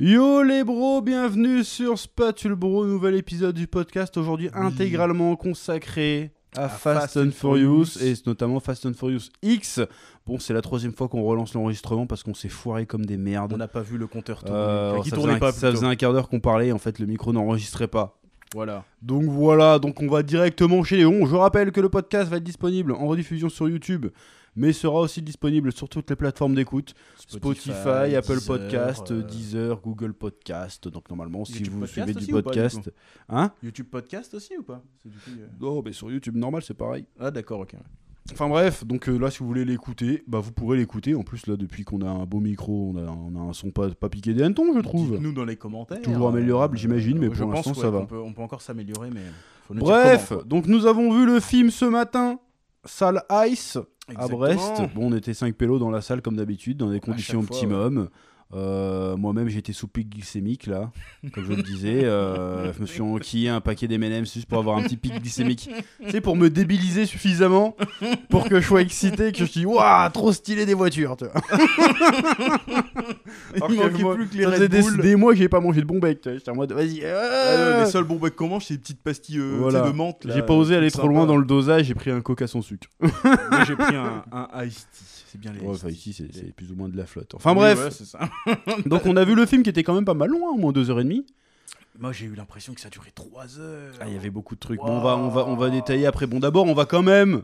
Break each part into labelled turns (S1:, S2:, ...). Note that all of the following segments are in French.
S1: Yo les bros, bienvenue sur Spatule Bro, nouvel épisode du podcast aujourd'hui intégralement consacré à,
S2: À
S1: Fast,
S2: Fast
S1: and
S2: and
S1: Furious
S2: Furious.
S1: et notamment Fast and Furious X. Bon, c'est la troisième fois qu'on relance l'enregistrement parce qu'on s'est foiré comme des merdes.
S2: On n'a pas vu le compteur tourner.
S1: Ah Euh,
S2: Enfin,
S1: alors,
S2: qui
S1: ça,
S2: tournait
S1: faisait un,
S2: pas
S1: ça
S2: plutôt.
S1: faisait un quart d'heure qu'on parlait et en fait le micro n'enregistrait pas.
S2: Voilà.
S1: Donc voilà, donc on va directement enchaîner. On, je rappelle que le podcast va être disponible en rediffusion sur YouTube, mais sera aussi disponible sur toutes les plateformes d'écoute Spotify, Apple
S2: Deezer,
S1: Podcast,
S2: euh,
S1: Deezer, Google Podcast. Donc normalement, si
S2: YouTube
S1: vous
S2: Podcast
S1: suivez du
S2: aussi ou pas, du
S1: podcast, hein
S2: YouTube Podcast aussi ou pas C'est du coup, euh,
S1: Oh, mais sur YouTube normal, c'est pareil.
S2: Ah d'accord, ok.
S1: Enfin bref, donc euh, là, si vous voulez l'écouter, bah vous pourrez l'écouter. En plus là, depuis qu'on a un beau micro, on a, on a un son pas, pas piqué des hannetons, je trouve.
S2: Nous dans les commentaires.
S1: Toujours améliorable, j'imagine, mais
S2: je
S1: pour
S2: pense,
S1: l'instant, ça
S2: ouais,
S1: va.
S2: qu'on peut- on peut encore s'améliorer, mais faut nous dire
S1: Bref,
S2: comment, quoi.
S1: donc nous avons vu le film ce matin, Salle Ice. à
S2: Exactement.
S1: Brest. Bon, on était 5 pélos dans la salle comme d'habitude, dans des conditions
S2: chaque fois,
S1: optimum. Euh, Moi-même, j'étais sous pic glycémique là, comme je le disais. Euh, je me suis enquillé un paquet d'MM juste pour avoir un petit pic glycémique. C'est pour me débiliser suffisamment pour que je sois excité, que je dis waouh, trop stylé des voitures. Tu vois.
S2: Il
S1: Alors que
S2: manquait
S1: moi,
S2: plus que les
S1: ça faisait
S2: Red
S1: des,
S2: Bull.
S1: des mois que j'ai pas mangé de bon bec. tu vois. J'étais en mode vas-y.
S2: Ah,
S1: euh.
S2: ouais, les seuls bons becs qu'on mange, c'est des petites pastilles euh,
S1: Voilà.
S2: tu sais, de menthe. là,
S1: j'ai pas osé
S2: euh,
S1: aller
S2: tout
S1: trop loin
S2: sympa.
S1: dans le dosage. J'ai pris un coca sans sucre.
S2: Moi, j'ai pris un, un iced tea. C'est bien les.
S1: Ouais,
S2: iced
S1: enfin,
S2: tea.
S1: ici, c'est
S2: Les-
S1: c'est plus ou moins de la flotte. Enfin
S2: Oui,
S1: bref.
S2: ouais, c'est ça.
S1: Donc on a vu le film qui était quand même pas mal long, hein, au moins deux heures et demie.
S2: Moi, j'ai eu l'impression que ça durait 3 heures.
S1: Ah, il y avait beaucoup de trucs. Bon, on va, on va, on va détailler après. Bon, d'abord, on va quand même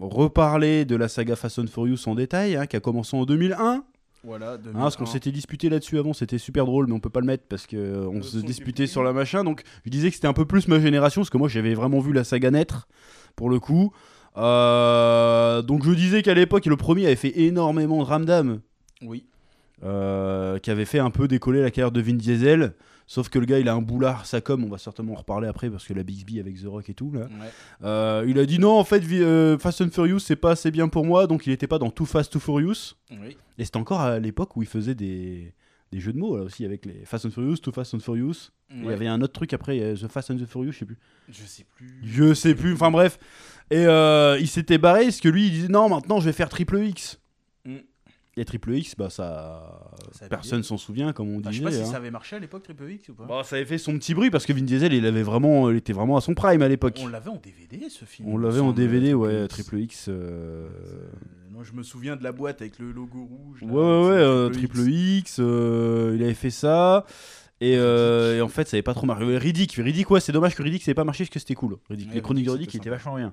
S1: reparler de la saga Fast and Furious en détail, hein, qui a commencé en 2001.
S2: Voilà.
S1: Hein, parce qu'on
S2: 2001.
S1: s'était disputé là-dessus avant, c'était super drôle, mais on peut pas le mettre parce que euh, on
S2: Le
S1: se
S2: son du
S1: disputait
S2: film.
S1: sur la machin. Donc, je disais que c'était un peu plus ma génération, parce que moi, j'avais vraiment vu la saga naître pour le coup. Euh, donc, je disais qu'à l'époque, le premier avait fait énormément de ramdam
S2: Oui.
S1: euh, qui avait fait un peu décoller la carrière de Vin Diesel. Sauf que le gars, il a un boulard, ça comme, on va certainement en reparler après parce que la Bixby avec The Rock et tout. Là.
S2: Ouais.
S1: Euh, il a dit non, en fait, vi- euh, Fast and Furious, c'est pas assez bien pour moi, donc il était pas dans Too Fast, Too Furious.
S2: Oui.
S1: Et c'était encore à l'époque où il faisait des, des jeux de mots là aussi avec les Fast and Furious, Too Fast and Furious. Et Il y
S2: Ouais.
S1: avait un autre truc après, euh, The Fast and the Furious, je sais plus.
S2: Je sais plus.
S1: Je sais plus, enfin bref. Et euh, il s'était barré parce que lui, il disait non, maintenant je vais faire Triple X.
S2: Mm.
S1: Et Triple X, bah ça.
S2: Ça a
S1: Personne s'en souvient, comme on
S2: Bah, je
S1: disait.
S2: sais pas si
S1: hein.
S2: ça avait marché à l'époque, Triple X ou pas.
S1: Bah, ça avait fait son petit bruit parce que Vin Diesel, il avait vraiment, il était vraiment à son prime à l'époque.
S2: On l'avait en DVD ce film.
S1: On
S2: il me
S1: l'avait en
S2: semble,
S1: DVD,
S2: Triple
S1: ouais,
S2: X.
S1: Triple X. euh,
S2: Euh, Non, je me souviens de la boîte avec le logo rouge.
S1: Ouais,
S2: là,
S1: ouais, ouais, euh,
S2: avec
S1: Triple X, euh, il avait fait ça. Et, euh, et en fait, ça avait pas trop marché. Ouais, Riddick, Riddick, ouais, c'est dommage que Riddick, ça avait pas marché parce que c'était cool. Riddick,
S2: Ouais,
S1: les chroniques de
S2: Riddick,
S1: Riddick, il était
S2: c'était
S1: vachement rien.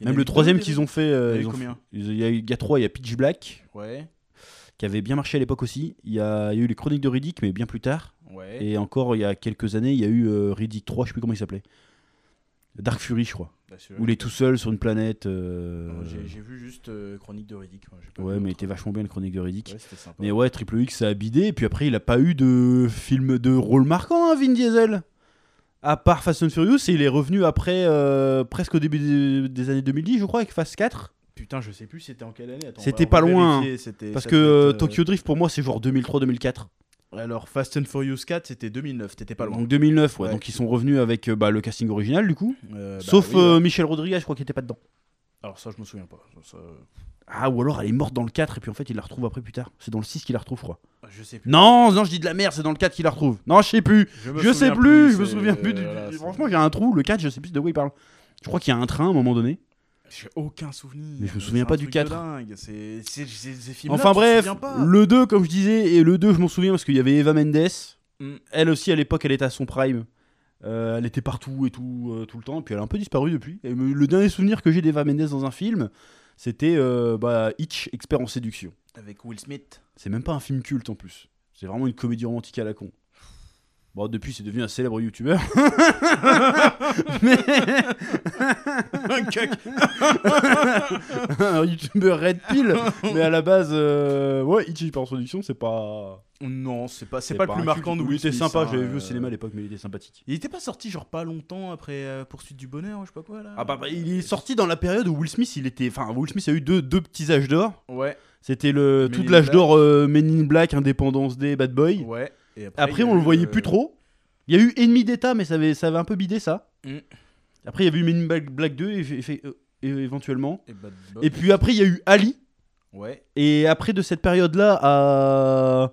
S2: Il y en
S1: Même
S2: avait
S1: le troisième
S2: deux,
S1: qu'ils ont fait. euh,
S2: Il
S1: ils
S2: y en avait
S1: ont fait-
S2: combien
S1: ils- Il y a eu- il y a trois, il y a Pitch Black,
S2: Ouais,
S1: qui avait bien marché à l'époque aussi. Il y, a, il y a eu les chroniques de Riddick, mais bien plus tard.
S2: ouais.
S1: Et encore, il y a quelques années, il y a eu euh, Riddick 3, je sais plus comment il s'appelait. Dark Fury, je crois.
S2: Bah, celui-là,
S1: Où il est tout seul sur une planète. euh,
S2: non, J'ai j'ai vu juste euh, Chronique de Riddick. moi, j'ai pas
S1: Ouais,
S2: vu
S1: mais il
S2: l'autre.
S1: était vachement bien le chronique de Riddick.
S2: Ouais, c'était sympa.
S1: Mais ouais, Triple X ça a bidé. Et puis après, il a pas eu de film de rôle marquant, hein, Vin Diesel. À part Fast and Furious, et il est revenu après, euh, presque au début des, des années 2010, je crois, avec Fast 4.
S2: Putain, je sais plus c'était en quelle année. Attends, on
S1: C'était
S2: va
S1: pas loin,
S2: revérifier, c'était-
S1: Parce
S2: ça
S1: que
S2: devait
S1: euh,
S2: être, euh,
S1: Tokyo Drift, pour moi, c'est genre 2003-2004.
S2: Alors, Fast and Furious 4, c'était 2009. T'étais pas loin.
S1: Donc 2009, ouais.
S2: Ouais.
S1: Donc ils sont revenus avec euh, bah, le casting original, du coup.
S2: Euh, bah
S1: Sauf
S2: oui, ouais.
S1: euh, Michel Rodriguez, je crois qu'il était pas dedans.
S2: Alors, ça, je me souviens pas. Ça, euh,
S1: Ah, ou alors elle est morte dans le 4 et puis en fait il la retrouve après plus tard. C'est dans le 6 qu'il la retrouve, je crois.
S2: Je sais plus.
S1: Non, non, je dis de la merde, c'est dans le 4 qu'il la retrouve. Non, je sais plus.
S2: me
S1: Je sais
S2: souviens
S1: plus, je me
S2: c'est- euh,
S1: souviens plus. du-
S2: voilà,
S1: du-
S2: c'est-
S1: Franchement, j'ai un trou. Le 4, je sais plus de quoi il parle. Je crois qu'il y a un train à un moment donné.
S2: J'ai aucun souvenir.
S1: Mais je me souviens
S2: C'est
S1: pas
S2: un
S1: du
S2: truc
S1: 4.
S2: de dingue. C'est c'est- c'est- ces films-là,
S1: Enfin
S2: tu te
S1: bref,
S2: souviens pas.
S1: le 2, comme je disais, et le 2, je m'en souviens parce qu'il y avait Eva Mendes.
S2: Mm.
S1: Elle aussi, à l'époque, elle était à son prime. Euh, elle était partout et tout, euh, tout le temps. Et puis elle a un peu disparu depuis. Et me- le dernier souvenir que j'ai d'Eva Mendes dans un film, c'était euh, bah, Hitch, expert en séduction.
S2: Avec Will Smith.
S1: C'est même pas un film culte en plus. C'est vraiment une comédie romantique à la con. Bon, depuis, c'est devenu un célèbre youtubeur. Mais.
S2: Un cuck.
S1: un youtubeur Red Pill. Mais à la base, euh, ouais, Ichi par introduction, c'est pas.
S2: Non, c'est pas, c'est pas, le plus
S1: un
S2: marquant
S1: culte.
S2: de
S1: Oui,
S2: Will
S1: Il était
S2: Smith,
S1: sympa,
S2: hein,
S1: j'avais vu
S2: euh,
S1: au cinéma à l'époque, mais il était sympathique.
S2: Il était pas sorti genre pas longtemps après euh, Poursuite du Bonheur, je sais pas quoi là.
S1: Ah bah, bah, il est sorti dans la période où Will Smith, il était. Enfin, Will Smith a eu deux, deux petits âges d'or.
S2: Ouais,
S1: C'était le.
S2: Men
S1: Tout
S2: in
S1: l'âge
S2: Black.
S1: d'or euh, Men in Black, Indépendance Day, Bad Boy.
S2: ouais. Et
S1: Après,
S2: il y a
S1: on le
S2: eu,
S1: voyait
S2: euh,
S1: plus trop. Il y a eu Ennemi d'État, mais ça avait, ça avait un peu bidé ça.
S2: Mm.
S1: Après, il y avait eu Men in Black, Black 2, et, et- et- euh, éventuellement.
S2: euh, Et, Bad
S1: Et
S2: Boy.
S1: puis après, il y a eu Ali.
S2: Ouais.
S1: Et après, de cette période-là à.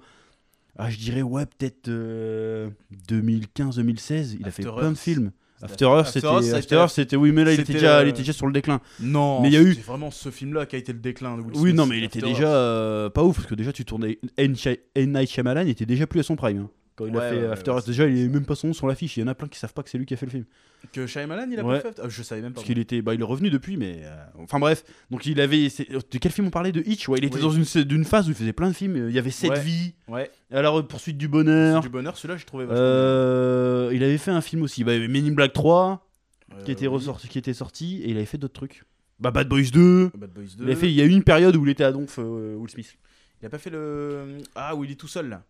S1: Ah, je dirais, ouais, peut-être euh, 2015-2016. Il a fait
S2: After
S1: plein de
S2: Earth.
S1: films.
S2: C'était-
S1: After Earth,
S2: After
S1: c'était.
S2: Earth, ça a été-
S1: After Earth, c'était. Oui, mais là, il était,
S2: c'était
S1: déjà,
S2: le-
S1: il était déjà sur le déclin.
S2: Non,
S1: Mais il y a eu-
S2: C'est vraiment ce film-là qui a été le déclin de Will
S1: Oui,
S2: Smith,
S1: non, mais il était
S2: After
S1: déjà
S2: Earth.
S1: euh, pas ouf parce que déjà tu tournais N. Shy- N. Night Shyamalan était déjà plus à son prime. hein. Quand il a
S2: Ouais,
S1: fait
S2: ouais, ouais,
S1: After
S2: ouais,
S1: Earth,
S2: c'est-
S1: déjà il est même pas son nom sur l'affiche. Il y en a plein qui savent pas que c'est lui qui a fait le film.
S2: Que Shyamalan, il a
S1: Ouais.
S2: pas fait After- Ah, Je savais même pas.
S1: Parce qu'il était, bah, il est revenu depuis, mais euh, enfin bref. Donc il avait, c'est- euh, de quel film on parlait de Hitch Ouais, il était
S2: Oui.
S1: dans une sa- d'une phase où il faisait plein de films. euh, Il y avait Sept
S2: Ouais.
S1: vies,
S2: Ouais.
S1: à la poursuite du bonheur.
S2: Du bonheur, celui-là, j'ai trouvé vachement
S1: Euh, il avait fait un film aussi, bah, il y avait Men in Black 3
S2: bien.
S1: qui
S2: Euh,
S1: était
S2: oui.
S1: ressorti, qui était sorti, et il avait fait d'autres trucs. Bah Bad Boys 2.
S2: Bad Boys
S1: Il,
S2: 2.
S1: avait fait, il y a eu une période où il était à Donf, euh, Will Smith.
S2: Il a pas fait le. Ah, où il est tout seul là.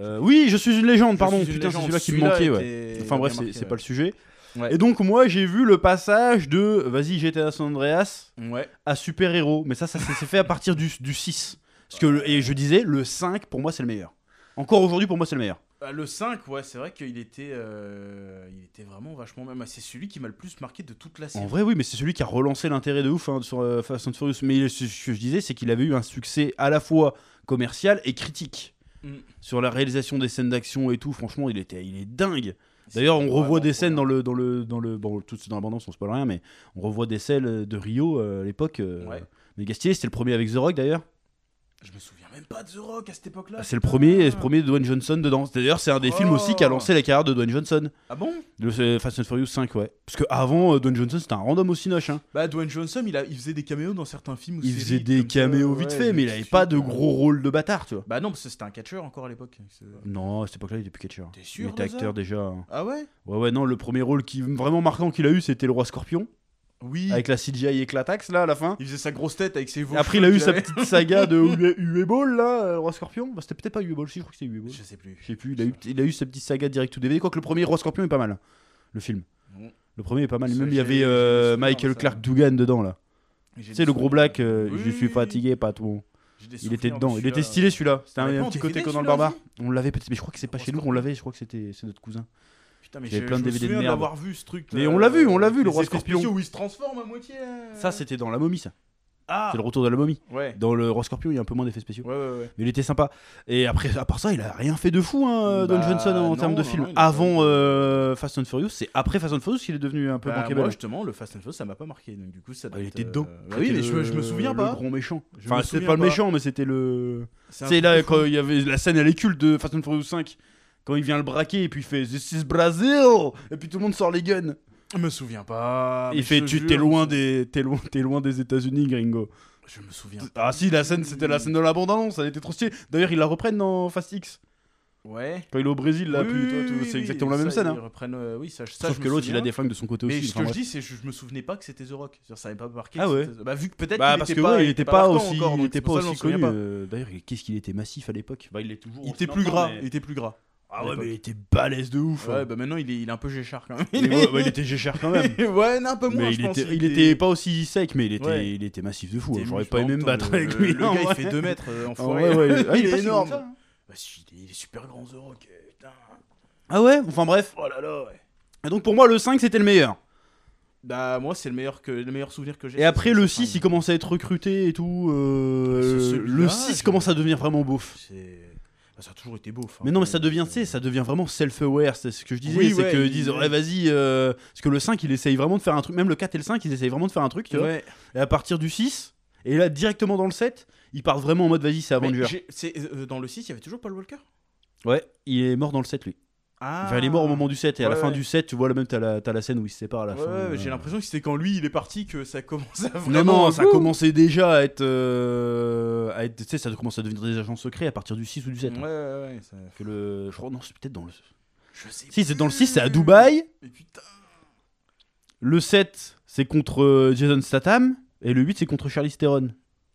S1: Euh, oui, je suis une légende,
S2: Je
S1: pardon,
S2: suis une
S1: putain, c'est
S2: légende.
S1: celui-là qui me manquait. ouais.
S2: était-
S1: Enfin
S2: il a
S1: bref,
S2: bien
S1: c'est
S2: marqué,
S1: c'est pas le sujet.
S2: Ouais.
S1: Et donc, moi, j'ai vu le passage de Vas-y, GTA San Andreas
S2: ouais. Ouais.
S1: à Super Héros, mais ça, ça s'est s'est fait à partir du, du 6. Parce que, le- et je disais, le 5, pour moi, c'est le meilleur. Encore aujourd'hui, pour moi, c'est le meilleur.
S2: Bah, le 5, ouais, c'est vrai qu'il était, euh, il était vraiment vachement même. C'est celui qui m'a le plus marqué de toute la série.
S1: En vrai, oui, mais c'est celui qui a relancé l'intérêt de ouf hein, sur euh, Fast and Furious. Mais ce ce que je disais, c'est qu'il avait eu un succès à la fois commercial et critique.
S2: Mm.
S1: Sur la réalisation des scènes d'action et tout, franchement, il, était, il est dingue. D'ailleurs, on revoit des scènes dans le dans le dans le bon tout dans l'abondance, on se parle rien, mais on revoit des scènes de Rio euh, à l'époque. euh,
S2: Ouais.
S1: Mais Gastier, c'était le premier avec The Rock d'ailleurs.
S2: Je me souviens même pas de The Rock à cette époque-là.
S1: Ah, c'est le
S2: Ah, putain.
S1: premier, le premier de Dwayne Johnson dedans. D'ailleurs, c'est un des films aussi qui a
S2: Oh.
S1: lancé la carrière de Dwayne Johnson.
S2: Ah bon
S1: Le euh, Fast and Furious 5, ouais. Parce que avant, euh, Dwayne Johnson, c'était un random aussi noche. Hein.
S2: Bah, Dwayne Johnson, il, a, il faisait des caméos dans certains films. ou
S1: Il
S2: séries,
S1: faisait des
S2: comme ça,
S1: caméos
S2: ouais,
S1: vite
S2: des
S1: fait, mais il
S2: petits
S1: avait pas de
S2: films,
S1: gros
S2: euh.
S1: rôle de bâtard, tu vois.
S2: Bah non, parce que c'était un catcheur encore à l'époque. C'est-
S1: Non, à cette époque-là, il était plus catcheur.
S2: T'es
S1: Il
S2: sûr
S1: était
S2: de ça
S1: acteur déjà. hein.
S2: Ah ouais
S1: Ouais, ouais, non, le premier rôle qui vraiment marquant qu'il a eu, c'était le roi Scorpion,
S2: Oui.
S1: avec la CGI éclataxe là à la fin.
S2: Il faisait sa grosse tête avec ses voix.
S1: Après, il a eu sa petite saga de Ue- Ue Ball, là, euh, Roi Scorpion. Bah, c'était peut-être pas Ue Ball, si, je crois que c'était Ue Ball.
S2: Je sais plus.
S1: Mmh. Je sais plus, il a, eu, il a eu sa petite saga direct ou DVD. Quoique le premier Roi Scorpion est pas mal, le film.
S2: Bon.
S1: Le premier est pas mal.
S2: Ça,
S1: Même il y
S2: j'ai-
S1: avait
S2: j'ai
S1: euh,
S2: des souvenirs de
S1: Michael
S2: ça.
S1: Clark Dugan dedans, là.
S2: J'ai
S1: Tu
S2: des
S1: sais, le gros
S2: souvenirs.
S1: black, euh,
S2: Oui,
S1: je suis
S2: oui,
S1: fatigué, pas tout.
S2: j'ai des
S1: Il était
S2: souvenirs de
S1: dedans, il était
S2: celui-là.
S1: stylé celui-là. C'était un,
S2: Honnêtement,
S1: un petit
S2: on
S1: côté
S2: DVD,
S1: Conan le
S2: celui-là
S1: Barbare.
S2: aussi
S1: On l'avait peut-être, mais je crois que c'est pas
S2: hein, Roi
S1: chez nous qu'on l'avait, je crois que c'était c'est notre cousin.
S2: Putain, mais
S1: J'avais
S2: j'ai
S1: plein de
S2: plein de
S1: DVD de
S2: DVD
S1: merde.
S2: d'avoir vu ce truc.
S1: Mais
S2: euh,
S1: on l'a vu, on l'a vu, le
S2: les
S1: Roi
S2: effets
S1: Scorpion.
S2: spéciaux où il se transforme à moitié. euh.
S1: Ça, c'était dans La Momie, ça.
S2: Ah
S1: C'est le retour de la momie.
S2: Ouais.
S1: Dans le Roi Scorpion, il y a un peu moins d'effets spéciaux.
S2: Ouais, ouais, ouais.
S1: Mais il était sympa. Et après, à part ça, il a rien fait de fou, hein, Don
S2: Bah,
S1: Johnson, en
S2: non,
S1: termes de
S2: non,
S1: film.
S2: non, il a
S1: Avant
S2: pas eu-
S1: euh, Fast and Furious, c'est après Fast and Furious qu'il est devenu un peu
S2: Bah,
S1: bankable.
S2: moi, justement, le Fast and Furious, ça m'a pas marqué. Donc, du coup, ça
S1: Bah,
S2: doit
S1: il
S2: être,
S1: était dedans.
S2: euh, bah oui, mais je, je me souviens
S1: le
S2: pas.
S1: gros méchant.
S2: Je
S1: Enfin,
S2: me
S1: c'était
S2: souviens
S1: pas le
S2: pas.
S1: méchant, mais c'était le.
S2: un
S1: C'est
S2: truc
S1: là,
S2: de
S1: quand
S2: fou.
S1: il y avait la scène, elle est culte de Fast and Furious 5. Quand il vient le braquer et puis il fait This is Brazil Et puis tout le monde sort les guns.
S2: Je me souviens pas. Ah, mais
S1: il
S2: je
S1: fait
S2: te
S1: Tu
S2: jure,
S1: t'es loin
S2: je-
S1: des, t'es loin, t'es loin des États-Unis, gringo.
S2: Je me souviens.
S1: Ah si, la scène, c'était la scène de la bande-annonce, elle était trop stylée. D'ailleurs, ils la reprennent dans Fast X.
S2: Ouais.
S1: Quand il est au Brésil, là,
S2: Oui,
S1: puis toi,
S2: oui,
S1: tout-
S2: oui,
S1: c'est
S2: oui,
S1: exactement la
S2: ça,
S1: même scène. hein.
S2: Ils reprennent. euh, Oui, ça, ça,
S1: Sauf
S2: je
S1: que
S2: me
S1: l'autre, il a
S2: souviens.
S1: des flingues de son côté
S2: Mais
S1: aussi.
S2: ce
S1: enfin,
S2: que je
S1: bref.
S2: dis, c'est que je je me souvenais pas que c'était The Rock. C'est-à-dire, Ça n'avait pas marqué.
S1: Ah
S2: que
S1: ouais.
S2: c'était- Bah, vu que peut-être.
S1: Bah,
S2: qu'il
S1: parce
S2: était
S1: que ouais, il
S2: il
S1: était pas
S2: marquant
S1: aussi,
S2: encore,
S1: il
S2: donc
S1: était
S2: c'est
S1: pas
S2: pour ça que je m'en
S1: aussi
S2: souviens
S1: connu.
S2: pas.
S1: euh, D'ailleurs, il- qu'est-ce qu'il était massif à l'époque Bah, il est toujours.
S2: Il
S1: on
S2: était
S1: se
S2: plus
S1: l'entend,
S2: gras.
S1: mais-
S2: Il était plus gras.
S1: Ah ouais,
S2: l'époque.
S1: mais il était balèze de ouf. hein.
S2: Ouais, bah maintenant, il est il est un peu Géchard quand même.
S1: Il, ouais, ouais, il était géchère quand même.
S2: Ouais, non, un peu moins.
S1: mais
S2: je
S1: il
S2: pense.
S1: était, il était pas aussi sec, mais il était,
S2: Ouais.
S1: il était massif de fou. hein.
S2: T'es
S1: J'aurais
S2: mou,
S1: pas
S2: je
S1: aimé me
S2: m'entends,
S1: battre
S2: le-
S1: avec lui.
S2: Le
S1: hein,
S2: gars, il
S1: ouais.
S2: fait 2 mètres euh, en
S1: Ah
S2: forêt.
S1: ouais, ouais, ah,
S2: il,
S1: est pas
S2: est
S1: si
S2: énorme.
S1: grand que ça, hein.
S2: Bah, si, il est, il est super grand, The Rock. euh, Putain.
S1: Ah ouais Enfin bref.
S2: Oh là là, ouais.
S1: Et donc pour moi, le 5, c'était le meilleur.
S2: Bah, moi, c'est le meilleur, que, le meilleur souvenir que j'ai.
S1: Et après,
S2: c'est-
S1: le
S2: c'est
S1: 6, il
S2: pas-
S1: commence à être recruté et tout. euh,
S2: C'est Bah, celui-là,
S1: le 6
S2: je-
S1: commence à devenir vraiment beauf.
S2: c'est- bah, ça a toujours été beau.
S1: Mais non, mais ça devient, tu sais, ça devient vraiment self-aware. C'est ce que je disais.
S2: Oui,
S1: c'est
S2: ouais,
S1: que
S2: il-
S1: disent, ouais, vas-y. euh, Parce que le 5, il essaye vraiment de faire un truc. Même le 4 et le 5, ils essayent vraiment de faire un truc, tu vois.
S2: Ouais.
S1: Et à partir du 6, et là, directement dans le 7, ils partent vraiment en mode, vas-y, c'est
S2: Mais
S1: Avenger.
S2: j'ai- c'est- euh, dans le 6, il y avait toujours Paul Walker
S1: Ouais, il est mort dans le 7, lui.
S2: Ah.
S1: Enfin, il est mort au moment du 7. Et à la
S2: Ouais,
S1: fin
S2: ouais.
S1: du 7, tu vois, là même, t'as la, t'as la scène où il se sépare à la
S2: Ouais,
S1: fin.
S2: ouais,
S1: euh.
S2: j'ai l'impression que c'était quand lui il est parti que ça commence à
S1: Non,
S2: vraiment.
S1: non, ça
S2: Ouh.
S1: commençait déjà à être. euh, à être- tu sais, ça commence à devenir des agents secrets à partir du 6 ou du 7.
S2: Ouais, ouais, ouais. ça-
S1: Que le... Je crois, non, c'est peut-être dans le. Mmh.
S2: Je sais
S1: Si, c'est dans le 6, c'est à
S2: plus.
S1: Dubaï.
S2: Mais putain.
S1: Le 7, c'est contre euh, Jason Statham. Et le 8, c'est contre Charlie Theron.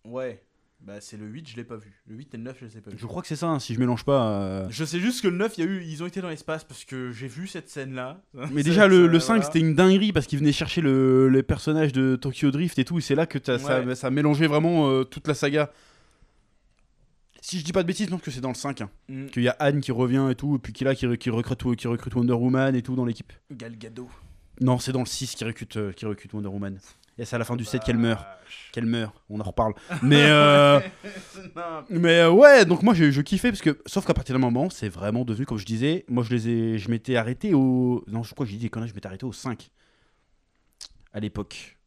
S2: Ouais. Bah, c'est le 8, je l'ai pas vu. Le 8 et le 9, je les ai pas vus.
S1: Je crois que c'est ça, hein, si je mélange pas. euh.
S2: Je sais juste que le 9, il y a eu, ils ont été dans l'espace parce que j'ai vu cette scène-là.
S1: Mais
S2: Ça-
S1: déjà, le,
S2: ça-
S1: le 5,
S2: voilà.
S1: c'était une dinguerie parce qu'il venait chercher le, les personnages de Tokyo Drift et tout. Et c'est là que t'as- ça,
S2: Ouais.
S1: ça mélangeait vraiment euh, toute la saga. Si je dis pas de bêtises, non, que c'est dans le 5. hein.
S2: Mm.
S1: Qu'il y a Anne qui revient et tout. Et puis qu'il a qui, re- qui recrute, qui recrute Wonder Woman et tout dans l'équipe.
S2: Gal Gadot.
S1: Non, c'est dans le 6 qui recrute, euh, qui recrute Wonder Woman. Et c'est à la fin du set qu'elle meurt.
S2: Vache.
S1: Qu'elle meurt, on en reparle. Mais, euh,
S2: Non,
S1: mais euh, ouais, donc moi je, je kiffais parce que, sauf qu'à partir d'un moment, c'est vraiment devenu, comme je disais, moi je les ai, je m'étais arrêté au. Non, je crois que j'ai dit des conneries, je m'étais arrêté au 5 à l'époque.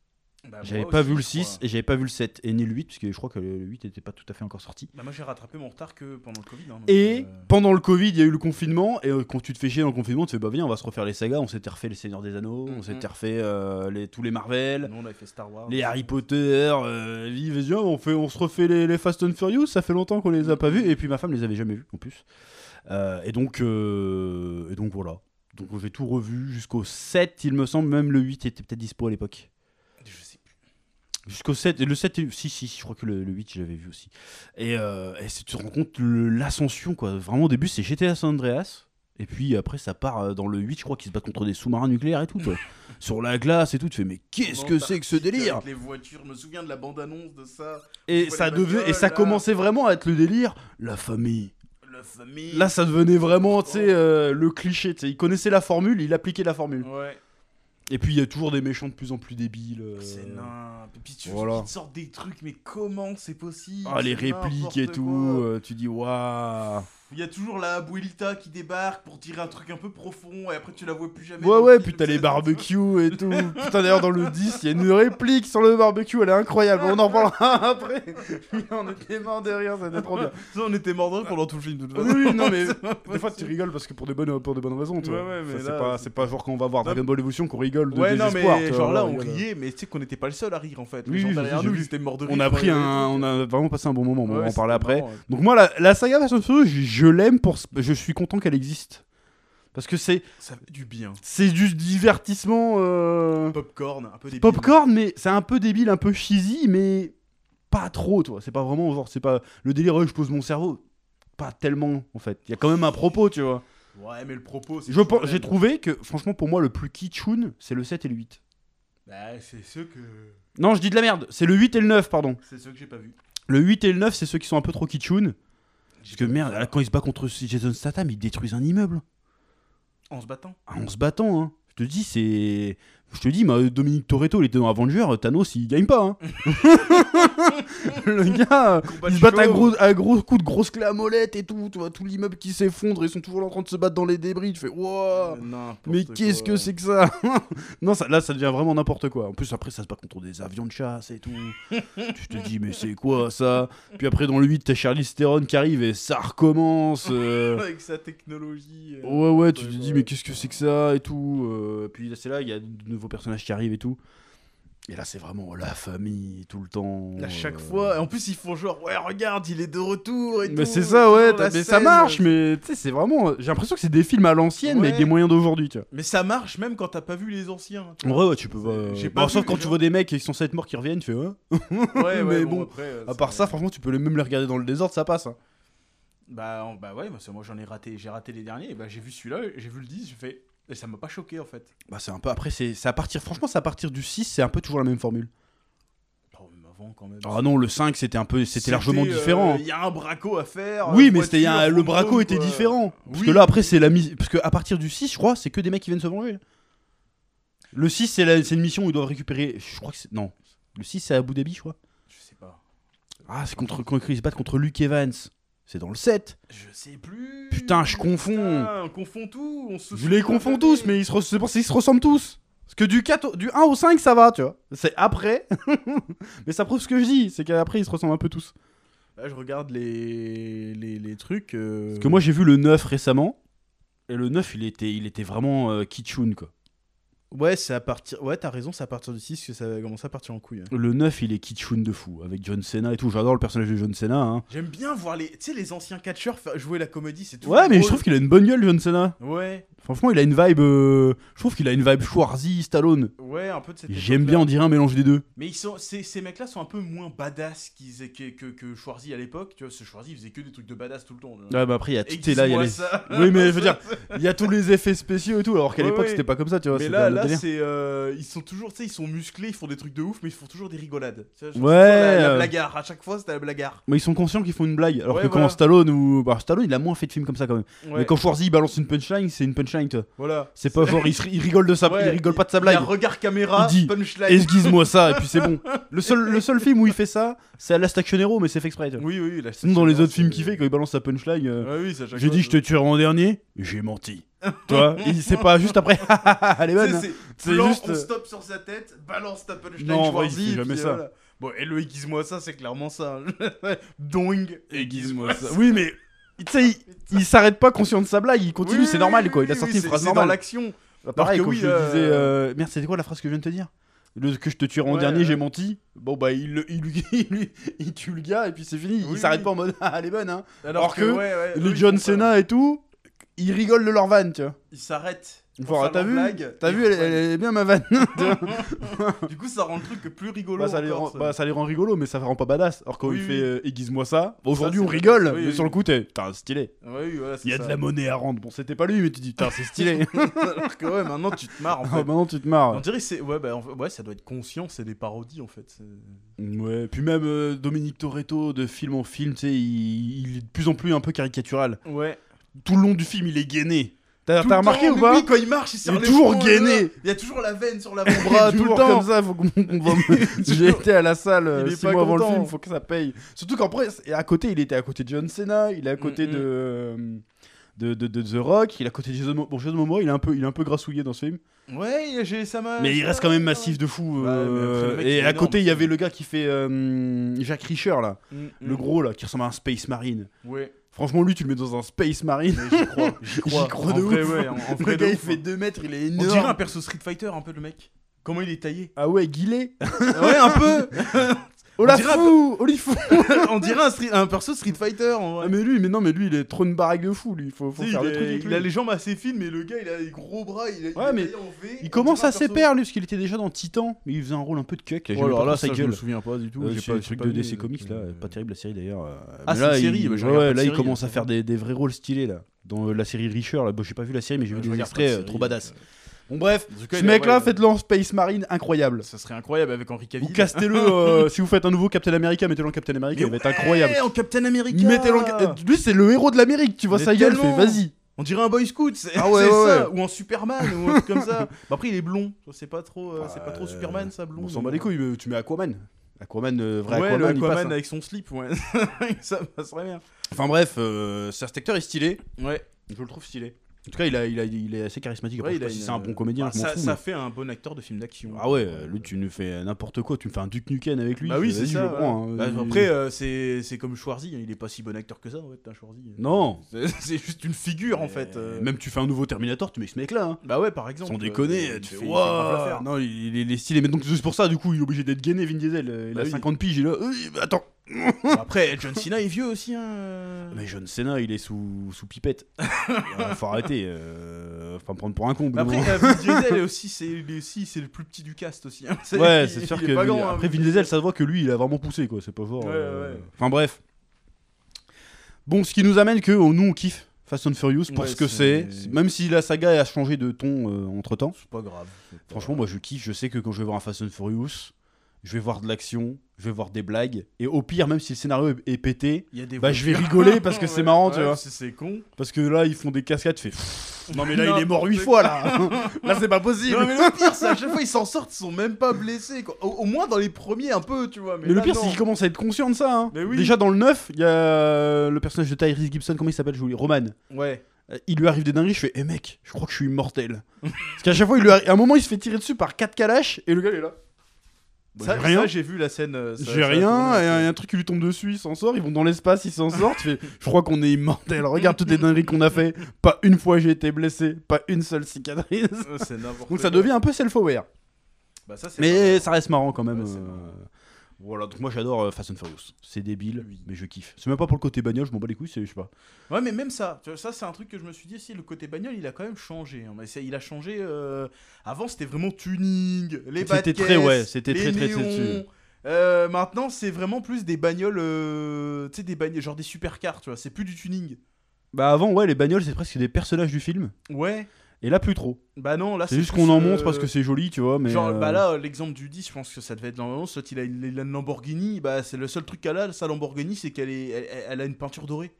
S2: bah, moi
S1: J'avais pas
S2: aussi,
S1: vu le
S2: je crois.
S1: 6 et j'avais pas vu le 7 et ni le 8 parce que je crois que le 8 était pas tout à fait encore sorti.
S2: Bah, moi j'ai rattrapé mon retard que pendant le Covid. hein, donc,
S1: Et
S2: euh,
S1: pendant le Covid, il y a eu le confinement. Et euh, quand tu te fais chier dans le confinement, tu fais bah viens, on va se refaire les sagas. On s'était refait les Seigneurs des Anneaux, on
S2: Mhm.
S1: s'était refait euh, les, tous les Marvel,
S2: nous on avait fait Star Wars.
S1: les Harry Potter. euh, ils faisaient, Ah, on, fait, on se refait les, les Fast and Furious. Ça fait longtemps qu'on les a pas vus. Et puis ma femme les avait jamais vus en plus. Euh, et, donc, euh, et donc voilà. Donc j'ai tout revu jusqu'au 7, il me semble. Même le 8 était peut-être dispo à l'époque.
S2: Je sais plus.
S1: Jusqu'au 7, et le 7, est- si, si, si, je crois que le, le 8, je l'avais vu aussi. Et, euh, et c'est- tu te rends compte le- l'ascension, quoi. Vraiment, au début, c'est GTA San Andreas, et puis après, ça part euh, dans le 8, je crois qu'ils se battent contre des sous-marins nucléaires et tout, quoi. Sur la glace et tout, tu fais, mais qu'est-ce que c'est que ce
S2: Antarctique
S1: délire
S2: avec Les voitures, je me souviens de la bande-annonce de ça.
S1: Et
S2: vois
S1: ça,
S2: les
S1: devenait, et
S2: bagnoles,
S1: ça
S2: là.
S1: commençait vraiment à être le délire, la famille.
S2: La famille.
S1: Là, ça devenait vraiment, tu sais, euh, le cliché, tu sais. Il connaissait la formule, il appliquait la formule.
S2: Ouais.
S1: Et puis, il y a toujours des méchants de plus en plus débiles. euh,
S2: C'est nain. Et puis tu,
S1: voilà.
S2: ils te sortent des trucs, mais comment c'est possible
S1: Ah, les
S2: C'est
S1: répliques et
S2: n'importe
S1: tout,
S2: quoi.
S1: euh, tu dis, waouh.
S2: Il y a toujours la abuelita qui débarque pour dire un truc un peu profond et après tu la vois plus jamais.
S1: Ouais,
S2: dans
S1: ouais,
S2: le film,
S1: putain, les
S2: c'est-
S1: barbecues et tout. Putain, d'ailleurs, dans le 10, il y a une réplique sur le barbecue, elle est incroyable. On en parlera après. On était morts de rire, ça était trop bien.
S2: Ça, on était mort de rire pendant tout le film, de toute façon.
S1: Oui, non, mais des fois, tu rigoles parce que pour des bonnes, pour des bonnes raisons, tu vois.
S2: Ouais, ouais, mais
S1: Ça, c'est
S2: là,
S1: pas,
S2: c'est-
S1: c'est pas genre quand on va voir
S2: Non.
S1: Dragon Ball Evolution qu'on rigole de
S2: Ouais, non,
S1: désespoir.
S2: mais
S1: tu vois,
S2: genre là, on
S1: rigole.
S2: riait, mais tu sais qu'on n'était pas le seul à rire en fait.
S1: Oui,
S2: Les gens
S1: oui,
S2: derrière
S1: j'ai
S2: nous,
S1: vu.
S2: ils étaient morts de rire.
S1: On a
S2: quand
S1: pris
S2: ils-
S1: un, on a vraiment passé un bon moment.
S2: Ouais, euh,
S1: on va en
S2: c'était
S1: parler après.
S2: marrant, ouais.
S1: Donc moi, la, la saga Fast and Furious, je l'aime pour, ce- je suis content qu'elle existe parce que c'est,
S2: Ça fait du bien.
S1: c'est du divertissement. euh,
S2: Popcorn, un peu des
S1: Popcorn, mais c'est un peu débile, un peu cheesy, mais pas trop, toi. C'est pas vraiment genre, c'est pas le délire. ouais, je pose mon cerveau, pas tellement en fait. Il y a quand même un propos, tu vois.
S2: Ouais, mais le propos,
S1: Je
S2: c'est. toujours
S1: pense,
S2: le
S1: j'ai
S2: même.
S1: trouvé que, franchement, pour moi, le plus kitschoun, c'est le 7 et le 8.
S2: Bah, c'est ceux que.
S1: Non, je dis de la merde. C'est le 8 et le 9, pardon.
S2: C'est ceux que j'ai pas vu.
S1: Le 8 et le 9, c'est ceux qui sont un peu trop kitschoun. Parce
S2: J'ai
S1: que
S2: pas vu
S1: merde,
S2: ça.
S1: là, quand il se bat contre Jason Statham, ils détruisent un immeuble.
S2: En se battant.
S1: Ah, en se battant, hein. Je te dis, c'est. Je te dis, mais Dominique Toretto, il était dans Avenger, Thanos, il gagne pas. Hein. le gars,
S2: Combat
S1: ils
S2: de
S1: se battent à
S2: show.
S1: gros, à gros coups de grosses clés à molette et tout. Tu vois, tout l'immeuble qui s'effondre, ils sont toujours là en train de se battre dans les débris. Tu fais, wow,
S2: N'importe
S1: Oh. mais qu'est-ce que
S2: quoi.
S1: c'est que ça Non, ça, là, ça devient vraiment n'importe quoi. En plus, après, ça se bat contre des avions de chasse et tout. tu te dis, mais c'est quoi ça Puis après, dans le 8, t'as Charlie Theron qui arrive et ça recommence. euh.
S2: avec sa technologie. euh.
S1: Ouais, ouais, tu
S2: Ouais,
S1: te
S2: bah
S1: dis,
S2: ouais.
S1: mais qu'est-ce que c'est que ça et tout. euh, puis là, c'est là, il y a de nouveaux personnages qui arrivent et tout. Et là, c'est vraiment la famille tout le temps.
S2: À chaque
S1: euh.
S2: fois, et en plus ils font genre ouais regarde il est de retour et
S1: Mais
S2: tout,
S1: c'est
S2: et
S1: ça,
S2: toujours
S1: ouais,
S2: la
S1: t'as- mais ça
S2: scène,
S1: marche,
S2: euh,
S1: mais tu sais, c'est vraiment. J'ai l'impression que c'est des films à l'ancienne, mais avec des
S2: Ouais.
S1: moyens d'aujourd'hui, tu vois.
S2: Mais ça marche même quand t'as pas vu les anciens. tu
S1: En
S2: vois.
S1: vrai, ouais, tu peux pas.
S2: J'ai
S1: Bon,
S2: pas
S1: sauf
S2: vu,
S1: quand
S2: mais
S1: tu
S2: non.
S1: vois des mecs qui sont censés être morts qui reviennent, tu fais. hein
S2: Ouais, ouais,
S1: mais bon,
S2: après, euh,
S1: à part
S2: c'est-
S1: ça, franchement, tu peux les- même les regarder dans le désordre, ça passe. hein.
S2: Bah, en- bah ouais, moi, c'est- moi j'en ai raté, j'ai raté les derniers, et bah j'ai vu celui-là, j'ai vu le 10, j'ai fait. Et ça m'a pas choqué en fait.
S1: Bah, c'est un peu. Après, c'est c'est à partir. Franchement, c'est à partir du 6, c'est un peu toujours la même formule.
S2: Oh, mais avant quand même.
S1: Ah non, le 5, c'était un peu. C'était largement
S2: euh,
S1: différent.
S2: Il y a un braco à faire.
S1: Oui,
S2: euh,
S1: mais c'était
S2: voiture,
S1: un- le
S2: fantôme,
S1: braco
S2: quoi.
S1: était différent. Parce
S2: Oui.
S1: que là, après, c'est la mise. Parce que à partir du 6, je crois, c'est que des mecs qui viennent se venger. Le 6, c'est la- c'est une mission où ils doivent récupérer. Je crois que c'est. Non. Le 6, c'est à Abu Dhabi, je crois.
S2: Je sais pas.
S1: Ah, c'est contre quand ils se battent contre Luke Evans. C'est dans le 7.
S2: Je sais plus.
S1: Putain, je confonds.
S2: Putain, on confond tout. On se
S1: Je les confonds tous, mais ils se, re- c'est pour ça qu'ils se ressemblent tous. Parce que du, 4 au- du 1 au 5, ça va, tu vois. C'est après. mais ça prouve ce que je dis. C'est qu'après, ils se ressemblent un peu tous.
S2: Là, je regarde les, les, les trucs. euh,
S1: Parce que moi, j'ai vu le 9 récemment. Et le 9, il était, il était vraiment euh, kitschoun, quoi.
S2: Ouais, c'est à partir. Ouais, t'as raison, c'est à partir du 6 que ça va commencer à partir en couille. hein.
S1: Le 9, il est kitschoun de fou, avec John Cena et tout. J'adore le personnage de John Cena. hein.
S2: J'aime bien voir les, tu sais, les anciens catcheurs faire- jouer la comédie, c'est tout.
S1: Ouais, mais je trouve qu'il a une bonne gueule, John Cena.
S2: Ouais,
S1: Franchement, il a une vibe. euh, Je trouve qu'il a une vibe Schwarzy, Stallone.
S2: ouais, un peu de cette.
S1: J'aime bien,
S2: époque-là.
S1: on dirait un mélange des deux.
S2: Mais ils sont, ces, ces mecs-là sont un peu moins badass qu'ils, que, que, que Schwarzy à l'époque. Tu vois, ce Schwarzy il faisait que des trucs de badass tout le temps.
S1: Ouais, bah après, il y a tout.
S2: Et
S1: t'es Là, il y a
S2: dis-moi
S1: les-
S2: ça.
S1: Oui, mais je veux dire, il y a tous les effets spéciaux et tout. Alors qu'à
S2: Ouais,
S1: l'époque,
S2: ouais.
S1: c'était pas comme ça, tu vois.
S2: Mais
S1: c'était un
S2: là,
S1: autre
S2: là
S1: délire.
S2: c'est. euh, ils sont toujours, tu sais, ils sont musclés, ils font des trucs de ouf, mais ils font toujours des rigolades. Tu vois, genre,
S1: Ouais,
S2: c'est toujours La, la
S1: euh.
S2: blagarde, à chaque fois, c'était la blagarde.
S1: Mais ils sont conscients qu'ils font une blague. Alors
S2: Ouais,
S1: que quand
S2: voilà.
S1: Stallone ou. Bah, Stallone, il a moins fait de films comme ça quand même.
S2: Ouais.
S1: Mais quand Schwarzy il balance une punchline, c'est une punchline, toi.
S2: Voilà.
S1: C'est pas fort, il, se- il rigole de sa
S2: Ouais,
S1: il rigole pas de sa
S2: Il y a
S1: blague.
S2: regard caméra,
S1: Il dit,
S2: punchline.
S1: Esguise-moi ça, et puis c'est bon. Le seul, le seul film où il fait ça, c'est à Last Action Hero, mais c'est fait exprès. tu vois.
S2: Oui, oui, là,
S1: Sinon, dans les
S2: c'est-
S1: autres films qu'il fait, quand il balance sa punchline, euh,
S2: Ouais, oui, c'est à chaque
S1: j'ai
S2: fois,
S1: dit je te tuerai en dernier, j'ai menti. Toi, il sait pas juste après, elle est
S2: Tu sais,
S1: bonne. hein.
S2: C'est
S1: C'est
S2: plan,
S1: juste-
S2: On stop sur sa tête, balance ta punchline.
S1: Non, en vrai,
S2: Schwarzy,
S1: il fait
S2: et
S1: jamais
S2: puis,
S1: ça.
S2: euh, voilà. Bon, et le aiguise-moi ça, c'est clairement ça. Dong, aiguise-moi ça.
S1: Oui, mais tu sais, il, il s'arrête pas conscient de sa blague, il continue,
S2: Oui,
S1: c'est normal
S2: oui,
S1: quoi. Il a
S2: oui,
S1: sorti
S2: oui,
S1: une
S2: c'est-
S1: phrase
S2: c'est
S1: normale.
S2: dans l'action.
S1: Bah,
S2: Alors
S1: pareil,
S2: que
S1: comme
S2: oui,
S1: je te
S2: euh,
S1: disais. euh, Merde, c'était quoi la phrase que je viens de te dire Le- Que je te tuerai en
S2: Ouais,
S1: dernier,
S2: ouais.
S1: j'ai menti. Bon, bah, il, le- il, lui- il lui- il tue le gars et puis c'est fini.
S2: Oui,
S1: il s'arrête
S2: oui. Euh,
S1: pas en mode Ah, elle est bonne, hein.
S2: Alors,
S1: Alors
S2: que,
S1: que
S2: ouais, ouais, eux,
S1: Les
S2: ils
S1: John
S2: font ça.
S1: Cena et tout, ils rigolent de leur vanne, tu vois.
S2: Ils s'arrêtent. pour
S1: Voilà,
S2: faire
S1: t'as
S2: leur
S1: vu
S2: blague,
S1: T'as
S2: ils
S1: vu, elle,
S2: reprennent.
S1: elle est bien ma vanne.
S2: Du coup, ça rend le truc plus rigolo.
S1: bah, ça les
S2: encore,
S1: rend,
S2: ça.
S1: bah, ça les rend rigolos, mais ça rend pas badass. Alors, quand
S2: Oui,
S1: il
S2: oui.
S1: fait euh, aiguise-moi ça, bah, aujourd'hui
S2: c'est
S1: on
S2: vrai.
S1: rigole,
S2: Oui,
S1: mais
S2: oui.
S1: sur le coup, t'es putain, stylé.
S2: Ouais, oui, voilà, c'est
S1: Il y a
S2: ça.
S1: de la monnaie à rendre. Bon, c'était pas lui, mais tu dis putain, c'est stylé.
S2: Alors que ouais, maintenant tu te marres en
S1: Ah,
S2: fait.
S1: Maintenant, tu te marres.
S2: On dirait que c'est ouais bah en fait- ouais ça doit être conscient c'est des parodies en fait. c'est-
S1: Ouais, puis même euh, Dominique Toretto, de film en film, tu sais, il, il est de plus en plus un peu caricatural.
S2: Ouais.
S1: Tout le long du film, il est gainé. T'as
S2: Tout
S1: t'as
S2: le
S1: remarqué
S2: temps,
S1: ou
S2: mais
S1: pas
S2: Oui quand il marche il serre
S1: est
S2: les
S1: toujours
S2: cheveux,
S1: gainé.
S2: là. Il y a toujours la veine sur
S1: Il est
S2: l'avant-bras tout le
S1: toujours
S2: temps.
S1: comme ça, faut qu'on qu'on va me- J'ai été à la salle euh,
S2: Il est
S1: six
S2: pas
S1: mois avant le
S2: content.
S1: film, faut que ça paye. Surtout qu'après, et à côté, il était à côté de John Cena, il est à côté
S2: Mm,
S1: de, euh, de, de- de The Rock, il est à côté de Jason Momoa. Bon, Jason Momoa, il est un peu, il est un peu grassouillé dans ce film.
S2: Ouais j'ai euh, ça mal.
S1: Mais il reste quand même massif de fou.
S2: Ouais,
S1: euh,
S2: mais le mec, il
S1: et
S2: est
S1: à côté,
S2: énorme.
S1: il y avait le gars qui fait euh, Jack Reacher, là.
S2: Mm, mm.
S1: Le gros, là, qui ressemble à un Space Marine.
S2: Ouais.
S1: Franchement, lui, tu le mets dans un Space Marine.
S2: mais J'y crois.
S1: J'y crois
S2: En
S1: de
S2: vrai,
S1: ouf.
S2: ouais, en- en vrai
S1: Le
S2: de
S1: gars, il
S2: ouf,
S1: fait
S2: hein.
S1: 2 mètres, il est
S2: On dirait un
S1: énorme.
S2: perso Street Fighter un peu le mec. Comment il est taillé
S1: Ah ouais, Guillet.
S2: Ouais un peu. dirait un
S1: Olafou Olifou
S2: On dirait un, street- un perso Street Fighter en vrai.
S1: Ah, mais lui, mais non, mais lui, il est trop une baraque de fou, lui. Faut, faut
S2: Tu sais,
S1: faire
S2: il,
S1: le
S2: est-
S1: truc avec
S2: il
S1: lui.
S2: a les jambes assez fines, mais le gars il a les gros bras, il, est-
S1: Ouais,
S2: il est
S1: mais
S2: taillé en V,
S1: Il
S2: on
S1: commence
S2: dirait
S1: à
S2: un perso-
S1: s'épaire, lui, parce qu'il était déjà dans Titan, mais il faisait un rôle un peu de cuck. Là,
S2: Oh, alors là,
S1: sa
S2: ça, je me
S1: gueule.
S2: souviens pas du tout.
S1: Euh,
S2: j'ai
S1: c'est
S2: pas-
S1: le
S2: j'ai
S1: truc
S2: pas
S1: de
S2: vu,
S1: DC
S2: donc,
S1: Comics, là.
S2: euh,
S1: Pas terrible, la série, d'ailleurs. euh, mais
S2: Ah, c'est
S1: là,
S2: une série,
S1: il...
S2: bah, je
S1: ouais,
S2: regarde pas de
S1: là, il
S2: série,
S1: commence à
S2: euh,
S1: faire des, des vrais rôles stylés, là. Dans euh, la série Richer, là, bon, j'ai pas vu la série, mais j'ai
S2: je
S1: vu des
S2: regarde
S1: extraits,
S2: pas de
S1: euh,
S2: série,
S1: trop badass.
S2: euh,
S1: Bon, bref,
S2: en tout cas,
S1: ce
S2: il a-
S1: mec-là,
S2: ouais,
S1: faites-le en Space Marine, incroyable.
S2: Ça serait incroyable avec Henri Cavill.
S1: Vous castez-le, euh, si vous faites un nouveau Captain America, mettez-le en Captain America,
S2: Mais
S1: il va être
S2: ouais,
S1: incroyable.
S2: en Captain America
S1: Mettez-le en... euh, Lui, c'est le héros de l'Amérique, tu vois,
S2: Mais
S1: sa gueule, fait
S2: tellement.
S1: vas-y.
S2: On dirait un Boy Scout, c'est
S1: Ah ouais,
S2: c'est
S1: ouais,
S2: ça. Ou en Superman, ou un truc comme ça. Bah, après, il est blond. Ça, C'est pas trop, euh, c'est pas trop
S1: Euh,
S2: Superman, ça, blond.
S1: On s'en
S2: mais-
S1: bat les couilles, mais tu mets Aquaman. Aquaman, euh, vrai
S2: Ouais, le
S1: Aquaman, il passe,
S2: Aquaman
S1: hein.
S2: avec son slip, ouais. ça passerait bien.
S1: Enfin bref, euh, cet acteur est stylé.
S2: Ouais,
S1: Je le trouve stylé. En tout cas, il, a, il, a- il est assez charismatique. Après,
S2: Ouais,
S1: je sais pas
S2: il a
S1: si
S2: une-
S1: c'est un bon comédien,
S2: Ah,
S1: je m'en
S2: ça,
S1: fous.
S2: ça
S1: mais-
S2: fait un bon acteur de film d'action.
S1: Ah ouais, euh, lui, tu nous fais n'importe quoi. Tu me fais un Duke Nukem avec lui.
S2: Bah oui,
S1: je-
S2: c'est
S1: vas-y,
S2: ça.
S1: Je le prends,
S2: voilà.
S1: hein.
S2: Bah, après, euh, c'est c'est comme Schwarzy, hein, il est pas si bon acteur que ça, en fait, hein, Schwarzy.
S1: Non.
S2: C'est- C'est juste une figure, en fait. euh.
S1: Même tu fais un nouveau Terminator, tu mets ce mec-là. hein.
S2: Bah ouais, par exemple.
S1: Sans
S2: euh,
S1: déconner,
S2: il
S1: tu
S2: fait-
S1: fais
S2: il fait grave l'affaire.
S1: waouh. Non, il, il est stylé. Mais donc, juste pour ça, du coup, il est obligé d'être gainé, Vin Diesel. euh, Il
S2: Bah
S1: a
S2: oui.
S1: 50 piges. Il est là. Euh, bah, attends.
S2: Bah Après, John Cena est vieux aussi. Hein.
S1: Mais John Cena, il est sous, sous pipette. Euh, faut arrêter. euh, faut pas me prendre pour un con. au bout
S2: Mais
S1: d'un
S2: Après,
S1: moment.
S2: euh, Vin Diesel est aussi, c'est il est aussi, c'est le plus petit du cast aussi. hein.
S1: Ouais,
S2: il-
S1: c'est
S2: il
S1: sûr
S2: est
S1: que.
S2: pas
S1: Vin-
S2: grand, hein,
S1: Après, Vin Diesel, ça se voit que lui, il a vraiment poussé, quoi. C'est pas fort.
S2: Ouais,
S1: euh,
S2: ouais.
S1: Enfin, bref. Bon, ce qui nous amène que oh, nous, on kiffe Fast and Furious pour
S2: Ouais,
S1: ce que
S2: c'est-
S1: c'est. Même si la saga a changé de ton euh, entre temps.
S2: C'est pas grave. c'est pas
S1: Franchement, moi, je kiffe. Je sais que quand je vais voir un Fast and Furious, je vais voir de l'action, je vais voir des blagues. Et au pire, même si le scénario est est pété.
S2: il y a des
S1: Bah je vais
S2: voitures.
S1: rigoler parce que c'est
S2: Ouais,
S1: marrant tu
S2: ouais,
S1: vois
S2: C'est c'est con.
S1: Parce que là ils font des cascades tu fais Non mais là il est mort huit
S2: N'importe
S1: fois là Là c'est pas possible
S2: Non, mais le pire, c'est à chaque fois ils s'en sortent, ils sont même pas blessés. Quoi. Au, au moins dans les premiers, un peu, tu vois. Mais,
S1: Mais, le
S2: là,
S1: pire,
S2: non.
S1: c'est qu'il commence à être conscient de ça. hein.
S2: Mais oui.
S1: Déjà dans le 9, il y a euh, le personnage de Tyrese Gibson, comment il s'appelle, je vous Roman.
S2: Ouais.
S1: Euh, Il lui arrive des dingueries, je fais, eh mec, je crois que je suis immortel. Parce qu'à chaque fois, il lui arri- à un moment, il se fait tirer dessus par 4 calaches et le gars il est là.
S2: Bon,
S1: Ça,
S2: j'ai-
S1: Bah, rien.
S2: ça, j'ai vu la scène. euh, ça-
S1: J'ai
S2: ça
S1: rien,
S2: tourne,
S1: et un, un truc qui lui tombe dessus, il s'en sort, ils vont dans l'espace, ils s'en sortent. tu fais, je crois qu'on est immortel, regarde toutes les dingueries qu'on a fait. Pas une fois j'ai été blessé, pas une seule cicatrice.
S2: Euh, C'est n'importe
S1: Donc ça
S2: quoi.
S1: devient un peu self-aware.
S2: Bah, ça, c'est
S1: Mais ça reste marrant quand même.
S2: Ouais, c'est
S1: euh,
S2: marrant.
S1: Voilà, donc moi j'adore euh, Fast and Furious. C'est débile,
S2: Oui.
S1: mais je kiffe. C'est même pas pour le côté bagnole, je m'en bats les couilles, c'est je sais pas.
S2: Ouais, mais même ça, tu vois, ça c'est un truc que je me suis dit, si le côté bagnole il a quand même changé. hein. Mais c'est- il a changé. euh, Avant c'était vraiment tuning, les
S1: C'était
S2: bas de
S1: très- ouais,
S2: caisse,
S1: c'était
S2: les
S1: très, très, très
S2: néons.
S1: dessus.
S2: Euh, maintenant c'est vraiment plus des bagnoles, euh, tu sais, des bagnoles, genre des supercars, tu vois, c'est plus du tuning.
S1: Bah avant, ouais, les bagnoles, c'est presque des personnages du film.
S2: Ouais,
S1: Et là, plus trop.
S2: bah non, là
S1: Ah, C'est juste
S2: plus,
S1: qu'on en
S2: euh,
S1: montre parce que c'est joli, tu vois. Mais
S2: Genre,
S1: euh,
S2: bah là, euh, l'exemple du 10, je pense que ça devait être dans l'annonce. Soit il a une, il a une Lamborghini, bah c'est le seul truc qu'elle a, sa Lamborghini, c'est qu'elle est, elle, elle a une peinture dorée.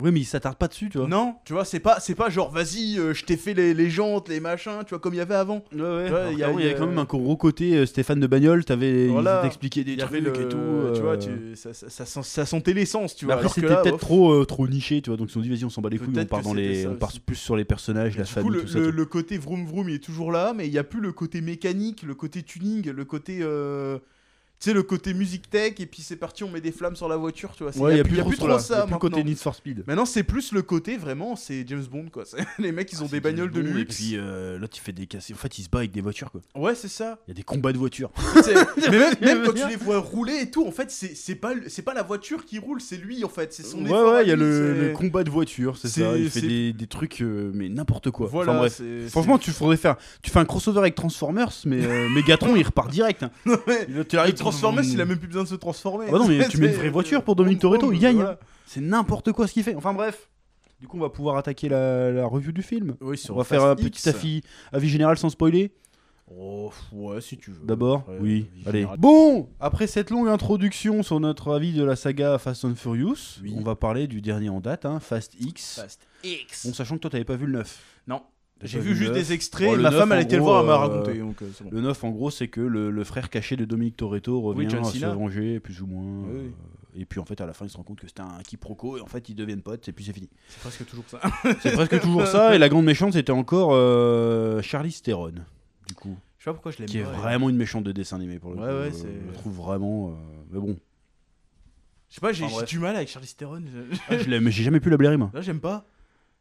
S1: Oui, mais il s'attarde pas dessus, tu vois.
S2: Non, tu vois, c'est pas, c'est pas genre vas-y, euh, je t'ai fait les, les jantes, les machins, tu vois, comme il y avait avant.
S1: Ouais, ouais.
S2: Ouais,
S1: Alors
S2: il y a-
S1: qu'avant, il y, avait
S2: il y a-
S1: quand même un gros côté euh, Stéphane de Bagnole, t'avais
S2: Voilà.
S1: ils t'expliquaient des
S2: Il y avait
S1: trucs
S2: le,
S1: et tout.
S2: tu
S1: euh,
S2: vois, tu, ça, ça, ça sent- ça sentait l'essence, tu
S1: mais
S2: vois.
S1: après
S2: alors que
S1: c'était
S2: là,
S1: peut-être
S2: off.
S1: trop euh, trop niché, tu vois. Donc ils se sont dit vas-y, on s'en bat les couilles, on
S2: Peut-être
S1: part
S2: que
S1: dans les,
S2: c'était ça
S1: on part
S2: aussi.
S1: plus sur les personnages, la
S2: Du coup,
S1: famille,
S2: le,
S1: tout ça.
S2: le-
S1: tu vois.
S2: le côté vroom vroom il est toujours là, mais il n'y a plus le côté mécanique, le côté tuning, le côté. euh, Tu sais, le côté musique tech, et puis c'est parti, on met des flammes sur la voiture, tu vois. c'est-
S1: Ouais, il
S2: il n'y a, plus- il y a plus
S1: trop
S2: trop
S1: ça.
S2: ça
S1: Il y a plus le côté
S2: maintenant.
S1: Need for Speed.
S2: Maintenant, c'est plus le côté vraiment, c'est James Bond, quoi. C'est- Les mecs,
S1: Ah,
S2: ils ont des bagnoles de
S1: Et
S2: luxe.
S1: puis euh, l'autre, il fait des cassés. En fait, il se bat avec des voitures, quoi.
S2: Ouais, c'est ça.
S1: Il y a des combats de voitures.
S2: C'est- mais même, même quand
S1: dire
S2: tu les vois rouler et tout, en fait, c'est c'est pas, le- c'est pas la voiture qui roule, c'est lui en fait. C'est son
S1: ouais,
S2: effort à
S1: ouais, il y a
S2: lui,
S1: le,
S2: c'est-
S1: le combat de voitures, c'est ça.
S2: eh. C'est-
S1: Il fait
S2: c'est-
S1: des, des trucs, euh, mais n'importe quoi.
S2: Voilà,
S1: Enfin, bref.
S2: c'est-
S1: Franchement, tu faudrais faire. Tu fais un crossover avec Transformers, mais euh, Megatron, il repart direct. hein.
S2: c'est- Ouais.
S1: Il- Tu
S2: le
S1: l'arrives-
S2: Transformers, il a même plus besoin de se transformer.
S1: Ah bah non, mais tu mets une
S2: C'est-
S1: vraie voiture pour Dominique Toretto, il gagne, hein. C'est n'importe quoi ce qu'il fait. Enfin bref. Du coup, on va pouvoir attaquer la, la review du film.
S2: Oui,
S1: on va faire un petit avis, avis général sans spoiler.
S2: Oh, ouais, si tu veux.
S1: D'abord,
S2: Après,
S1: oui,
S2: avis
S1: allez.
S2: général.
S1: Bon, après cette longue introduction sur notre avis de la saga Fast and Furious,
S2: Oui.
S1: on va parler du dernier en date, hein, Fast X.
S2: Fast X.
S1: Bon, sachant que toi, t'avais pas vu le 9.
S2: Non,
S1: T'as
S2: j'ai
S1: pas
S2: vu
S1: le
S2: juste
S1: 9.
S2: des extraits.
S1: Bon,
S2: et
S1: le
S2: ma
S1: neuf,
S2: femme
S1: en
S2: allait le
S1: gros,
S2: voir, elle m'a
S1: euh,
S2: raconté. Donc, euh, c'est bon.
S1: Le 9, en gros, c'est que le, le frère caché de Dominic Toretto revient
S2: Oui, John
S1: se
S2: Cena.
S1: venger, plus ou moins.
S2: Oui, oui.
S1: euh, Et puis en fait, à la fin, il se rend compte que c'était un quiproquo, et en fait, ils deviennent potes, et puis c'est fini.
S2: C'est presque toujours ça.
S1: C'est presque toujours ça, et la grande méchante, c'était encore euh, Charlize Theron, du coup.
S2: Je sais pas pourquoi je l'aime
S1: Qui est
S2: pas, elle.
S1: vraiment une méchante de dessin animé pour le
S2: Ouais,
S1: coup.
S2: ouais,
S1: euh,
S2: c'est-
S1: Je la trouve vraiment. euh, Mais bon,
S2: Je sais pas, j'ai
S1: Enfin,
S2: j'ai
S1: bref.
S2: du mal avec Charlize Theron. je-
S1: Ah, je l'aime, mais j'ai jamais pu la blairer, moi.
S2: Là, j'aime pas.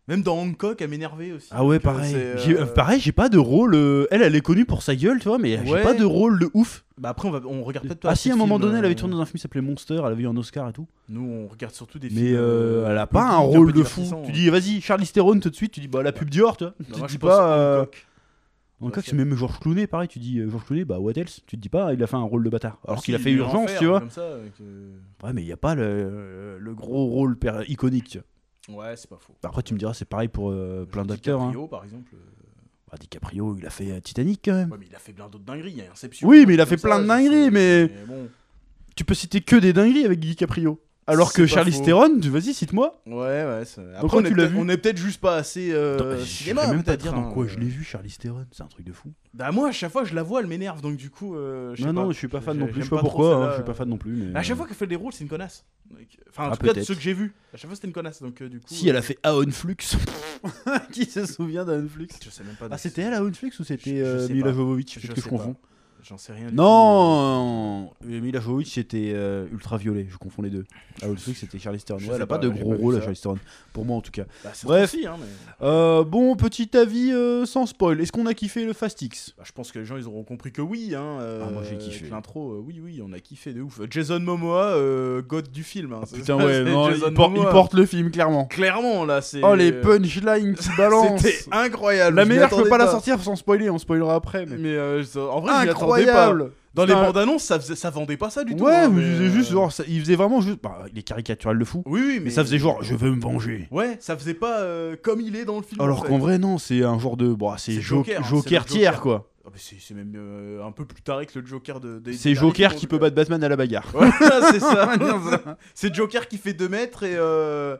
S2: Même dans Hancock, elle m'énervait aussi.
S1: Ah ouais,
S2: Donc, euh,
S1: pareil.
S2: c'est, euh,
S1: J'ai- euh, Pareil, j'ai pas de rôle. euh, Elle, elle est connue pour sa gueule, tu vois, mais
S2: Ouais.
S1: j'ai pas de rôle de ouf.
S2: Bah après, on, va... on regarde pas de euh,
S1: Ah si, à un moment donné, elle avait tourné dans un film qui s'appelait Monster, elle avait eu un Oscar et tout.
S2: Nous, on regarde surtout des films.
S1: Mais euh, elle a pas
S2: peu
S1: un
S2: geek, peu
S1: rôle de fou.
S2: divertissants,
S1: Tu
S2: hein.
S1: dis, vas-y, Charlize Theron, tout de suite, tu dis, bah la pub Dior, tu vois.
S2: Bah,
S1: tu
S2: moi,
S1: te
S2: je
S1: dis
S2: pense
S1: pas.
S2: à
S1: euh,
S2: Hancock.
S1: Donc
S2: Ouais,
S1: c'est même Georges Clooney, pareil, tu dis euh, Georges Clooney, bah what else Tu te dis pas, il a fait un rôle de bâtard. Alors
S2: Si,
S1: qu'il a
S2: il
S1: fait
S2: est
S1: urgence,
S2: enfer,
S1: tu vois.
S2: comme ça, avec, euh,
S1: Ouais, mais il n'y a pas le, le gros rôle per- iconique. tu vois.
S2: Ouais, c'est pas faux.
S1: Après, tu me diras, c'est pareil pour euh, plein d'acteurs. Hein.
S2: DiCaprio, par exemple. euh,
S1: Bah, DiCaprio, il a fait euh, Titanic quand même.
S2: Ouais, mais il a fait plein d'autres dingueries. Il y a Inception.
S1: Oui, mais il a
S2: comme
S1: fait plein de
S2: je sais,
S1: dingueries, mais-
S2: bon.
S1: Tu peux citer que des dingueries avec DiCaprio. Alors
S2: C'est
S1: que
S2: pas
S1: Charlize
S2: faux.
S1: Theron, tu- vas-y, cite-moi.
S2: Ouais, ouais. ça- Après,
S1: toi,
S2: on, est
S1: tu l'as
S2: peut-être-
S1: vu
S2: on est peut-être juste pas assez. euh,
S1: Attends, mais je
S2: cinéma,
S1: saurais même pas
S2: peut-être,
S1: dire
S2: hein,
S1: dans quoi je
S2: euh.
S1: l'ai vu, Charlize Theron. C'est un truc de fou.
S2: Bah, moi, à chaque fois, je la vois, elle m'énerve. Donc, du coup. euh, je sais
S1: Non,
S2: pas.
S1: non, je suis pas fan
S2: j'ai-
S1: non plus.
S2: j'aime
S1: Je sais pas
S2: pas trop
S1: pourquoi, hein,
S2: celle-là, Bah,
S1: je suis pas fan non plus. Mais,
S2: À chaque
S1: euh,
S2: fois qu'elle fait des rôles, c'est une connasse. Donc, euh, Enfin, en
S1: Ah,
S2: tout cas, de
S1: peut-être.
S2: ceux que j'ai vus. À chaque fois, c'était une connasse. Donc, euh, du coup.
S1: Si elle a
S2: euh,
S1: fait Aon Flux. Qui se souvient d'Aon Flux
S2: Je sais même pas.
S1: Ah,
S2: de-
S1: c'était elle Aon Flux ou
S2: Je-
S1: c'était
S2: je
S1: euh,
S2: sais
S1: Mila
S2: pas.
S1: Jovovich
S2: Je
S1: Peut-être que
S2: sais
S1: je
S2: pas.
S1: confonds.
S2: J'en sais rien. du
S1: Non euh, Mila Jovovich c'était euh, Ultraviolet, je confonds les deux. Ah, le truc c'était Charlize Theron.
S2: Je
S1: Ouais, elle
S2: sais
S1: a pas,
S2: pas,
S1: de
S2: j'ai
S1: gros
S2: pas vu
S1: rôle à
S2: ça.
S1: Charlize Theron, pour moi en tout cas.
S2: tout. Bah, c'est
S1: Bref.
S2: trop si, hein, mais-
S1: Euh, bon, petit avis euh, sans spoil. Est-ce qu'on a kiffé le Fast X
S2: Bah, je pense que les gens ils auront compris que oui. Hein, euh,
S1: Ah, moi, j'ai
S2: avec
S1: kiffé.
S2: L'intro, euh, oui, oui, on a kiffé de ouf. Jason Momoa, euh, god du film. hein. C'est-
S1: Putain
S2: c'est
S1: ouais, non,
S2: Jason
S1: il, por- il
S2: Momoa.
S1: porte le film clairement.
S2: Clairement là, c'est. euh,
S1: Oh les punchlines qui balancent
S2: C'était incroyable.
S1: La
S2: je m'y
S1: meilleure, je peux
S2: attendais
S1: pas, la sortir sans spoiler, on spoilera après. Mais...
S2: Mais euh, ça- en vrai, je m'y attendais pas.
S1: Incroyable
S2: Dans les
S1: Putain.
S2: bandes annonces, ça, faisait- ça vendait pas ça du tout.
S1: Bah, Ouais,
S2: hein,
S1: vous
S2: mais,
S1: faisait juste
S2: euh,
S1: genre, ça- il faisait vraiment juste... Bah, il est caricatural de fou.
S2: Oui, oui, mais,
S1: mais ça faisait genre, je veux me venger.
S2: Ouais, ça faisait pas euh, comme il est dans le film.
S1: Alors
S2: en fait.
S1: qu'en vrai, non, c'est un genre de. Bon,
S2: C'est
S1: c'est Joker,
S2: Joker, hein,
S1: Joker
S2: c'est le
S1: tiers,
S2: Joker.
S1: quoi.
S2: Ah, mais c'est c'est même euh, un peu plus taré que le Joker de. des-
S1: C'est
S2: des
S1: Joker
S2: derniers
S1: qui
S2: films, en
S1: peut
S2: tout cas.
S1: battre Batman à la bagarre.
S2: Voilà, c'est ça. c'est Joker qui fait 2 mètres et. euh,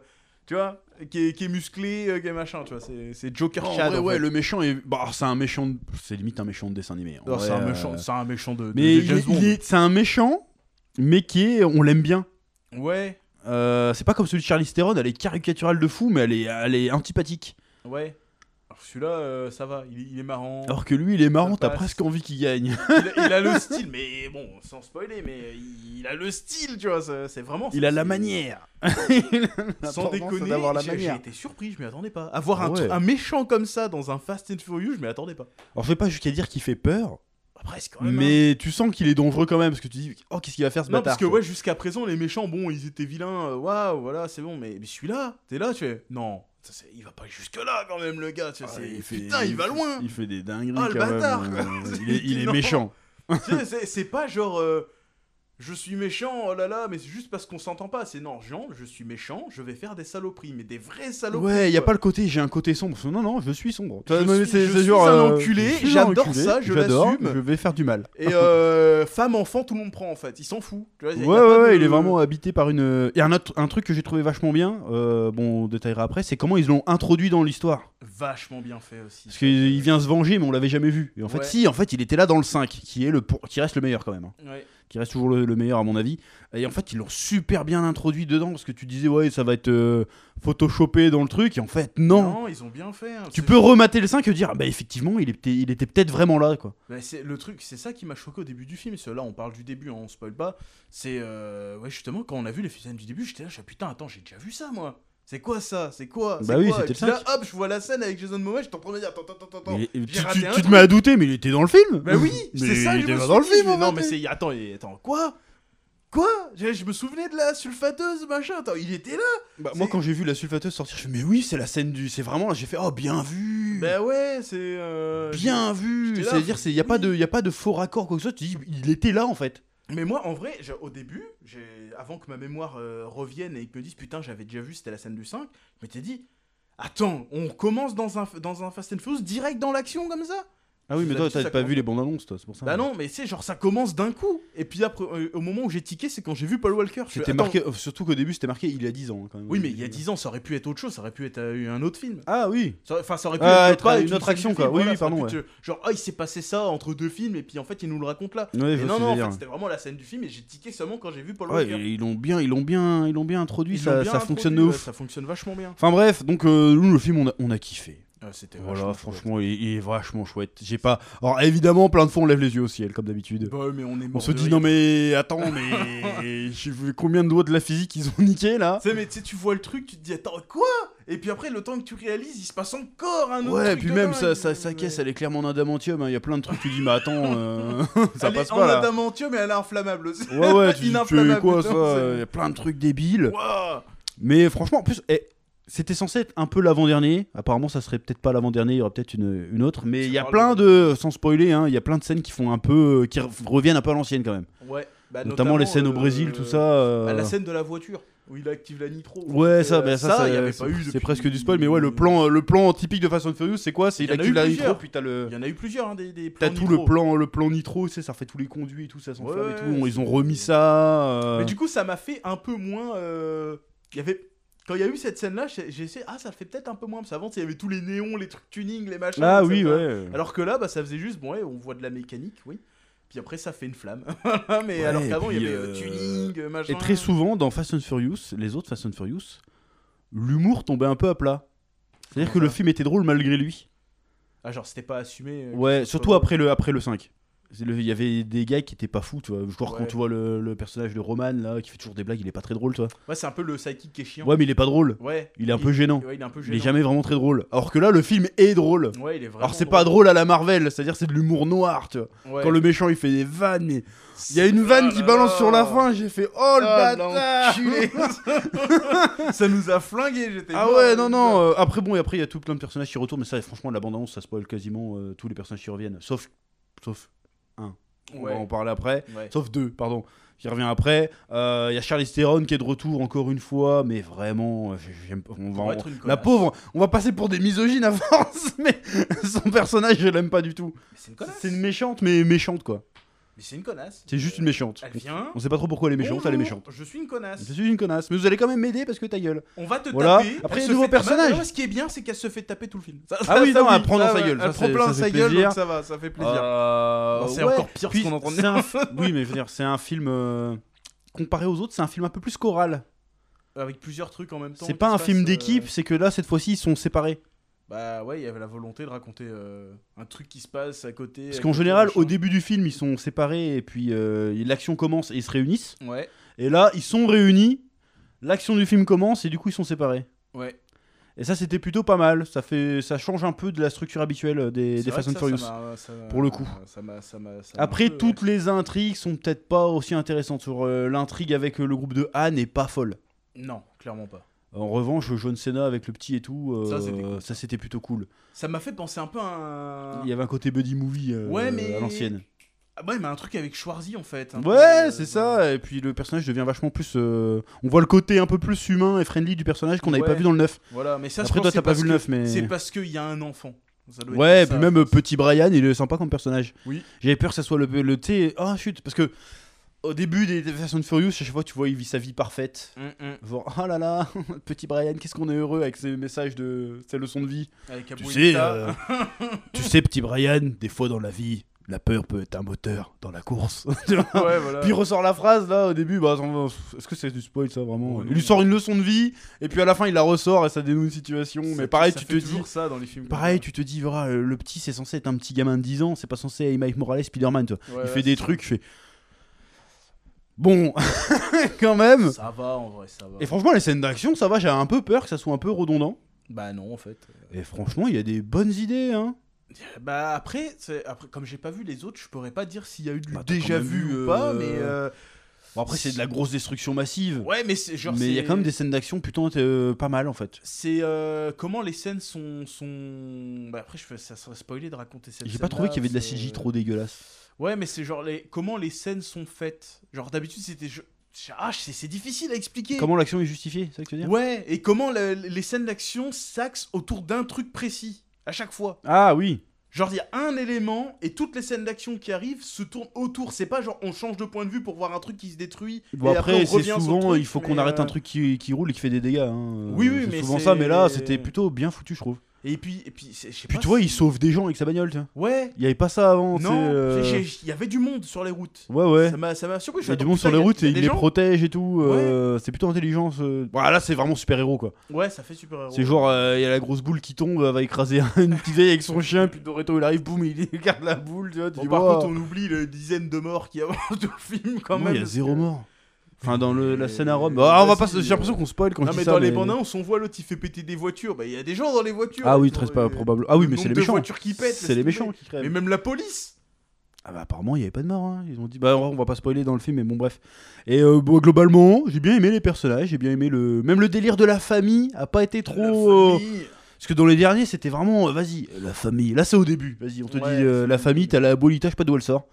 S2: tu vois qui est, qui est musclé, euh, qui est machin, tu vois. C'est c'est Joker
S1: En
S2: Chad.
S1: vrai,
S2: en
S1: ouais,
S2: fait.
S1: le méchant est. Bah, c'est un méchant. de- C'est limite un méchant de dessin animé. en
S2: Non, c'est
S1: vrai,
S2: un,
S1: euh,
S2: méchant- c'est un méchant de. de-
S1: Mais
S2: de
S1: il
S2: James
S1: est-
S2: Bond.
S1: il est- c'est un méchant, mais qui est. On l'aime bien.
S2: Ouais,
S1: Euh, c'est pas comme celui de Charlize Theron, elle est caricaturale de fou, mais elle est, elle est antipathique.
S2: ouais. Alors celui-là, euh, ça va, il, est- il est marrant.
S1: Alors que lui, il est marrant,
S2: Ça
S1: t'as
S2: passe.
S1: presque envie qu'il gagne.
S2: Il, il a le style, mais bon, sans spoiler, mais il a le style, tu vois. ça- C'est vraiment.
S1: Il a la
S2: c'est-
S1: manière.
S2: Sans déconner, j'ai- j'ai été surpris, je m'y attendais pas. Avoir un,
S1: Ah ouais.
S2: tru- un méchant comme ça dans un Fast and Furious, je m'y attendais pas.
S1: Alors, je vais pas jusqu'à dire qu'il fait peur,
S2: Après, c'est quand même. un-
S1: mais tu sens qu'il est dangereux quand même, parce que tu dis, oh, qu'est-ce qu'il va faire ce
S2: Non,
S1: bâtard
S2: parce que
S1: quoi.
S2: ouais, jusqu'à présent, les méchants, bon, ils étaient vilains, euh, waouh, voilà, c'est bon, mais, mais celui-là, t'es là, tu es. Non, ça, c'est- il va pas jusque-là quand même, le gars, tu vois,
S1: Ah,
S2: c'est-
S1: il fait-
S2: putain, il, va
S1: fait-
S2: loin.
S1: Il fait des dingueries.
S2: Ah, le
S1: quand même,
S2: bâtard,
S1: euh,
S2: quoi.
S1: Il est, il est
S2: Non.
S1: méchant.
S2: Tu sais, c'est- c'est pas genre. euh, je suis méchant, oh là là, mais c'est juste parce qu'on s'entend pas. C'est non, Jean, je suis méchant, je vais faire des saloperies, mais des vraies saloperies.
S1: Ouais, il y a
S2: quoi.
S1: pas le côté j'ai un côté sombre. Non non, je suis sombre.
S2: Je
S1: Tu vois,
S2: suis-
S1: c'est-
S2: je
S1: c'est
S2: suis
S1: genre,
S2: un
S1: euh,
S2: enculé,
S1: je suis un
S2: j'adore
S1: enculé,
S2: ça, je
S1: j'adore,
S2: l'assume.
S1: Je vais faire du mal.
S2: Et euh, femme, enfant, tout le monde prend en fait. Il s'en fout. Tu vois, y a
S1: Ouais,
S2: pas
S1: ouais, ouais,
S2: de-
S1: il est vraiment habité par une. euh, Et un, autre- un truc que j'ai trouvé vachement bien, euh, bon, on détaillera après, c'est comment ils l'ont introduit dans l'histoire.
S2: vachement bien fait aussi.
S1: Parce qu'il il vient se venger, mais on l'avait jamais vu. Et en fait,
S2: Ouais.
S1: si, en fait, il était là dans le 5, qui, est le pour- qui reste le meilleur quand même. hein.
S2: Ouais.
S1: Qui reste toujours le, le meilleur, à mon avis. Et en fait, ils l'ont super bien introduit dedans, parce que tu disais, ouais, ça va être euh, photoshopé dans le truc, et en fait, non.
S2: ils ont bien fait. hein.
S1: Tu
S2: C'est-
S1: peux remater le 5 et dire, ah bah effectivement, il était, il était peut-être vraiment là, quoi.
S2: Bah, c'est le truc, c'est ça qui m'a choqué au début du film. parce que Là, on parle du début, hein, on spoil pas. C'est euh, ouais, justement quand on a vu les scènes du début, j'étais là, je suis, putain, attends, j'ai déjà vu ça, moi. C'est quoi ça C'est quoi C'est
S1: Bah oui,
S2: quoi
S1: c'était
S2: Et
S1: le
S2: puis là, hop, je vois la scène avec Jason Momoa, j'étais en train de me dire, attends, attends, attends, attends.
S1: Mais- tu
S2: j'ai raté
S1: tu-
S2: un
S1: tu te
S2: truc.
S1: mets à douter, mais il était dans le film
S2: Bah oui,
S1: Mais
S2: c'est ça.
S1: il
S2: je me
S1: était
S2: suis
S1: dans le
S2: dit,
S1: film,
S2: mais
S1: en
S2: non,
S1: fait.
S2: mais c'est attends, et- attends, quoi Quoi je, je me souvenais de la sulfateuse, machin. Attends, il était là.
S1: Bah, moi
S2: C'est-
S1: quand j'ai vu la sulfateuse sortir, je me suis dit, mais oui, c'est la scène du. C'est vraiment là, j'ai fait oh bien vu
S2: Bah ouais, c'est euh,
S1: Bien vu
S2: j'étais là,
S1: C'est-à-dire, il n'y a, pas de- y a pas de faux raccord quoi que ce soit, tu dis il était là en fait.
S2: Mais moi, en vrai, j'ai- au début, j'ai- avant que ma mémoire euh, revienne et que me dise putain, j'avais déjà vu, c'était la scène du 5, je m'étais dit attends, on commence dans un, dans un Fast and Furious direct dans l'action comme ça
S1: Ah oui,
S2: Je
S1: mais
S2: vous
S1: toi,
S2: avais dit
S1: t'as
S2: ça
S1: pas
S2: quand
S1: vu les bandes annonces, toi, c'est pour ça.
S2: Bah non, mais c'est genre ça commence d'un coup. Et puis après, euh, au moment où j'ai tiqué, c'est quand j'ai vu Paul Walker. Je fais,
S1: C'était
S2: attends,
S1: marqué, oh, surtout qu'au début, c'était marqué il y a 10 ans quand même.
S2: Oui, mais il y a 10 ans, ça aurait pu être autre chose, ça aurait pu être euh, un autre film.
S1: Ah oui
S2: Ça aurait- Enfin, ça aurait pu
S1: Ah,
S2: autre-
S1: être une
S2: une
S1: autre
S2: scène
S1: action,
S2: du
S1: quoi.
S2: film,
S1: Oui, oui,
S2: ça aurait
S1: pardon,
S2: pu être, euh, Genre, ah, il s'est passé ça entre deux films, et puis en fait, il nous le raconte là.
S1: Ouais, je
S2: Mais
S1: vois
S2: non,
S1: ce
S2: non, en
S1: délire.
S2: fait, c'était vraiment la scène du film, et j'ai tiqué seulement quand j'ai vu Paul
S1: Ouais,
S2: Walker.
S1: ils l'ont bien, ils l'ont bien, ils l'ont bien introduit,
S2: Ils
S1: ça,
S2: l'ont bien
S1: ça fonctionne de
S2: introduit,
S1: ouf.
S2: ouais, ça fonctionne vachement bien.
S1: Enfin bref, donc euh, nous, le film, on a, on a kiffé.
S2: Ah, c'était
S1: Voilà,
S2: vachement
S1: franchement, il, il est vachement chouette. J'ai pas. Alors évidemment, plein de fois, on lève les yeux au ciel, comme d'habitude.
S2: chouette. Bah ouais, mais on est
S1: On
S2: mort
S1: se
S2: de
S1: dit
S2: rire.
S1: non mais attends mais je sais combien de doigts de la physique ils ont niqué là
S2: Tu sais, mais tu sais, tu vois le truc, tu te dis attends quoi Et puis après le temps que tu réalises, il se passe encore un autre
S1: Ouais, et
S2: truc
S1: puis
S2: de
S1: même
S2: dingue.
S1: sa, sa, sa caisse, elle est clairement en adamantium. hein. Il y a plein de trucs, tu dis, mais attends, euh, ça
S2: Elle est
S1: passe
S2: en
S1: pas là.
S2: adamantium mais elle est inflammable aussi.
S1: Ouais, ouais, tu dis, tu es
S2: Ininflammable,
S1: quoi
S2: putain,
S1: ça
S2: c'est-
S1: Il y a plein de trucs débiles.
S2: Ouah.
S1: Mais franchement, en plus, eh, c'était censé être un peu l'avant-dernier. Apparemment, ça serait peut-être pas l'avant-dernier, il y aura peut-être une, une autre. Mais il y a
S2: Oh,
S1: plein
S2: le-
S1: de, sans spoiler, hein, il y a plein de scènes qui font un peu, euh, qui re- reviennent un peu à l'ancienne quand même.
S2: Ouais, bah,
S1: notamment, les scènes au
S2: euh,
S1: Brésil, tout ça.
S2: bah,
S1: euh,
S2: la scène de la voiture où il active la nitro.
S1: Ouais,
S2: Et,
S1: ça,
S2: euh,
S1: bah, ça, ça,
S2: il y avait
S1: c'est-
S2: pas eu
S1: C'est
S2: depuis-
S1: presque du spoil, mais ouais, le plan, euh, le plan typique de Fast and Furious, c'est quoi C'est
S2: Il
S1: il
S2: y en a
S1: active
S2: eu
S1: la
S2: plusieurs.
S1: nitro, puis t'as le.
S2: Il y en a eu plusieurs hein, des, des plans
S1: T'as tout
S2: nitro.
S1: le plan, le plan nitro, tu sais, ça fait tous les conduits et tout, ça s'enflamme
S2: Ouais,
S1: et tout. Ils ont
S2: c'est-
S1: remis ça. euh,
S2: Mais du coup, ça m'a fait un peu moins. euh, Il y avait. Quand il y a eu cette scène-là, j'ai j'ai essayé. Ah, ça fait peut-être un peu moins. Parce qu'avant, il y avait tous les néons, les trucs tuning, les machins.
S1: Ah
S2: donc ça
S1: oui,
S2: faisait-
S1: ouais.
S2: Alors que là, bah, ça faisait juste. Bon, ouais, on voit de la mécanique, oui. Puis après, ça fait une flamme. Mais
S1: Ouais,
S2: alors
S1: et
S2: qu'avant, il y
S1: puis,
S2: avait euh,
S1: euh,
S2: tuning, euh, machin.
S1: Et très souvent, dans Fast and Furious, les autres Fast and Furious, l'humour tombait un peu à plat. C'est-à-dire
S2: Comment
S1: que le
S2: ça
S1: film était drôle malgré lui.
S2: Ah, genre, c'était pas assumé. euh, que
S1: Ouais,
S2: ce soit
S1: surtout
S2: drôle.
S1: après le, après le 5. C'est le- Il y avait des gars qui étaient pas fous, tu vois. Je crois que quand
S2: Ouais.
S1: tu vois le, le personnage de Roman, là, qui fait toujours des blagues, il est pas très drôle, toi.
S2: Ouais, c'est un peu le psychic qui est chiant.
S1: Ouais, mais il est pas drôle.
S2: Ouais.
S1: Il est un peu gênant.
S2: Ouais, il est un peu
S1: Il est
S2: gênant.
S1: jamais vraiment très drôle. Alors que là, le film est drôle.
S2: Ouais, il est vraiment.
S1: Alors c'est pas drôle à la Marvel, c'est-à-dire c'est de l'humour noir, tu vois.
S2: Ouais.
S1: Quand le méchant il fait des vannes, mais il y a une vanne
S2: Ah
S1: qui
S2: là
S1: balance
S2: là.
S1: sur la fin, j'ai fait oh le
S2: Ah,
S1: bâtard
S2: l'enculé. Ça nous a flingué, j'étais.
S1: Ah
S2: mort
S1: ouais,
S2: de
S1: non,
S2: rire.
S1: non. euh, après, bon, et après, il y a tout plein de personnages qui retournent, mais ça, franchement, l'abondance, ça spoil quasiment euh, tous les personnages qui reviennent. Sauf. Sauf. On va en
S2: Ouais.
S1: parler après.
S2: ouais.
S1: Sauf deux, pardon. Qui revient après. Euh, Il y a Charlie Theron qui est de retour encore une fois, mais vraiment, euh, j'aime pas- On va
S2: Pour
S1: en-
S2: être une
S1: La
S2: connasse.
S1: pauvre, on va passer pour des misogynes à force, mais son personnage, je l'aime pas du tout.
S2: Mais C'est une connasse.
S1: C'est une méchante, mais méchante quoi.
S2: Mais c'est une connasse.
S1: C'est juste une méchante.
S2: Elle vient.
S1: On sait pas trop pourquoi elle est méchante, elle est
S2: Bonjour,
S1: méchante.
S2: Je suis une connasse.
S1: Je suis une connasse, mais vous allez quand même m'aider parce que ta gueule.
S2: On va te
S1: Voilà.
S2: taper.
S1: Après,
S2: elle
S1: les
S2: se
S1: nouveaux
S2: fait- Ah bah,
S1: personnages.
S2: non, ce qui est bien, c'est qu'elle se fait taper tout le film. Ça-
S1: Ah
S2: ça-
S1: oui,
S2: ça,
S1: non, elle prend dans
S2: Ah
S1: sa
S2: ouais,
S1: gueule, ça,
S2: Elle prend
S1: c'est-
S2: plein
S1: ça
S2: dans
S1: fait
S2: sa gueule,
S1: plaisir.
S2: donc ça va, ça fait plaisir.
S1: Euh,
S2: Non, c'est
S1: ouais.
S2: encore pire
S1: Puis,
S2: ce qu'on entend
S1: c'est un fi- oui, mais je veux dire, c'est un film. euh, Comparé aux autres, c'est un film un peu plus choral.
S2: Avec plusieurs trucs en même temps.
S1: C'est
S2: qui
S1: pas
S2: se
S1: un film
S2: passent, euh,
S1: d'équipe, c'est que là, cette fois-ci, ils sont séparés.
S2: Bah ouais, il y avait la volonté de raconter euh, un truc qui se passe à côté.
S1: Parce
S2: à
S1: qu'en
S2: côté,
S1: général, au
S2: machin.
S1: début du film, ils sont séparés et puis euh, l'action commence et ils se réunissent.
S2: Ouais,
S1: Et là, ils sont réunis, l'action du film commence et du coup, ils sont séparés.
S2: ouais.
S1: Et ça, c'était plutôt pas mal. Ça, fait, ça change un peu de la structure habituelle euh, des,
S2: C'est
S1: des
S2: vrai
S1: Fast
S2: que
S1: and
S2: ça,
S1: Furious.
S2: ça m'a- ça m'a-
S1: pour le coup.
S2: Ça m'a- ça m'a- ça m'a un
S1: Après,
S2: peu, ouais.
S1: toutes les intrigues sont peut-être pas aussi intéressantes. Sur euh, l'intrigue avec euh, le groupe de Han est pas folle.
S2: Non, clairement pas.
S1: En revanche, John Cena avec le petit et tout, euh,
S2: Ça, c'était cool.
S1: ça c'était plutôt cool.
S2: Ça m'a fait penser un peu à un.
S1: Il y avait un côté buddy movie euh,
S2: Ouais, mais-
S1: à l'ancienne.
S2: Ah ouais, mais un truc avec Schwarzy en fait. un peu,
S1: Ouais,
S2: euh,
S1: c'est ça. Et puis le personnage devient vachement plus. euh, On voit le côté un peu plus humain et friendly du personnage qu'on n'avait
S2: Ouais.
S1: pas vu dans le 9.
S2: Voilà, mais ça je
S1: Après, toi,
S2: pense que
S1: t'as
S2: c'est
S1: pas vu
S2: parce
S1: le
S2: que-
S1: 9, mais.
S2: C'est parce qu'il y a un enfant. Ça doit être
S1: Ouais, et
S2: pour
S1: puis
S2: ça. Mm,
S1: même euh, petit Brian, il est sympa comme personnage.
S2: Oui.
S1: J'avais peur que ça soit le, le tu sais, Ah, chut, parce que au début des, des Fast and Furious, à chaque fois, tu vois, il vit sa vie parfaite.
S2: Hum, hum.
S1: Genre, oh là là, petit Brian, qu'est-ce qu'on est heureux avec ses messages de ses leçons de vie.
S2: Avec
S1: Tu
S2: Abu
S1: sais,
S2: Ita.
S1: euh, tu sais, petit Brian, des fois dans la vie, la peur peut être un moteur dans la course.
S2: Euh.
S1: Tu vois
S2: Ouais, voilà.
S1: Puis il ressort la phrase là au début, bah attends, est-ce que c'est du spoil ça vraiment
S2: Ouais,
S1: Il
S2: non.
S1: lui sort une leçon de vie, et puis à la fin il la ressort et ça dénoue une situation.
S2: Ça-
S1: mais pareil,
S2: ça
S1: tu te
S2: fait
S1: dis.
S2: toujours ça dans les films.
S1: Pareil, tu te dis, voilà, euh, le petit c'est censé être un petit gamin de 10 ans, c'est pas censé être Mike Morales, Spider-Man, tu vois.
S2: Ouais, ouais,
S1: il fait des trucs, je fais. Bon, quand même.
S2: Ça va en vrai, ça va.
S1: Et franchement, les scènes d'action, ça va, j'avais un peu peur que ça soit un peu redondant.
S2: Bah non, en fait.
S1: Et franchement, il y a des bonnes idées, hein.
S2: Bah après, c'est- après comme j'ai pas vu les autres, je pourrais pas dire s'il y a eu du
S1: Bah, t'as
S2: déjà
S1: quand même
S2: vu
S1: vu,
S2: ou pas,
S1: euh,
S2: mais. euh,
S1: Bon, après, c'est de la grosse destruction massive.
S2: Ouais, mais c'est genre.
S1: mais il y a
S2: c'est-
S1: quand même des scènes d'action putain euh, pas mal en fait.
S2: C'est euh, comment les scènes sont. sont... Bah après, je fais... ça serait spoilé de raconter cette
S1: J'ai pas
S2: scène-là,
S1: trouvé qu'il y avait de la
S2: c'est-
S1: CJ trop dégueulasse.
S2: Ouais, mais c'est genre les... comment les scènes sont faites. Genre d'habitude, c'était. je- Ah, c'est c'est difficile à expliquer.
S1: Comment l'action est justifiée, c'est ça que tu veux dire
S2: Ouais, et comment le- les scènes d'action s'axent autour d'un truc précis, à chaque fois.
S1: Ah oui.
S2: Genre, il y a un élément, et toutes les scènes d'action qui arrivent se tournent autour. C'est pas genre on change de point de vue pour voir un truc qui se détruit.
S1: Bon
S2: et
S1: après,
S2: on
S1: c'est
S2: revient sur le
S1: souvent
S2: truc,
S1: il faut
S2: mais,
S1: qu'on arrête
S2: euh,
S1: un truc qui, qui roule et qui fait des dégâts. hein.
S2: Oui,
S1: Euh,
S2: oui,
S1: c'est
S2: mais
S1: souvent
S2: c'est-
S1: ça. Mais là, c'était plutôt bien foutu, je trouve.
S2: Et puis, et puis c'est- je sais
S1: Puis
S2: pas
S1: tu vois,
S2: si-
S1: il sauve des gens avec sa bagnole. tiens.
S2: Ouais,
S1: Il y avait pas ça avant. tu sais,
S2: non,
S1: euh,
S2: j'ai- j'ai- il y avait du monde sur les routes.
S1: Ouais ouais.
S2: Ça m'a ça m'a surpris.
S1: Il y a du monde sur les routes et il les
S2: pro.
S1: protège et tout. euh, C'est plutôt intelligent. ce- Bon, là, c'est vraiment super héros quoi.
S2: Ouais, ça fait super héros.
S1: C'est genre, euh, il y a la grosse boule qui tombe, elle va écraser une petite vieille avec son chien, puis Doretto il arrive, boum, il garde la boule. Tu vois, tu
S2: Bon,
S1: dis,
S2: par
S1: wow.
S2: contre, on oublie le dizaine de morts qu'il y a dans tout le film quand
S1: Non,
S2: même.
S1: Il y a
S2: parce
S1: zéro
S2: que-
S1: mort. Enfin, dans le- la scène à Rome.
S2: Mais-
S1: Ah, on va
S2: vas-y,
S1: pas. J'ai l'impression qu'on spoil quand
S2: non,
S1: je dis
S2: mais
S1: ça.
S2: dans les
S1: mais-
S2: bandes annonces, on voit l'autre, il fait péter des voitures. Bah, il y a des gens dans les voitures.
S1: Ah oui,
S2: Genre,
S1: très
S2: euh,
S1: pas probable. Ah oui,
S2: le
S1: mais c'est
S2: nombre
S1: les
S2: de
S1: méchants.
S2: voitures qui pètent,
S1: C'est
S2: laisse
S1: les
S2: tomber.
S1: méchants qui crèvent.
S2: Mais même la police
S1: Ah bah apparemment, il y avait pas de mort. hein. Ils ont dit, bah on va pas spoiler dans le film, mais bon bref. Et euh, bon, globalement, j'ai bien aimé les personnages, j'ai bien aimé le, même le délire de la famille a pas été
S2: La
S1: trop. euh,
S2: famille.
S1: Parce que dans les derniers, c'était vraiment, euh, vas-y, la famille. Là, c'est au début. Vas-y, on te
S2: Ouais,
S1: dit euh,
S2: c'est
S1: la
S2: au
S1: famille,
S2: début.
S1: t'as la Bolita, je sais pas d'où elle sort.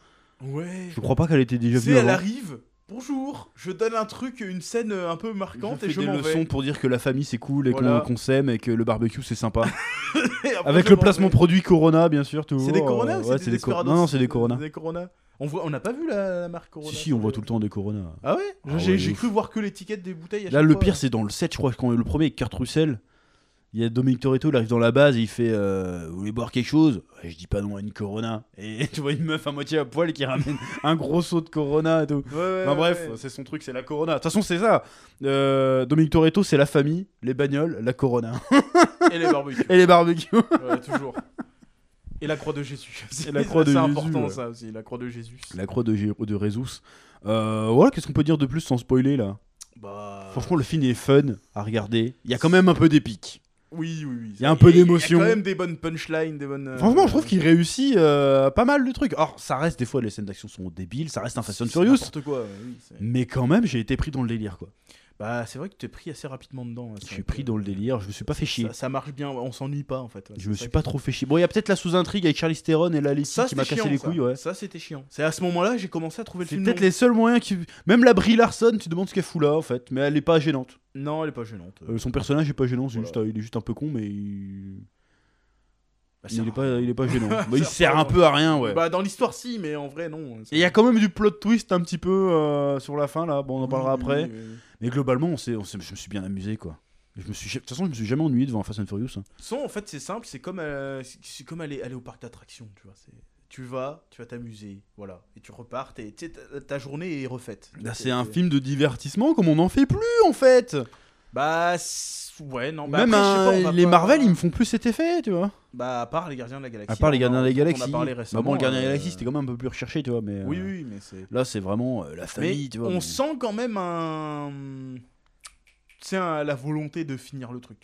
S2: Ouais.
S1: Je crois pas qu'elle était déjà
S2: C'est,
S1: venue
S2: elle
S1: avant.
S2: arrive. Bonjour, je donne un truc, une scène euh, un peu marquante
S1: je
S2: et
S1: fais
S2: je
S1: des
S2: m'en
S1: leçons
S2: vais.
S1: pour dire que la famille c'est cool et qu'on-
S2: Voilà.
S1: qu'on s'aime et que le barbecue c'est sympa.
S2: Et après,
S1: Avec
S2: je
S1: le
S2: m'en
S1: placement
S2: vais.
S1: produit Corona, bien sûr, toujours.
S2: C'est des Corona ou
S1: euh, ouais, c'est des Cor-
S2: Desperados
S1: Non, non, c'est des Corona.
S2: Des Corona. On voit, on n'a pas vu la, la marque Corona.
S1: Si, si, on voit tout le temps des Corona.
S2: Ah ouais
S1: Ah
S2: J'ai
S1: ouais,
S2: j'ai
S1: ouf.
S2: cru voir que l'étiquette des bouteilles. à
S1: Là,
S2: chaque
S1: le
S2: fois.
S1: pire, c'est dans le 7, je crois, quand le premier, Kurt Russell. Il y a Dominique Toretto, il arrive dans la base et il fait euh, Vous voulez boire quelque chose Ouais, Je dis pas non à une Corona. Et tu vois une meuf à moitié à poil qui ramène un gros seau de Corona et tout.
S2: Ouais, ouais,
S1: Enfin
S2: ouais,
S1: bref,
S2: ouais.
S1: c'est son truc, c'est la Corona. De toute façon, c'est ça. Euh, Dominique Toretto, c'est la famille, les bagnoles, la Corona.
S2: Et les barbecues.
S1: et les barbecues.
S2: Ouais, toujours. Et la croix de Jésus. C'est-
S1: la croix de
S2: C'est
S1: Jésus,
S2: important
S1: ouais.
S2: ça aussi, la croix de Jésus.
S1: La croix de, Gé- de Résus. Euh, voilà, qu'est-ce qu'on peut dire de plus sans spoiler là
S2: Bah.
S1: Franchement, le film est fun à regarder. Il y a quand même un peu d'épique.
S2: Oui, oui, oui.
S1: Il y a un peu
S2: Il y a quand
S1: d'émotion.
S2: même des bonnes punchlines, des bonnes. euh,
S1: Franchement, je trouve qu'il réussit euh, pas mal de trucs. Or, ça reste des fois, les scènes d'action sont débiles, ça reste un Fast and
S2: c'est
S1: Furious.
S2: n'importe quoi. ouais, oui, c'est-
S1: Mais quand même, j'ai été pris dans le délire quoi.
S2: bah, c'est vrai que t'es pris assez rapidement dedans. hein,
S1: Je
S2: c'est vrai
S1: suis
S2: que
S1: pris dans le délire, je me suis pas fait chier.
S2: Ça, ça marche bien, ouais, on s'ennuie pas en fait. ouais,
S1: Je
S2: c'est
S1: me
S2: ça
S1: suis
S2: qui-
S1: pas trop fait chier. Bon, il y a peut-être la sous-intrigue avec Charlie Theron et la Letty
S2: Ça,
S1: qui m'a
S2: c'était
S1: cassé
S2: chiant.
S1: les
S2: ça.
S1: couilles, ouais.
S2: Ça, c'était chiant. C'est à ce moment-là que j'ai commencé à trouver le
S1: C'est
S2: film.
S1: peut-être
S2: long.
S1: les seuls moyens qui. Même la Brie Larson, tu demandes ce qu'elle fout là en fait, mais elle est pas gênante.
S2: Non, elle est pas gênante.
S1: Euh, son personnage est pas gênant, c'est
S2: Voilà.
S1: juste, euh, il est juste un peu con, mais il,
S2: Bah,
S1: il
S2: c'est
S1: est
S2: rare.
S1: pas, il est pas gênant. Bah,
S2: Ça
S1: il sert
S2: sert
S1: un peu à rien, ouais.
S2: Bah, dans l'histoire, si, mais en vrai, non.
S1: Et il y a quand même du plot twist un petit peu euh, sur la fin là. Bon, on en parlera
S2: Oui,
S1: après.
S2: oui, oui, oui.
S1: Mais globalement, on s'est- on s'est- je me suis bien amusé quoi. Je me suis, ja- de toute façon, je me suis jamais ennuyé devant un Fast and Furious. hein.
S2: Son, en fait, c'est simple, c'est comme, euh, c'est- c'est comme aller, aller au parc d'attractions, tu vois. c'est- Tu vas, tu vas t'amuser, voilà. Et tu repars, et ta, ta journée est refaite.
S1: Là,
S2: C'est-
S1: Bah, c'est un
S2: Bah, c'est-
S1: film de divertissement comme on n'en fait plus en fait.
S2: Bah, c'est- ouais, non. bah
S1: même
S2: après, je sais
S1: un-
S2: pas, on va
S1: les
S2: pas-
S1: Marvel, ils me font plus cet effet, tu vois.
S2: Bah, à part les gardiens de la galaxie.
S1: À part les
S2: on-
S1: Gardiens de la
S2: on en a
S1: Galaxie.
S2: parlé récemment,
S1: Bah bon, les Gardiens de la
S2: euh,
S1: Galaxie, c'était quand même un peu plus recherché, tu vois. Mais
S2: Oui,
S1: euh,
S2: oui, mais c'est.
S1: là, c'est vraiment euh, la famille,
S2: Mais
S1: tu vois.
S2: on
S1: mais-
S2: sent quand même un. Tu sais, un- la volonté de finir le truc.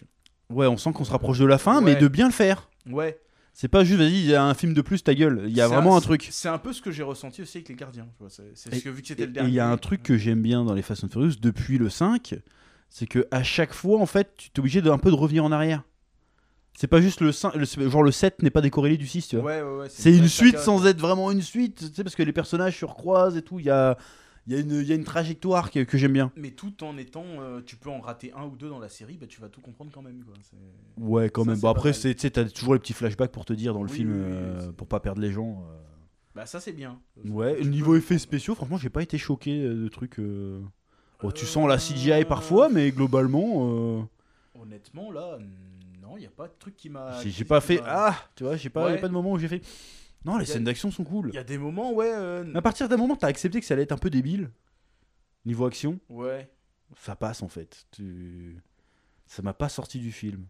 S1: Ouais, on sent qu'on se rapproche de la fin, mais
S2: Ouais.
S1: de bien le faire.
S2: Ouais.
S1: C'est pas juste, vas-y, il y a un film de plus, ta gueule. Il y a
S2: C'est
S1: vraiment un truc.
S2: C'est un peu ce que j'ai ressenti aussi avec les gardiens. tu vois, C'est c'est
S1: Et-
S2: ce que vu que
S1: Et
S2: c'était le
S1: et
S2: dernier.
S1: il y a un truc que j'aime bien dans les Fast and Furious depuis le 5, c'est que à chaque fois, en fait, tu es obligé d'un peu de revenir en arrière. C'est pas juste le 5, le- genre le 7 n'est pas décorrélé du 6, tu vois.
S2: Ouais, ouais, ouais.
S1: C'est une
S2: vraie
S1: suite
S2: saga.
S1: sans être vraiment une suite, tu sais, parce que les personnages se recroisent et tout, il y a, il y, a une- il y a une trajectoire que, que j'aime bien.
S2: Mais tout en étant, euh, tu peux en rater un ou deux dans la série, bah, tu vas tout comprendre quand même. Quoi. C'est-
S1: Ouais, quand
S2: Ça,
S1: même.
S2: c'est
S1: Bon,
S2: pas
S1: après,
S2: mal.
S1: c'est- tu sais, t'as toujours les petits flashbacks pour te dire dans le
S2: Oui,
S1: film,
S2: oui, oui,
S1: euh,
S2: c'est-
S1: pour pas perdre les gens. euh.
S2: Bah ça c'est bien.
S1: Ouais,
S2: Tu
S1: le niveau
S2: peux-
S1: effets spéciaux, franchement, j'ai pas été choqué euh, de trucs. euh. Bon, tu
S2: Euh,
S1: sens la CGI parfois, mais globalement, euh,
S2: Honnêtement là, non, il y a pas de truc qui m'a.
S1: j'ai-
S2: qui-
S1: j'ai pas
S2: qui
S1: fait.
S2: m'a-
S1: Ah, tu vois, j'ai pas, y a
S2: Ouais.
S1: pas de moment où j'ai fait. Non, les
S2: Y a-
S1: scènes d'action sont cool.
S2: Il y a des moments ouais. euh,
S1: Mais À partir d'un moment, t'as accepté que ça allait être un peu débile. Niveau action,
S2: Ouais.
S1: ça passe en fait. Tu... Ça m'a pas sorti du film.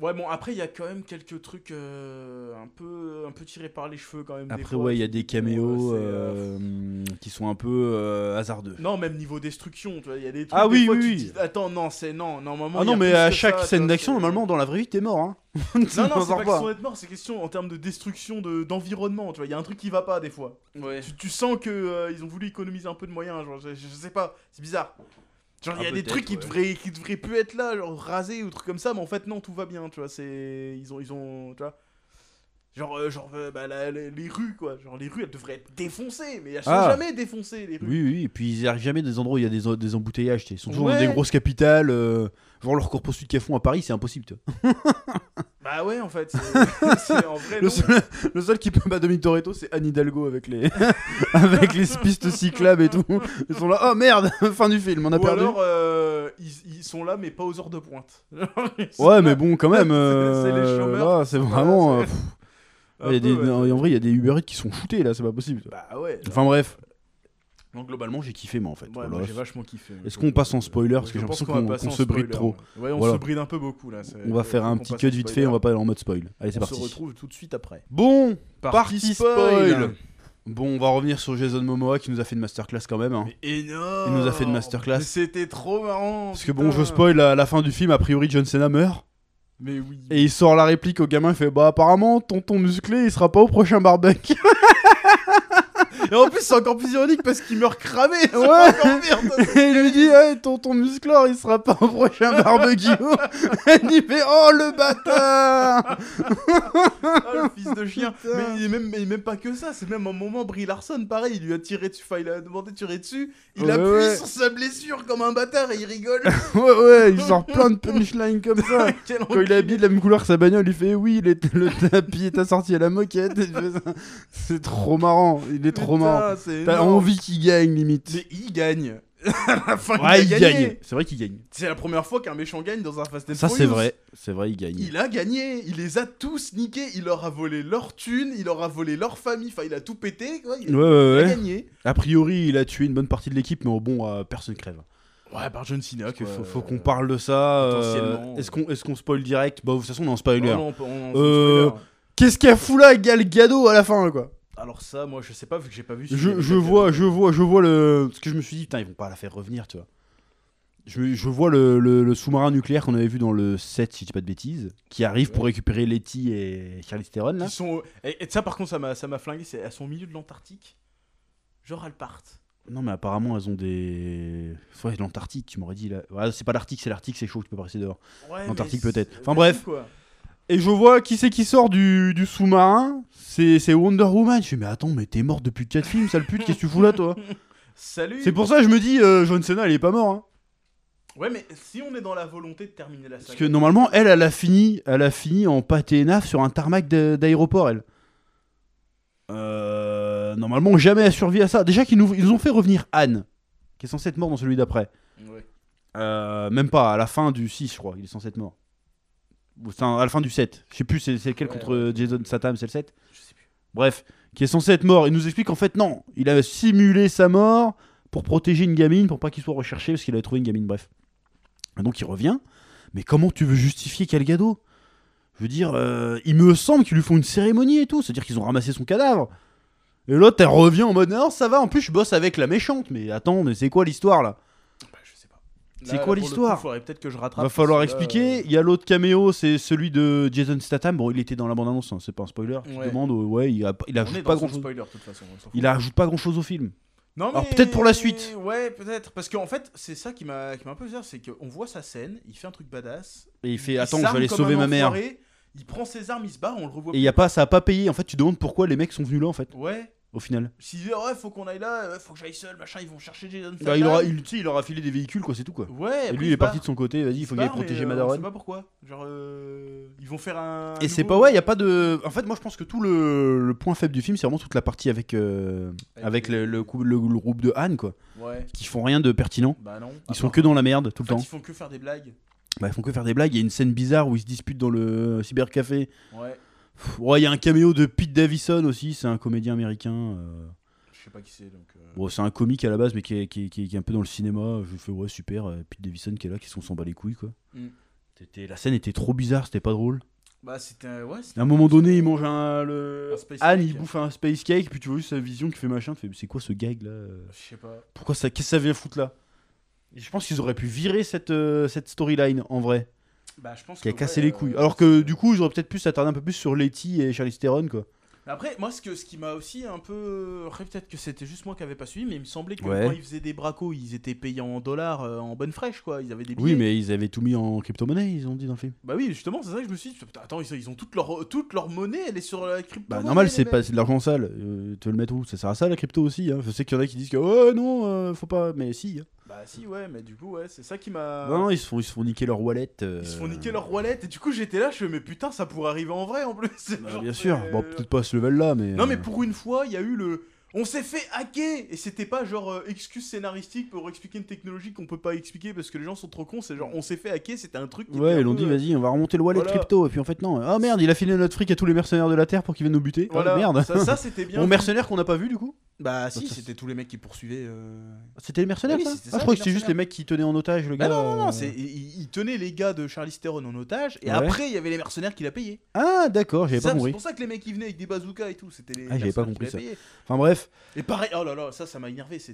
S2: Ouais bon après il y a quand même quelques trucs euh, un peu un peu tirés par les cheveux quand même. des
S1: Après,
S2: fois,
S1: ouais, il y a
S2: qui-
S1: des
S2: qui vont,
S1: caméos
S2: euh, c'est, euh,
S1: euh, hum, qui sont un peu euh, hasardeux.
S2: Non, même niveau destruction, tu vois, il y a des trucs.
S1: Ah
S2: des
S1: oui,
S2: fois,
S1: oui,
S2: tu
S1: oui.
S2: te dis, Attends, non, c'est non, normalement.
S1: Ah
S2: il y a
S1: non, mais
S2: plus
S1: à
S2: que
S1: chaque
S2: ça, tu
S1: scène
S2: vois,
S1: d'action,
S2: c'est-
S1: normalement, dans la vraie vie, t'es mort. Hein.
S2: Non, non,
S1: T'en
S2: c'est
S1: sors
S2: pas question d'être mort, c'est question en termes de destruction de- d'environnement, tu vois. Il y a un truc qui va pas des fois.
S1: Ouais.
S2: Tu, tu sens que euh, ils ont voulu économiser un peu de moyens, genre, je, je- je sais pas, c'est bizarre. Genre, il y
S1: Ah,
S2: a des
S1: peut-être,
S2: trucs qui,
S1: ouais.
S2: devraient, qui devraient plus être là, genre rasés ou trucs comme ça, mais en fait, non, tout va bien, tu vois. C'est. Ils ont. Ils ont tu vois. Genre, euh, genre euh, bah, la- les, les rues, quoi. Genre, les rues, elles devraient être défoncées, mais elles sont
S1: Ah.
S2: jamais défoncées, les rues.
S1: Oui, oui, et puis ils arrivent jamais dans des endroits où il y a des, des embouteillages. tu sais. Ils sont toujours dans
S2: Ouais.
S1: des grosses capitales. euh, genre leur cours poursuite qu'elles font à Paris, c'est impossible. tu vois.
S2: Bah ouais, en fait. c'est- c'est- en vrai,
S1: Le
S2: non.
S1: seul, le seul qui peut battre Dominique Toretto, c'est Anne Hidalgo avec les, avec les pistes cyclables et tout. Ils sont là, oh merde, fin du film, on a
S2: Ou
S1: perdu.
S2: alors, euh, ils, ils sont là, mais pas aux heures de pointe.
S1: Ouais, mais bon, quand même. euh,
S2: C'est les chômeurs
S1: là, c'est vraiment. euh, pff, il
S2: Voilà,
S1: y a des- non, et en vrai, il y a des Uber Eats qui sont shootés là, c'est pas possible.
S2: Bah ouais.
S1: Enfin bref. Donc globalement, j'ai kiffé, moi en fait.
S2: Ouais,
S1: Voilà.
S2: moi, j'ai vachement kiffé. hein,
S1: Est-ce qu'on passe en spoiler Parce que
S2: Je
S1: j'ai
S2: pense
S1: l'impression
S2: va
S1: qu'on
S2: passer
S1: qu'on
S2: en
S1: se bride
S2: spoiler, hein.
S1: trop.
S2: euh, Ouais, Ouais, on
S1: Voilà.
S2: se bride un peu beaucoup là. c'est-
S1: On va
S2: euh, faut-
S1: faire
S2: faut
S1: un
S2: qu'on
S1: petit
S2: passe
S1: cut
S2: en
S1: vite fait,
S2: spoiler.
S1: on va pas aller en mode spoil. Allez, c'est
S2: On se
S1: parti.
S2: retrouve tout de suite après.
S1: Bon,
S2: Partie
S1: parti
S2: spoil.
S1: spoil. Bon, on va revenir sur Jason Momoa qui nous a fait une masterclass quand même. hein.
S2: Mais énorme
S1: Il nous a fait une masterclass.
S2: Mais C'était trop marrant
S1: Parce que
S2: putain.
S1: bon, je spoil à la fin du film, a priori John Cena meurt.
S2: Mais oui.
S1: Et il sort la réplique au gamin, il fait Bah, apparemment, tonton musclé, il sera pas au prochain barbecue.
S2: Et en plus, c'est encore plus ironique parce qu'il meurt cramé c'est
S1: Ouais.
S2: encore pire, ça.
S1: Et il lui dit Hey, tonton musclor, il sera pas au prochain barbecue. Et il fait Oh le bâtard
S2: Ah, le fils de chien
S1: Putain.
S2: Mais il est même, mais même pas que ça, c'est même un moment, Brie Larson, pareil, il lui a tiré dessus, enfin, il a demandé de tirer dessus, il
S1: Ouais,
S2: appuie
S1: ouais.
S2: sur sa blessure comme un bâtard et il rigole.
S1: Ouais, ouais, il sort plein de punchlines comme ça.
S2: Quel
S1: Quand il est habillé de la même couleur que sa bagnole, il fait Oui, le, le tapis est assorti à la moquette. Et tu fais ça. C'est trop marrant, il est trop
S2: Putain,
S1: marrant.
S2: c'est
S1: T'as
S2: énorme.
S1: envie qu'il gagne limite.
S2: Mais il gagne. à la fin,
S1: Ouais,
S2: il a
S1: il
S2: gagné.
S1: gagne. C'est vrai qu'il gagne.
S2: C'est la première fois qu'un méchant gagne dans un Fast and
S1: Ça,
S2: Furious.
S1: c'est vrai. C'est vrai, il gagne.
S2: Il a gagné, il les a tous niqués, il leur a volé leur thune, il leur a volé leur famille, enfin il a tout pété, quoi. Il,
S1: Ouais, ouais,
S2: il a
S1: ouais.
S2: gagné.
S1: A priori, il a tué une bonne partie de l'équipe, mais bon, euh, personne crève.
S2: Ouais, par John Cena,
S1: Parce que
S2: quoi.
S1: faut, faut qu'on parle de ça. euh,
S2: potentiellement.
S1: Est-ce qu'on est qu'on spoil direct Bah, de toute façon, on est en
S2: Non,
S1: spoiler.
S2: non, on peut- on-
S1: Euh,
S2: spoiler.
S1: Qu'est-ce qu'elle fout là, Gal Gadot, à la fin, là, quoi
S2: Alors ça, moi je sais pas vu que j'ai pas vu. si il y
S1: je,
S2: avait
S1: je
S2: des
S1: vois,
S2: cadeaux.
S1: je vois, je vois le. Parce que je me suis dit, putain, ils vont pas la faire revenir, tu vois. Je, je vois le, le- le sous-marin nucléaire qu'on avait vu dans le 7, si je dis pas de bêtises, qui arrive pour récupérer Letty et Charlie Theron, là.
S2: Ils sont. Et, et ça par contre ça m'a ça m'a flingué. C'est elles sont au milieu de l'Antarctique. Genre elles partent.
S1: Non, mais apparemment, elles ont des. Ouais, l'Antarctique, tu m'aurais dit, là. Ouais, c'est pas l'Arctique, c'est l'Arctique, c'est chaud, tu peux pas rester dehors.
S2: Ouais, mais
S1: L'Antarctique,
S2: c'est-
S1: peut-être. Enfin,
S2: mais
S1: bref.
S2: fou, quoi.
S1: Et je vois qui c'est qui sort du, du sous-marin, c'est c'est Wonder Woman. Je fais, mais attends, mais t'es mort depuis 4 films, sale pute, qu'est-ce que tu fous là, toi
S2: Salut.
S1: C'est pour ça que je me dis, euh, John Cena, elle est pas mort. Hein.
S2: Ouais mais si on est dans la volonté de terminer la saga.
S1: Parce que normalement, elle, elle a fini, elle a fini en pâté et naf sur un tarmac d'a- d'aéroport, elle. Euh, normalement, jamais elle survit à ça. Déjà qu'ils nous, ils nous ont fait revenir Anne, qui est censée être morte dans celui d'après.
S2: Ouais.
S1: Euh, même pas, à la fin du 6, je crois, il est censé être mort. Ou c'est un- à la fin du 7. Je sais plus, c'est c'est lequel
S2: Ouais,
S1: contre
S2: ouais.
S1: Jason Satam, c'est le 7
S2: Je sais plus.
S1: Bref, qui est censé être mort. Il nous explique qu'en fait, non, il a simulé sa mort pour protéger une gamine, pour pas qu'il soit recherché parce qu'il avait trouvé une gamine, bref. Et donc il revient. Mais comment tu veux justifier Calgado Je veux dire, euh, il me semble qu'ils lui font une cérémonie et tout, c'est-à-dire qu'ils ont ramassé son cadavre. Et l'autre, elle revient en mode, non, ça va, en plus je bosse avec la méchante. Mais attends, mais c'est quoi l'histoire là
S2: Bah, je sais pas.
S1: C'est quoi l'histoire
S2: Il faudrait peut-être que je rattrape.
S1: Va falloir
S2: parce que là,
S1: expliquer.
S2: euh,
S1: Il y a l'autre caméo, c'est celui de Jason Statham. Bon, il était dans la bande-annonce, hein, c'est pas un spoiler. Tu te
S2: Ouais.
S1: demandes, euh, ouais, il, a, il
S2: on est
S1: ajoute
S2: dans
S1: pas
S2: son
S1: grand-chose.
S2: spoiler de toute façon. on s'en fout.
S1: Il ajoute pas grand-chose au film.
S2: Non,
S1: Alors, peut-être pour la suite.
S2: Ouais, peut-être. Parce qu'en fait, c'est ça qui m'a qui m'a un peu bizarre, c'est qu'on voit sa scène, il fait un truc badass.
S1: Et il fait
S2: il
S1: Attends, je
S2: s'arme
S1: vais aller
S2: comme
S1: sauver
S2: un
S1: ma mère. Et
S2: enfoiré, Il prend ses armes, il se bat, on le revoit.
S1: il y a pas, ça a pas payé. En fait, tu demandes pourquoi les mecs sont venus là, en fait,
S2: plus. Ouais.
S1: au final.
S2: S'il dit, ouais, faut qu'on aille là, euh, faut que j'aille seul, machin, ils vont chercher Jason
S1: Bah, il
S2: Statham.
S1: aura, il, tu sais, il aura filé des véhicules, quoi, c'est tout, quoi.
S2: Ouais,
S1: Et
S2: après,
S1: lui,
S2: se
S1: il est parti
S2: barre.
S1: de son côté. Vas-y, il faut
S2: se
S1: qu'il aille
S2: barre,
S1: protéger
S2: mais,
S1: ma
S2: euh, On sait
S1: daronne.
S2: pas pourquoi. Genre, euh, ils vont faire un.
S1: Et c'est pas,
S2: nouveau-
S1: ouais, il y a pas de. En fait, moi, je pense que tout le, le point faible du film, c'est vraiment toute la partie avec, euh, avec le, le, coup- le- le groupe de Han, quoi.
S2: Ouais.
S1: Qui font rien de pertinent.
S2: Bah non.
S1: Ils sont que dans la merde tout le
S2: En fait,
S1: temps.
S2: ils font que faire des blagues.
S1: Bah, ils font que faire des blagues. Il y a une scène bizarre où ils se disputent dans le cybercafé.
S2: Ouais.
S1: Pff, Ouais, il y a un caméo de Pete Davison aussi. C'est un comédien américain. euh,
S2: Je sais pas qui c'est donc. euh,
S1: Bon, c'est un comique à la base, mais qui est, qui est- qui est- qui est un peu dans le cinéma. Je fais ouais, super. euh, Pete Davison qui est là, qui s'en s'en bat les couilles, quoi.
S2: Mm.
S1: C'était- La scène était trop bizarre, c'était pas drôle.
S2: Bah c'était un- ouais. c'était-
S1: À un moment donné, il mange un. Le...
S2: Un space
S1: Anne,
S2: cake.
S1: il bouffe un space cake, puis tu vois juste sa vision qui fait machin. Tu fais, mais c'est quoi ce gag là euh
S2: Je sais pas.
S1: Pourquoi ça. Qu'est-ce que ça vient foutre là Et Je pense qu'ils auraient pu virer cette, euh, cette storyline en vrai,
S2: Bah je pense.
S1: qui a
S2: que,
S1: cassé
S2: ouais,
S1: les couilles.
S2: euh,
S1: Alors que
S2: c'est-
S1: du coup, ils auraient peut-être pu s'attarder un peu plus sur Letty et Charlize Theron quoi.
S2: Mais Après moi ce que ce qui m'a aussi un peu après peut-être que c'était juste moi qui avait pas suivi mais il me semblait que
S1: Ouais.
S2: quand ils faisaient des bracos ils étaient payés en dollars euh, en bonne fraîche quoi ils avaient des billets.
S1: Oui, mais ils avaient tout mis en crypto-monnaie, ils ont dit dans le film.
S2: Bah oui justement c'est ça que je me suis dit putain, attends ils, ils ont toute leur toute leur monnaie elle est sur la crypto.
S1: Bah, normal, c'est pas c'est de l'argent sale. Euh, tu veux le mettre où Ça sert à ça la crypto aussi. hein. Je sais qu'il y en a qui disent que oh non, euh, faut pas. Mais si. hein.
S2: Bah si ouais mais du coup ouais c'est ça qui m'a.
S1: Non, non, ils se font ils se font niquer leur wallet. euh.
S2: Ils se font niquer leur wallet et du coup j'étais là je fais mais putain ça pourrait arriver en vrai en plus.
S1: Bah,
S2: Genre,
S1: bien sûr.
S2: c'est-
S1: Bon, peut-être pas à ce level là, mais.
S2: Non mais
S1: euh,
S2: pour une fois, il y a eu le on s'est fait hacker et c'était pas genre euh, excuse scénaristique pour expliquer une technologie qu'on peut pas expliquer parce que les gens sont trop cons, c'est genre on s'est fait hacker, c'était un truc qui était
S1: Ouais,
S2: un
S1: ils l'ont
S2: peu,
S1: dit,
S2: euh,
S1: vas-y, on va remonter le wallet
S2: voilà.
S1: crypto. Et puis en fait, non. Ah merde, il a filé notre fric à tous les mercenaires de la Terre pour qu'ils viennent nous buter. Ah,
S2: Voilà,
S1: merde.
S2: ça, ça, c'était bien.
S1: Bon, mercenaires qu'on n'a pas vu du coup
S2: Bah si,
S1: Ça,
S2: c'était tous les mecs qui poursuivaient euh...
S1: C'était les mercenaires
S2: Oui,
S1: ça
S2: c'était
S1: Ah,
S2: ça,
S1: je crois
S2: les
S1: que c'était juste
S2: mercenaires.
S1: les mecs qui tenaient en otage le
S2: Ah
S1: gars.
S2: non, non, non,
S1: euh.
S2: c'est- ils ils tenaient les gars de Charlie Theron en otage, et
S1: Ouais.
S2: après il y avait les mercenaires qui l'a payé.
S1: Ah, d'accord, j'avais
S2: C'est
S1: pas
S2: ça, c'est
S1: compris.
S2: pour ça que les mecs ils venaient avec des bazookas et tout, c'était les.
S1: Ah, j'avais pas
S2: mercenaires qui
S1: compris
S2: l'avaient payé.
S1: Enfin bref.
S2: Et pareil, oh là là, ça, ça m'a énervé. C'est...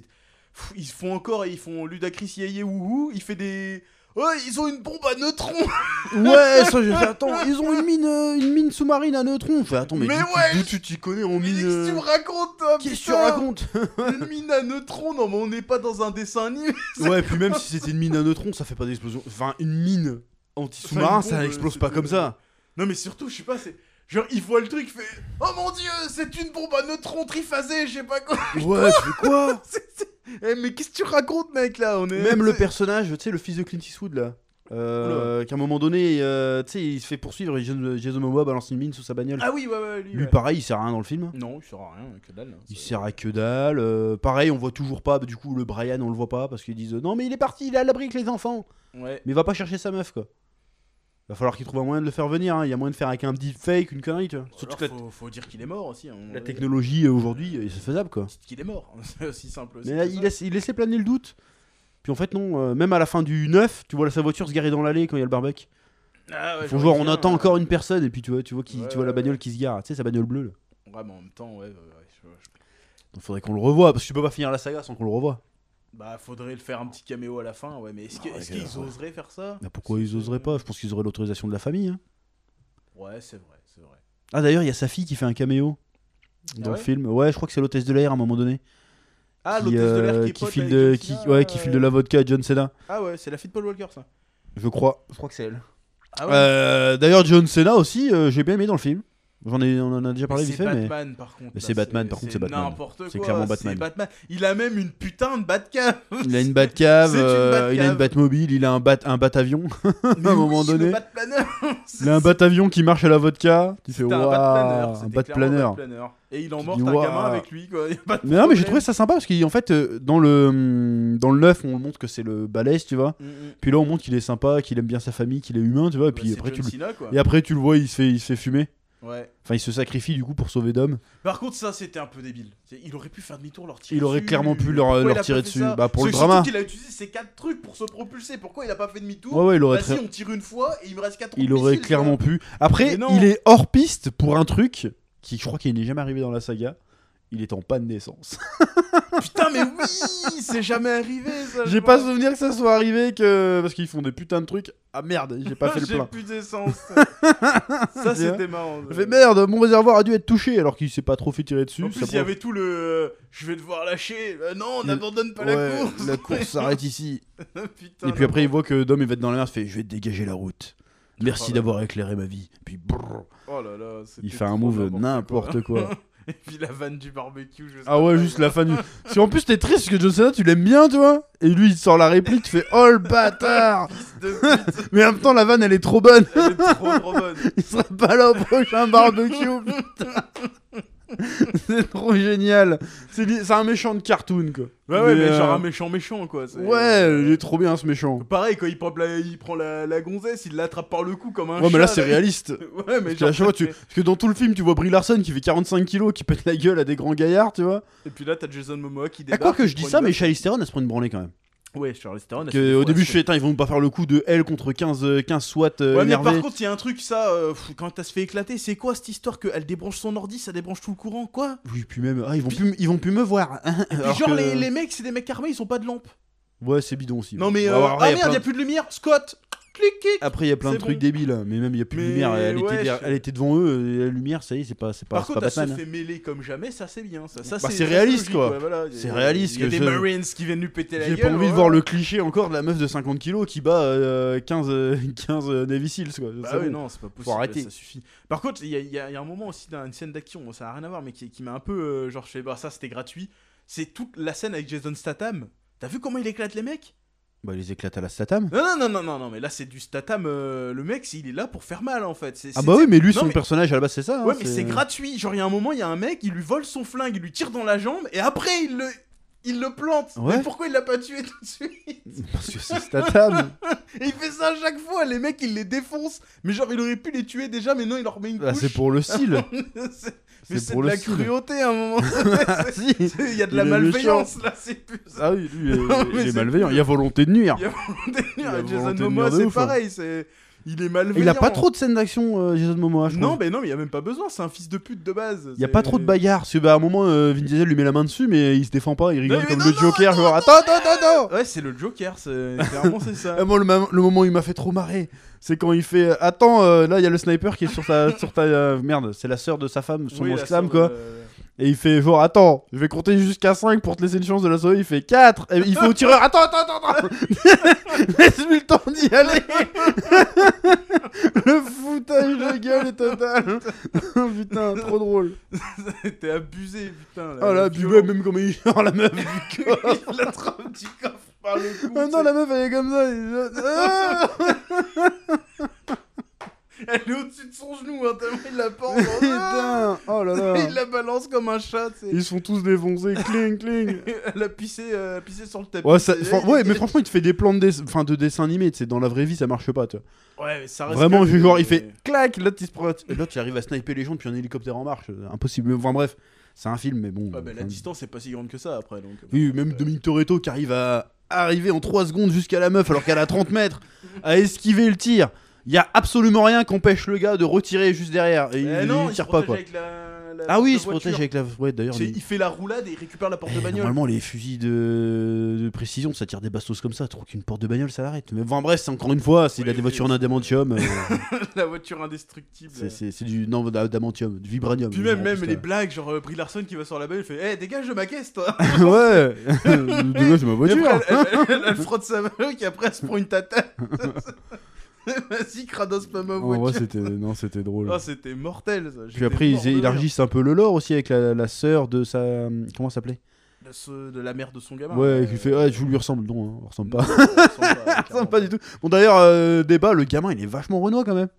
S2: Pff, Ils font encore, ils font Ludacris yéyé wouhou, il fait des. Oh, ils ont une bombe à neutrons
S1: Ouais, ça j'ai fait. Attends, ils ont une mine, euh, une mine sous-marine à neutrons. Fait, attends, mais,
S2: Mais
S1: d'où-
S2: ouais,
S1: d'où tu t'y connais en
S2: Mais
S1: mine.
S2: qu'est-ce que tu me
S1: euh,
S2: racontes, toi
S1: Qu'est-ce que tu
S2: putain
S1: racontes
S2: Une mine à neutrons, non, mais on n'est pas dans un dessin animé
S1: Ouais, puis même si c'était une mine à neutrons, ça fait pas d'explosion. Enfin, une mine anti-sous-marin,
S2: Enfin, une
S1: ça
S2: bombe,
S1: n'explose
S2: euh,
S1: pas
S2: c'est-
S1: comme ça.
S2: Non, mais surtout, je sais pas, c'est. Genre, il voit le truc, il fait Oh mon dieu, c'est une bombe à neutrons triphasée, je sais pas quoi.
S1: Ouais, tu fais quoi
S2: C'est- c'est- Eh, mais qu'est-ce que tu racontes, mec, là on est...
S1: Même le personnage, tu sais, le fils de Clint Eastwood là. Euh, qu'à un moment donné, euh, tu sais, il se fait poursuivre et Jason, Jason Momoa balance une mine sous sa bagnole.
S2: Ah oui, ouais, ouais, lui.
S1: Lui,
S2: ouais.
S1: pareil, il sert à rien dans le film.
S2: Non, il sert à rien, que dalle. hein,
S1: Il
S2: ça-
S1: sert à que dalle. euh, pareil, on voit toujours pas, du coup, le Brian, on le voit pas parce qu'ils disent euh, non, mais il est parti, il est à l'abri avec les enfants.
S2: Ouais.
S1: Mais va pas chercher sa meuf, quoi. Va falloir qu'il trouve un moyen de le faire venir. hein. Il y a moyen de faire avec un deepfake, une connerie, tu vois. Surtout
S2: Alors,
S1: que la,
S2: faut, faut dire qu'il est mort aussi. hein, on-
S1: la technologie euh, aujourd'hui, euh, c'est faisable, quoi.
S2: C'est qu'il est mort, c'est aussi simple.
S1: Mais là, il, laisse, il laissait planer le doute. Puis en fait, non. euh, même à la fin du 9, tu vois sa voiture se garer dans l'allée quand il y a le barbecue.
S2: Ah
S1: Ils font genre, on
S2: euh,
S1: attend encore une personne, et puis tu vois, tu vois, qui,
S2: Ouais,
S1: tu vois la
S2: ouais,
S1: bagnole qui se gare. Tu sais, sa bagnole bleue, là.
S2: Ouais, mais en même temps, ouais. ouais, ouais, je- je-
S1: Donc faudrait qu'on le revoie, parce que tu peux pas finir la saga sans qu'on le revoie.
S2: Bah, faudrait le faire un petit caméo à la fin, ouais. Mais est-ce que-
S1: Ah,
S2: est-ce
S1: ouais,
S2: qu'ils
S1: ouais.
S2: oseraient faire ça
S1: Mais Bah, pourquoi ils oseraient pas Je pense qu'ils auraient l'autorisation de la famille. hein.
S2: Ouais, c'est vrai, c'est vrai.
S1: Ah, d'ailleurs, il y a sa fille qui fait un caméo dans
S2: Ah ouais
S1: le film. Ouais, je crois que c'est l'hôtesse de l'air à un moment donné.
S2: Ah,
S1: qui,
S2: l'hôtesse de l'air
S1: euh,
S2: qui, est
S1: qui
S2: pote
S1: file
S2: avec
S1: de qui,
S2: Christina,
S1: ouais, qui file de la
S2: euh,
S1: vodka à John Cena.
S2: Ah, ouais, c'est la fille de Paul Walker, ça.
S1: Je crois. Je crois que c'est elle.
S2: Ah, ouais.
S1: Euh, D'ailleurs, John Cena aussi, euh, j'ai bien aimé dans le film. J'en ai, on en a déjà
S2: Mais
S1: parlé vite
S2: c'est
S1: fait, mais
S2: Batman, par contre.
S1: Mais
S2: là,
S1: c'est Batman, par contre, c'est Batman.
S2: n'importe quoi.
S1: C'est clairement Batman.
S2: C'est Batman. Il a même une putain de Batcave.
S1: il a une Batcave,
S2: C'est une
S1: euh, il a une
S2: Batcave.
S1: Batmobile, il a un bat, un Bat-avion.
S2: à
S1: un moment donné. il a un Bat-avion qui marche à la vodka. Tu fais
S2: C'était un
S1: waouh,
S2: Batplaneur.
S1: un
S2: c'était clairement
S1: Bat-planeur.
S2: un Batplaneur. Et il en
S1: Tu
S2: mort
S1: dis,
S2: un
S1: waouh.
S2: gamin avec lui, quoi. Y a pas de
S1: Mais non, mais j'ai
S2: problème.
S1: trouvé ça sympa parce qu'en fait, euh, dans le, dans le 9, on montre que c'est le balèze, tu vois.
S2: Mm, mm.
S1: Puis là, on montre qu'il est sympa, qu'il aime bien sa famille, qu'il est humain, tu vois. Et puis
S2: Bah, c'est
S1: après, tu
S2: John
S1: le,
S2: Cena, quoi.
S1: et après, tu le vois, il se fait, il se fait fumer.
S2: Ouais.
S1: Enfin, il se sacrifie du coup pour sauver Dom.
S2: Par contre, ça, c'était un peu débile. C'est- Il aurait pu faire demi-tour, leur tirer
S1: Il aurait
S2: dessus.
S1: clairement pu leur-
S2: Pourquoi
S1: leur
S2: il a
S1: tirer
S2: pas fait
S1: dessus.
S2: ça
S1: Bah, pour
S2: Parce
S1: le
S2: que
S1: drama.
S2: surtout qu'il a utilisé ces quatre trucs pour se propulser. Pourquoi il a pas fait demi-tour
S1: Ouais, ouais, il aurait,
S2: Vas-y,
S1: très-
S2: on tire une fois et il me reste quatre
S1: il
S2: autres
S1: aurait
S2: missiles,
S1: clairement
S2: quoi.
S1: pu.
S2: Mais
S1: Après,
S2: non.
S1: il est hors piste pour un truc qui, je crois qu'il n'est jamais arrivé dans la saga. il est en panne d'essence.
S2: Putain, mais oui C'est jamais arrivé, ça je
S1: j'ai pas
S2: crois.
S1: souvenir que ça soit arrivé que. Parce qu'ils font des putains de trucs. Ah merde, j'ai pas fait le
S2: J'ai
S1: plein.
S2: plus d'essence. ça, c'était marrant.
S1: Je fais, merde, mon réservoir a dû être touché alors qu'il s'est pas trop fait tirer dessus. ça
S2: En plus, il y
S1: prend-
S2: avait tout le. euh, je vais devoir lâcher. Euh, non, on
S1: Le-
S2: n'abandonne pas
S1: Ouais,
S2: la course.
S1: La course s'arrête ici.
S2: Putain,
S1: Et puis après, il voit que Dom il va être dans la merde. Il fait Je vais te dégager la route. Merci
S2: Oh là
S1: d'avoir éclairé ma vie. Puis brrr,
S2: Oh là là, c'était
S1: il fait un
S2: trop
S1: move n'importe quoi.
S2: Et puis la vanne du barbecue, je sais
S1: Ah ouais,
S2: pas.
S1: juste la fin du. Parce qu'en plus, t'es triste parce que John Cena, tu l'aimes bien, tu vois. Et lui, il te sort la réplique, tu fais Oh le bâtard
S2: Fils de pute,
S1: Mais en même temps, la vanne, elle est trop bonne.
S2: elle est trop trop bonne.
S1: Il sera pas là au prochain barbecue, putain. C'est trop génial. C'est li- c'est un méchant de cartoon, quoi.
S2: Ouais, ouais, mais,
S1: euh,
S2: genre un méchant méchant quoi. c'est- euh,
S1: Ouais, il est trop bien ce méchant.
S2: Pareil, quand il prend la, il prend la, la gonzesse, il l'attrape par le cou comme un
S1: Ouais, mais là,
S2: chat,
S1: c'est réaliste.
S2: Ouais,
S1: Parce
S2: mais
S1: que, à
S2: genre.
S1: chaque fois, tu- parce que dans tout le film, tu vois Brie Larson qui fait 45 kilos, qui pète la gueule à des grands gaillards, tu vois.
S2: Et puis là, t'as Jason Momoa qui
S1: À
S2: débarque.
S1: quoi que
S2: qui
S1: je dis
S2: prend
S1: ça,
S2: une
S1: mais Charlize Theron, elle se prend une branlée quand même.
S2: balle. Ouais, Charles Theron. elle
S1: Que,
S2: se fait
S1: au
S2: foutre,
S1: début,
S2: elle
S1: je
S2: se
S1: fais, Tain, ils vont pas faire le coup de L contre 15, euh, 15 SWAT euh,
S2: Ouais, mais
S1: énervés.
S2: par contre, il y a un truc, ça, euh, pff, quand elle se fait éclater, c'est quoi cette histoire qu'elle débranche son ordi, ça débranche tout le courant, quoi
S1: Oui, puis même, ah, ils vont, plus, m- ils vont plus me voir. hein.
S2: Puis
S1: Alors
S2: genre,
S1: que-
S2: les, les mecs, c'est des mecs armés, ils ont pas de lampe.
S1: Ouais, c'est bidon aussi.
S2: Non, mais.
S1: Ouais,
S2: euh,
S1: ouais, après, y
S2: ah
S1: a
S2: merde,
S1: plein
S2: y a
S1: de-
S2: plus de lumière Scott Clic, clic
S1: Après, il y a plein de
S2: C'est
S1: trucs
S2: bon.
S1: débiles, mais même il y a plus de
S2: Mais
S1: lumière. Elle,
S2: ouais,
S1: était, derrière-
S2: je-
S1: elle était devant eux, et la lumière, ça y est, c'est pas, c'est pas,
S2: Par
S1: bah, c'est
S2: contre,
S1: pas
S2: elle se
S1: Batman. hein.
S2: fait mêler comme jamais, ça c'est bien. Ça, ça
S1: Bah, c'est réaliste,
S2: logique,
S1: quoi.
S2: ouais, voilà. Y a-
S1: C'est réaliste
S2: y a
S1: que
S2: des
S1: je-
S2: Marines qui viennent lui péter la
S1: J'ai
S2: gueule.
S1: pas envie
S2: ouais.
S1: de voir le cliché encore de la meuf de 50 kilos qui bat euh, 15, euh, 15 euh, Navy Seals, quoi.
S2: Bah
S1: C'est
S2: ouais,
S1: bon.
S2: non, c'est pas possible.
S1: arrêter.
S2: Ça suffit. Par contre, il y, a- il y a il y a un moment aussi dans une scène d'action, bon, ça n'a rien à voir, mais qui, qui m'a un peu. euh, genre, je fais, bah ça c'était gratuit. C'est toute la scène avec Jason Statham. T'as vu comment il éclate les mecs
S1: Bah, il les éclate à la Statham.
S2: Non, non, non, non, non, non, mais là c'est du Statham. euh, le mec, c'est- il est là pour faire mal en fait. C'est-
S1: Ah
S2: c'est-
S1: bah oui, mais lui,
S2: Non,
S1: son
S2: mais-
S1: personnage à la base, c'est ça. hein,
S2: Ouais, mais c'est gratuit. Genre, il y a un moment, il y a un mec, il lui vole son flingue, il lui tire dans la jambe, et après, il le, il le plante.
S1: Ouais.
S2: Mais pourquoi il l'a pas tué tout de suite
S1: Parce que c'est Statham.
S2: Et il fait ça à chaque fois. Les mecs, il les défonce. Mais genre, il aurait pu les tuer déjà, mais non, il leur met une
S1: Bah,
S2: couche.
S1: c'est pour le style.
S2: C'est- mais
S1: C'est
S2: c'est
S1: pour
S2: de
S1: le
S2: la
S1: style.
S2: cruauté à un moment.
S1: Ah, si.
S2: C'est- Il y a de la
S1: Il est méchant.
S2: malveillance là, c'est plus.
S1: Ah oui, lui, il est-
S2: Non, mais
S1: il est
S2: c'est-
S1: malveillant. Il y a volonté de nuire.
S2: Il y a
S1: Il a
S2: Jason
S1: volonté de
S2: Momoa,
S1: merde de
S2: c'est
S1: ouf, hein.
S2: pareil. C'est... Il est malveillant.
S1: Et Il a pas trop de scènes d'action, euh, Jason Momoa, je
S2: Non,
S1: trouve.
S2: mais non, mais il y a même pas besoin. C'est un fils de pute de base.
S1: Il y a pas trop de bagarres. Parce que, bah, à un moment, euh, Vin Diesel lui met la main dessus, mais il se défend pas. Il rigole
S2: mais
S1: comme
S2: non,
S1: le
S2: non,
S1: Joker. genre, attends, attends, attends, attends.
S2: Ouais, c'est le Joker. C'est... Clairement, c'est ça.
S1: Ah, moi, le, mam- le moment où il m'a fait trop marrer, c'est quand il fait euh, Attends, euh, là, il y a le sniper qui est sur ta. sur ta euh, merde, c'est la sœur de sa femme, son
S2: Oui, la
S1: esclave,
S2: sœur
S1: quoi.
S2: de-
S1: Et il fait genre Attends, je vais compter jusqu'à 5 pour te laisser une chance de la sauver. Il fait 4. Et il fait au tireur Attends, attends, attends, attends. Laisse-lui le temps d'y aller. le foutage de gueule est total. Oh, Putain, trop drôle.
S2: T'es abusé, putain.
S1: Ah là,
S2: le
S1: puis ouais,
S2: violon.
S1: même comme il genre la meuf.
S2: Il l'attrape du coffre par le cou.
S1: Ah non,
S2: tu
S1: la meuf elle est comme ça. elle- Ah
S2: sais. Elle est au-dessus de son genou, hein, tellement il la pend. Ah
S1: Putain, oh là là.
S2: Il la balance comme un chat, tu sais.
S1: Ils sont tous défoncés, cling, cling.
S2: Elle a pissé, euh, elle a pissé sur le tapis.
S1: Ouais, ça- fran- ouais, mais
S2: Ouais,
S1: franchement, il te fait des plans de, dess- enfin, de dessin animé. tu sais, Dans la vraie vie, ça marche pas, tu vois.
S2: mais ça reste
S1: Vraiment,
S2: que-
S1: je- genre, il fait clac, l'autre il se prend. Et l'autre il arrive à sniper les gens depuis un hélicoptère en marche. euh, Impossible. Enfin bref, c'est un film, mais bon.
S2: Ouais, mais la
S1: enfin,
S2: distance est pas si grande que ça après, donc. euh,
S1: oui, même Dominique Toretto qui arrive à arriver en 3 secondes jusqu'à la meuf alors qu'elle a 30 mètres, à esquiver le tir. Il y a absolument rien qui empêche le gars de retirer juste derrière. Et
S2: Eh
S1: il, il
S2: non,
S1: tire
S2: se
S1: pas
S2: protège
S1: quoi.
S2: avec la- la
S1: Ah oui, il
S2: porte
S1: se
S2: de voiture.
S1: protège avec la. Ouais, d'ailleurs.
S2: C'est-
S1: les-
S2: Il fait la roulade et il récupère la porte de
S1: Eh,
S2: bagnole.
S1: normalement, les fusils de... de précision, ça tire des bastos comme ça. Trop qu'une porte de bagnole, ça l'arrête. Mais enfin, bref, c'est encore une fois, c'est
S2: Oui,
S1: il a des
S2: oui,
S1: voitures en
S2: c'est-
S1: adamantium. euh,
S2: La voiture indestructible.
S1: c'est- c'est c'est du. Non, adamantium, du vibranium.
S2: Puis même,
S1: En
S2: même
S1: plus,
S2: les
S1: t'as-
S2: blagues, genre euh, Brie Larson qui va sur la bagnole, il fait Eh, dégage de ma caisse, toi
S1: ouais, dégage ma
S2: Et
S1: voiture.
S2: après, elle, elle- elle- elle frotte sa main et après elle se prend une tatane. Vas-y, crados pas ma
S1: En vrai,
S2: voiture.
S1: c'était non, c'était Oh, drôle.
S2: Oh, c'était mortel ça.
S1: Puis après, ils élargissent un peu le lore aussi avec la, la sœur de sa. Comment ça s'appelait
S2: De, ce- de la mère de son gamin. Euh,
S1: Ouais, qui fait. Ouais, je vous lui ressemble. Non, hein, on ressemble pas. On ressemble pas du tout. Bon, d'ailleurs, euh, débat, le gamin, il est vachement renois quand même.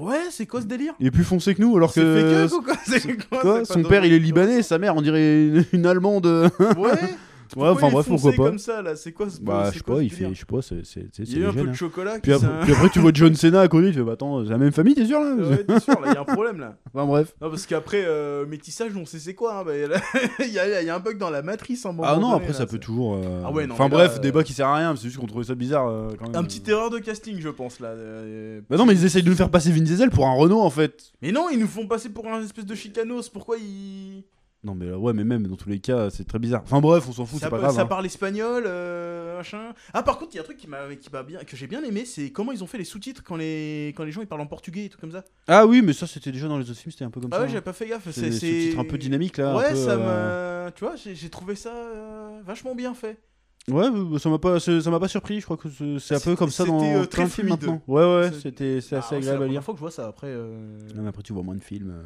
S2: Ouais, c'est quoi ce délire
S1: Il est plus foncé que nous, alors
S2: C'est
S1: que.
S2: fake ou quoi C'est quoi,
S1: Quoi,
S2: c'est pas
S1: son
S2: drôle.
S1: père, il est libanais, sa mère, on dirait une, une allemande.
S2: Ouais.
S1: ouais, enfin bref, pourquoi pas.
S2: comme ça là, c'est quoi ce
S1: Bah,
S2: c'est
S1: je sais
S2: quoi
S1: pas,
S2: ce
S1: il fait.
S2: délire
S1: Je sais pas, c'est. c'est- c'est- c'est
S2: Il y a eu
S1: les
S2: un peu
S1: jeunes,
S2: de
S1: hein.
S2: chocolat qui
S1: Puis après, euh, puis après, tu vois John Cena à côté, tu fais, bah attends, c'est la même famille, t'es sûr là
S2: Ouais, t'es sûr, là, il y a un problème là.
S1: Enfin bref.
S2: Non, parce qu'après, euh, métissage, on sait c'est quoi. hein, bah, là, Il y, a, il y a un bug dans la matrice en moment.
S1: Ah non,
S2: donné,
S1: après
S2: bah, là,
S1: ça
S2: c'est-
S1: peut toujours. euh,
S2: Ah ouais, non,
S1: Enfin
S2: mais là,
S1: bref,
S2: euh,
S1: débat qui sert à rien, c'est juste qu'on trouvait ça bizarre euh, quand même.
S2: Un petit erreur de casting, je pense là. euh,
S1: Bah non, mais ils essayent de nous faire passer Vin Diesel pour un Renault en fait.
S2: Mais non, ils nous font passer pour un espèce de chicanos. Pourquoi ils.
S1: Non, mais là, ouais, mais même dans tous les cas, c'est très bizarre. Enfin bref, on s'en fout,
S2: ça,
S1: c'est pas
S2: peut-
S1: grave.
S2: ça
S1: hein.
S2: parle espagnol, euh, machin. Ah, par contre, il y a un truc qui m'a, qui m'a bien, que j'ai bien aimé, c'est comment ils ont fait les sous-titres quand les, quand les gens ils parlent en portugais et tout comme ça.
S1: Ah oui, mais ça, c'était déjà dans les autres films, c'était un peu comme
S2: Ah
S1: ça.
S2: ouais,
S1: hein.
S2: j'avais pas fait gaffe.
S1: C'est
S2: C'est,
S1: des
S2: c'est-
S1: sous-titres un peu dynamiques là. un
S2: Ouais,
S1: peu,
S2: ça
S1: euh,
S2: m'a. Tu vois, j'ai, j'ai trouvé ça euh, vachement bien fait.
S1: Ouais, euh, ça m'a pas, ça ça m'a pas surpris. Je crois que c'est c'est un peu
S2: C'était-
S1: comme ça
S2: c'était,
S1: dans
S2: euh,
S1: plein
S2: très
S1: de films
S2: fluide.
S1: maintenant. Ouais, ouais,
S2: C'est-
S1: c'était, c'est assez
S2: Ah, la
S1: agréable à
S2: première
S1: lire.
S2: fois que je vois ça après. euh,
S1: Non, mais après, tu vois moins de films. euh.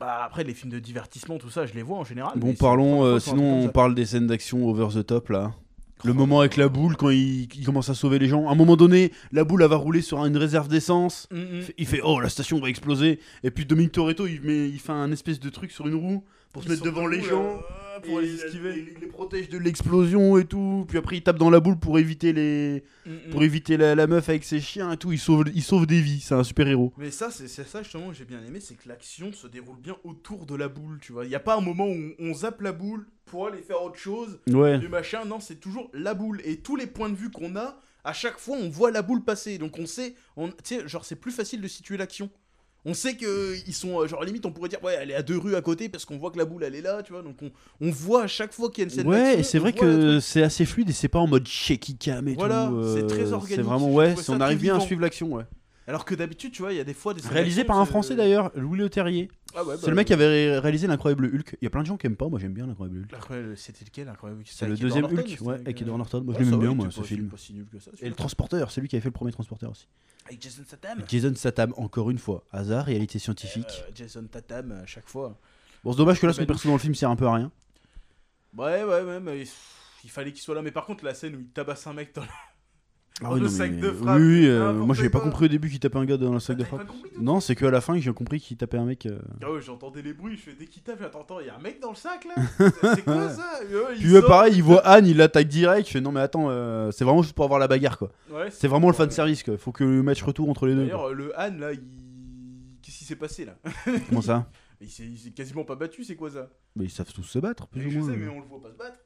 S2: Bah, après, les films de divertissement, tout ça, je les vois en général. mais
S1: Bon,
S2: c'est-
S1: parlons. euh,
S2: fois qu'on entend
S1: sinon,
S2: comme
S1: on
S2: ça.
S1: parle des scènes d'action over the top là. Le moment avec la boule quand il, il commence à sauver les gens. À un moment donné, la boule elle va rouler sur une réserve d'essence.
S2: Mm, mm.
S1: Il fait oh la station va exploser. Et puis Dominique Toretto il, met, il fait un espèce de truc sur une roue pour se
S2: Ils
S1: mettre
S2: sont
S1: devant les
S2: debout,
S1: gens.
S2: là,
S1: euh, Pour
S2: Pour
S1: les
S2: les
S1: esquiver,
S2: esquiver.
S1: il les protège de l'explosion et tout. Puis après, il tape dans la boule pour éviter les,
S2: Mm, mm.
S1: pour éviter la, la meuf avec ses chiens et tout. Il sauve, il sauve des vies. C'est un super héros.
S2: Mais ça, c'est c'est ça justement que j'ai bien aimé, c'est que l'action se déroule bien autour de la boule, tu vois. Il n'y a pas un moment où on zappe la boule pour aller faire autre chose,
S1: Ouais.
S2: du machin, non, c'est toujours la boule. Et tous les points de vue qu'on a, à chaque fois, on voit la boule passer. Donc on sait, on- tu sais, genre c'est plus facile de situer l'action. On sait que ils sont, euh, genre limite, on pourrait dire, ouais, elle est à deux rues à côté parce qu'on voit que la boule, elle est là, tu vois. Donc on, on voit à chaque fois qu'il y a une scène
S1: Ouais,
S2: d'action,
S1: et c'est
S2: on
S1: vrai
S2: voit la truc.
S1: que c'est assez fluide et c'est pas en mode shaky cam et
S2: Voilà,
S1: tout. euh,
S2: c'est très
S1: C'est
S2: organique,
S1: vraiment
S2: j'ai
S1: ouais,
S2: trouvé
S1: si
S2: ça
S1: on
S2: très
S1: arrive bien à
S2: vivant.
S1: suivre l'action. Ouais.
S2: Alors que d'habitude, tu vois, il y a des fois des scènes
S1: Réalisé
S2: d'action,
S1: par un
S2: c'est- euh,
S1: Français d'ailleurs, Louis Le Terrier.
S2: Ah ouais,
S1: C'est le mec qui avait ré- réalisé l'incroyable Hulk. Il y a plein de gens qui aiment pas. Moi, j'aime bien l'incroyable Hulk.
S2: Incroyable, C'était lequel incroyable
S1: C'est le deuxième Hulk, ouais, avec Edward Norton. Moi,
S2: Ouais,
S1: je l'aime
S2: euh, Ah, ça va,
S1: bien,
S2: il
S1: moi,
S2: était
S1: ce
S2: pas- il
S1: film.
S2: était pas si nul que ça,
S1: Et le
S2: celui-là.
S1: transporteur, c'est lui qui avait fait le premier transporteur aussi.
S2: Avec Jason Tatum.
S1: Jason Statham, encore une fois, hasard, réalité scientifique.
S2: Euh, Jason Tatum à chaque fois.
S1: Bon, c'est dommage que là, son
S2: Ben-
S1: perso dans le film sert un peu à rien.
S2: Ouais, ouais, ouais, mais pff, il fallait qu'il soit là. Mais par contre, la scène où il tabasse un mec dans le.
S1: Ah
S2: Dans
S1: oui,
S2: le
S1: non, mais-
S2: sac de
S1: oui,
S2: frappe,
S1: oui, euh,
S2: n'importe
S1: moi j'avais pas
S2: quoi.
S1: compris au début qu'il tapait un gars dans le sac de
S2: T'avais pas
S1: frappe.
S2: compris tout
S1: Non, c'est qu'à la fin j'ai compris qu'il tapait un mec. euh.
S2: Ah ouais, j'entendais les bruits. Je fais dès qu'il tape, j'attends, attends, il y a un mec dans le sac là. C'est- C'est quoi ça Et ouais, il
S1: Puis euh,
S2: sort.
S1: pareil, il voit Anne, il l'attaque direct. Je fais non, mais attends, euh, c'est vraiment juste pour avoir la bagarre quoi.
S2: Ouais,
S1: C'est vraiment le
S2: fan
S1: fanservice quoi. Faut que le match retourne entre les deux.
S2: D'ailleurs, euh, le Han là, il. Qu'est-ce qui s'est passé là
S1: quoi. Comment ça
S2: Il s'est il s'est quasiment pas battu, c'est quoi ça
S1: Mais ils savent tous se battre, plus
S2: Je
S1: ou
S2: sais,
S1: moins.
S2: mais on le voit pas se battre.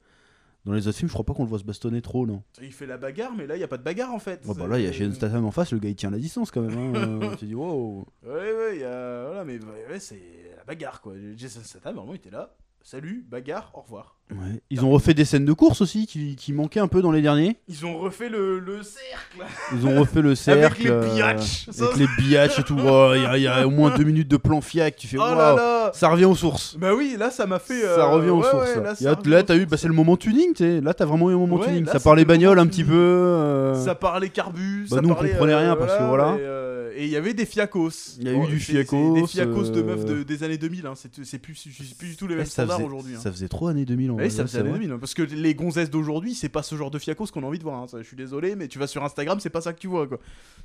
S1: Dans les autres films, je crois pas qu'on le voit se bastonner trop, non.
S2: Il fait la bagarre, mais là, il y a pas de bagarre en fait.
S1: Bon, bah là, il y a
S2: C'est- euh,
S1: Jason Statham en face, le gars il tient la distance quand même. Hein. euh, tu dis wow.
S2: Ouais, ouais, il y a... voilà, mais ouais, ouais, c'est la bagarre, quoi. Jason Statham, vraiment, il était là. Salut, bagarre, au revoir.
S1: Ouais. Ils ont refait des scènes de course aussi qui, qui manquaient un peu dans les derniers.
S2: Ils ont refait le, le cercle
S1: Ils ont refait le cercle.
S2: avec les
S1: euh,
S2: biatchs. Ça,
S1: Avec les biatchs et tout, Oh, il y, a- y a au moins deux minutes de plan fiac, tu fais
S2: Oh
S1: waouh,
S2: là là
S1: ça revient aux sources.
S2: Bah oui, là, ça m'a fait.
S1: ça
S2: euh,
S1: revient aux
S2: ouais,
S1: sources.
S2: ouais,
S1: là.
S2: là,
S1: Y a-
S2: ça revient
S1: là,
S2: aux
S1: t'as eu,
S2: sources.
S1: bah, c'est le moment tuning, tu sais. Là, t'as vraiment eu un moment
S2: Ouais,
S1: tuning.
S2: là,
S1: ça
S2: c'était
S1: parlait
S2: le moment
S1: bagnole un petit
S2: tuning.
S1: peu. euh,
S2: Ça parlait carbu,
S1: Bah,
S2: ça
S1: nous, on
S2: parlait,
S1: comprenait rien, parce que voilà.
S2: mais, euh, Et il y avait des fiacos.
S1: Il y a eu du
S2: c'est- c'est
S1: fiacos,
S2: Des fiacos de meufs de-
S1: euh,
S2: des années 2000, hein. c'est c'est plus, c'est plus du tout les
S1: eh,
S2: mêmes
S1: ça,
S2: standards
S1: faisait,
S2: aujourd'hui. hein.
S1: ça faisait trop années 2000. en
S2: Ouais,
S1: vrai,
S2: ça
S1: c'est
S2: faisait années
S1: vrai.
S2: 2000, hein, parce que les gonzesses d'aujourd'hui, c'est pas ce genre de fiacos qu'on a envie de voir. hein, ça, je suis désolé, mais tu vas sur Instagram, c'est pas ça que tu vois, quoi.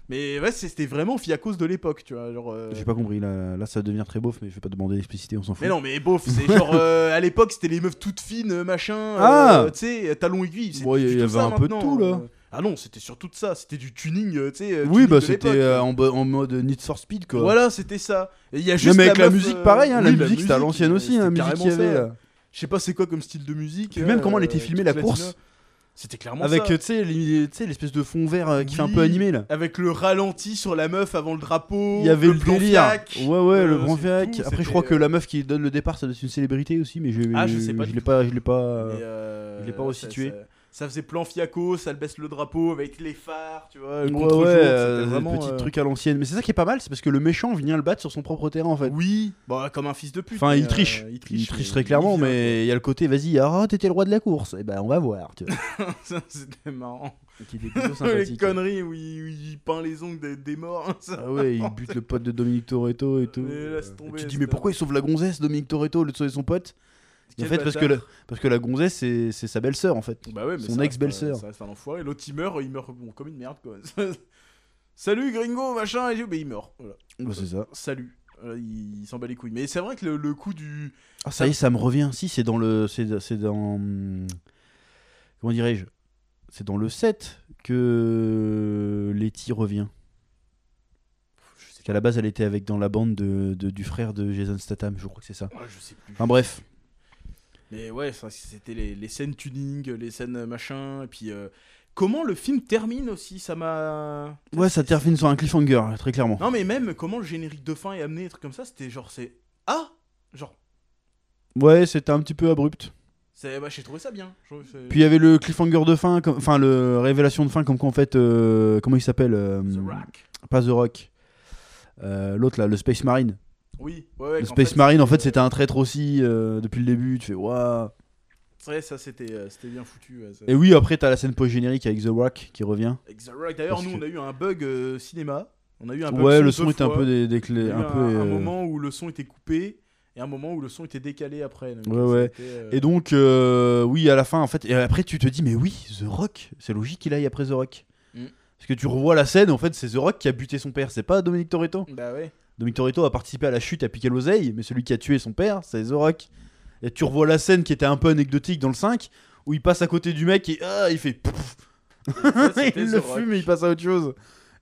S2: Mais ouais, c'est- c'était vraiment fiacos de l'époque, tu vois. Genre, euh,
S1: J'ai pas compris. Là, là, ça va devenir très beauf, mais je vais pas demander l'explicité, on s'en fout.
S2: Mais non, mais beauf, c'est genre euh, à l'époque, c'était les meufs toutes fines, euh, machin, euh,
S1: Ah
S2: tu sais, talons aiguilles. c'est
S1: Ouais,
S2: plus
S1: il y
S2: du tout
S1: avait
S2: ça
S1: un peu de
S2: maintenant,
S1: tout, là.
S2: euh. Ah non, c'était surtout de ça, c'était du tuning, euh, tu sais. euh,
S1: oui,
S2: tuning
S1: bah,
S2: de
S1: c'était
S2: l'époque,
S1: euh,
S2: quoi.
S1: en, bo- en mode Need for Speed, quoi.
S2: Voilà, c'était ça. Et Il y a
S1: Non,
S2: juste
S1: mais avec la,
S2: meuf,
S1: musique,
S2: euh,
S1: pareil. hein, la
S2: oui,
S1: musique, c'était à l'ancienne
S2: euh,
S1: aussi, hein, la
S2: c'était
S1: musique qu'il y
S2: carrément
S1: avait.
S2: ça.
S1: là.
S2: Je sais pas c'est quoi comme style de musique.
S1: Puis même
S2: euh,
S1: comment elle était filmée, la
S2: toute
S1: course.
S2: latina. C'était clairement
S1: Avec,
S2: ça.
S1: euh, tu sais, les- tu sais, l'espèce de fond vert euh, qui fait un peu
S2: Oui.
S1: animé, là.
S2: Avec le ralenti sur la meuf avant Oh, le drapeau.
S1: Il y avait le,
S2: plan
S1: délire.
S2: flac.
S1: Ouais, ouais, le
S2: Euh,
S1: grand
S2: c'est
S1: fiac.
S2: tout,
S1: Après, je
S2: c'était,
S1: crois que
S2: euh,
S1: la meuf qui donne le départ, ça doit être une célébrité aussi, mais je,
S2: Ah, je sais pas
S1: je
S2: du
S1: l'ai
S2: tout.
S1: pas, je l'ai pas.
S2: Mais, euh,
S1: il est pas resitué.
S2: Ça, ça- ça faisait plan fiaco, ça le baisse le drapeau avec les phares, tu vois. le
S1: Ouais,
S2: contre-jour,
S1: ouais,
S2: c'était
S1: euh,
S2: vraiment,
S1: petit
S2: euh,
S1: truc à l'ancienne. Mais c'est ça qui est pas mal, c'est parce que le méchant vient le battre sur son propre terrain en fait.
S2: Oui, bah, comme un fils de pute.
S1: Enfin,
S2: mais,
S1: il
S2: euh,
S1: triche.
S2: il triche.
S1: Il triche
S2: mais
S1: très clairement,
S2: il vient,
S1: mais il y a le côté, vas-y, ah, oh, t'étais le roi de la course. Et ben, on va voir. Tu vois.
S2: quoi. Ça, C'était marrant.
S1: Qui était plutôt
S2: Les
S1: sympathique.
S2: conneries où il, où il peint les ongles des, des morts. ça.
S1: Ah ouais, il bute le pote de Dominique Toretto et tout.
S2: Mais laisse tomber,
S1: tu te dis,
S2: c'est
S1: mais pourquoi il sauve la gonzesse, Dominique Toretto, au lieu de sauver son pote En
S2: Quel
S1: fait, parce que, la,
S2: bâtard.
S1: parce que la gonzesse, c'est c'est sa belle-sœur en fait.
S2: Bah ouais, mais
S1: son
S2: ça reste
S1: ex-belle-sœur.
S2: un- Ça reste un enfoiré. L'autre, il meurt, il meurt bon, comme une merde, quoi. Salut, gringo, machin. Et mais il meurt. Voilà.
S1: Bah, c'est ça.
S2: Salut. Voilà, il il s'en bat les couilles. Mais c'est vrai que le, le coup du.
S1: Ah, ça y est, ça me revient. Si, c'est dans le. C'est c'est dans. hmm, Comment dirais-je C'est dans le 7 que Letty revient.
S2: Je sais,
S1: Qu'à la base, elle était avec dans la bande de, de- du frère de Jason Statham, je crois que c'est ça.
S2: ah, je sais plus.
S1: Enfin bref.
S2: Mais ouais, ça, c'était les, les scènes tuning, les scènes euh, machin. Et puis. euh, Comment le film termine aussi, ça m'a.
S1: Ouais, ça termine sur un cliffhanger, très clairement.
S2: Non, mais même comment le générique de fin est amené, des trucs comme ça, c'était genre c'est. Ah Genre.
S1: Ouais, c'était un petit peu abrupt.
S2: C'est- bah, j'ai trouvé ça bien. Je trouve que c'est-
S1: Puis il y avait le cliffhanger de fin, comme- enfin le révélation de fin, comme quoi en fait, euh, comment il s'appelle euh,
S2: The Rock.
S1: Pas The Rock. Euh, L'autre là, le Space Marine.
S2: Oui, ouais, ouais,
S1: le
S2: qu'en
S1: Space
S2: fait,
S1: Marine, en fait,
S2: euh,
S1: c'était un traître aussi euh, depuis le début. Tu fais waouh.
S2: Ouais, ça c'était euh, c'était bien foutu. ouais, ça.
S1: Et oui, après t'as la scène post générique avec The Rock qui revient.
S2: Avec The Rock. D'ailleurs,
S1: Parce que-
S2: nous on a eu un bug euh, cinéma. On a eu un bug
S1: Ouais, le son
S2: deux
S1: était un
S2: fois.
S1: peu des, des
S2: Il y
S1: clés,
S2: a eu
S1: un
S2: un,
S1: peu.
S2: un
S1: euh,
S2: moment où le son était coupé et un moment où le son était décalé après. donc,
S1: Ouais,
S2: euh,
S1: ouais.
S2: c'était, euh,
S1: Et donc, euh, oui, à la fin, en fait, et après, tu te dis, mais oui, The Rock, c'est logique qu'il aille après The Rock.
S2: Mm.
S1: Parce que tu revois la scène, en fait, c'est The Rock qui a buté son père, c'est pas Dominic Toretto.
S2: Bah ouais.
S1: Dominic Toretto a participé à la chute, a piqué l'oseille, mais celui qui a tué son père, c'est The Rock. Et tu revois la scène qui était un peu anecdotique dans le 5, où il passe à côté du mec et ah, il fait. pouf.
S2: Ça, c'était
S1: il
S2: The
S1: le
S2: Rock.
S1: fume et il passe à autre chose.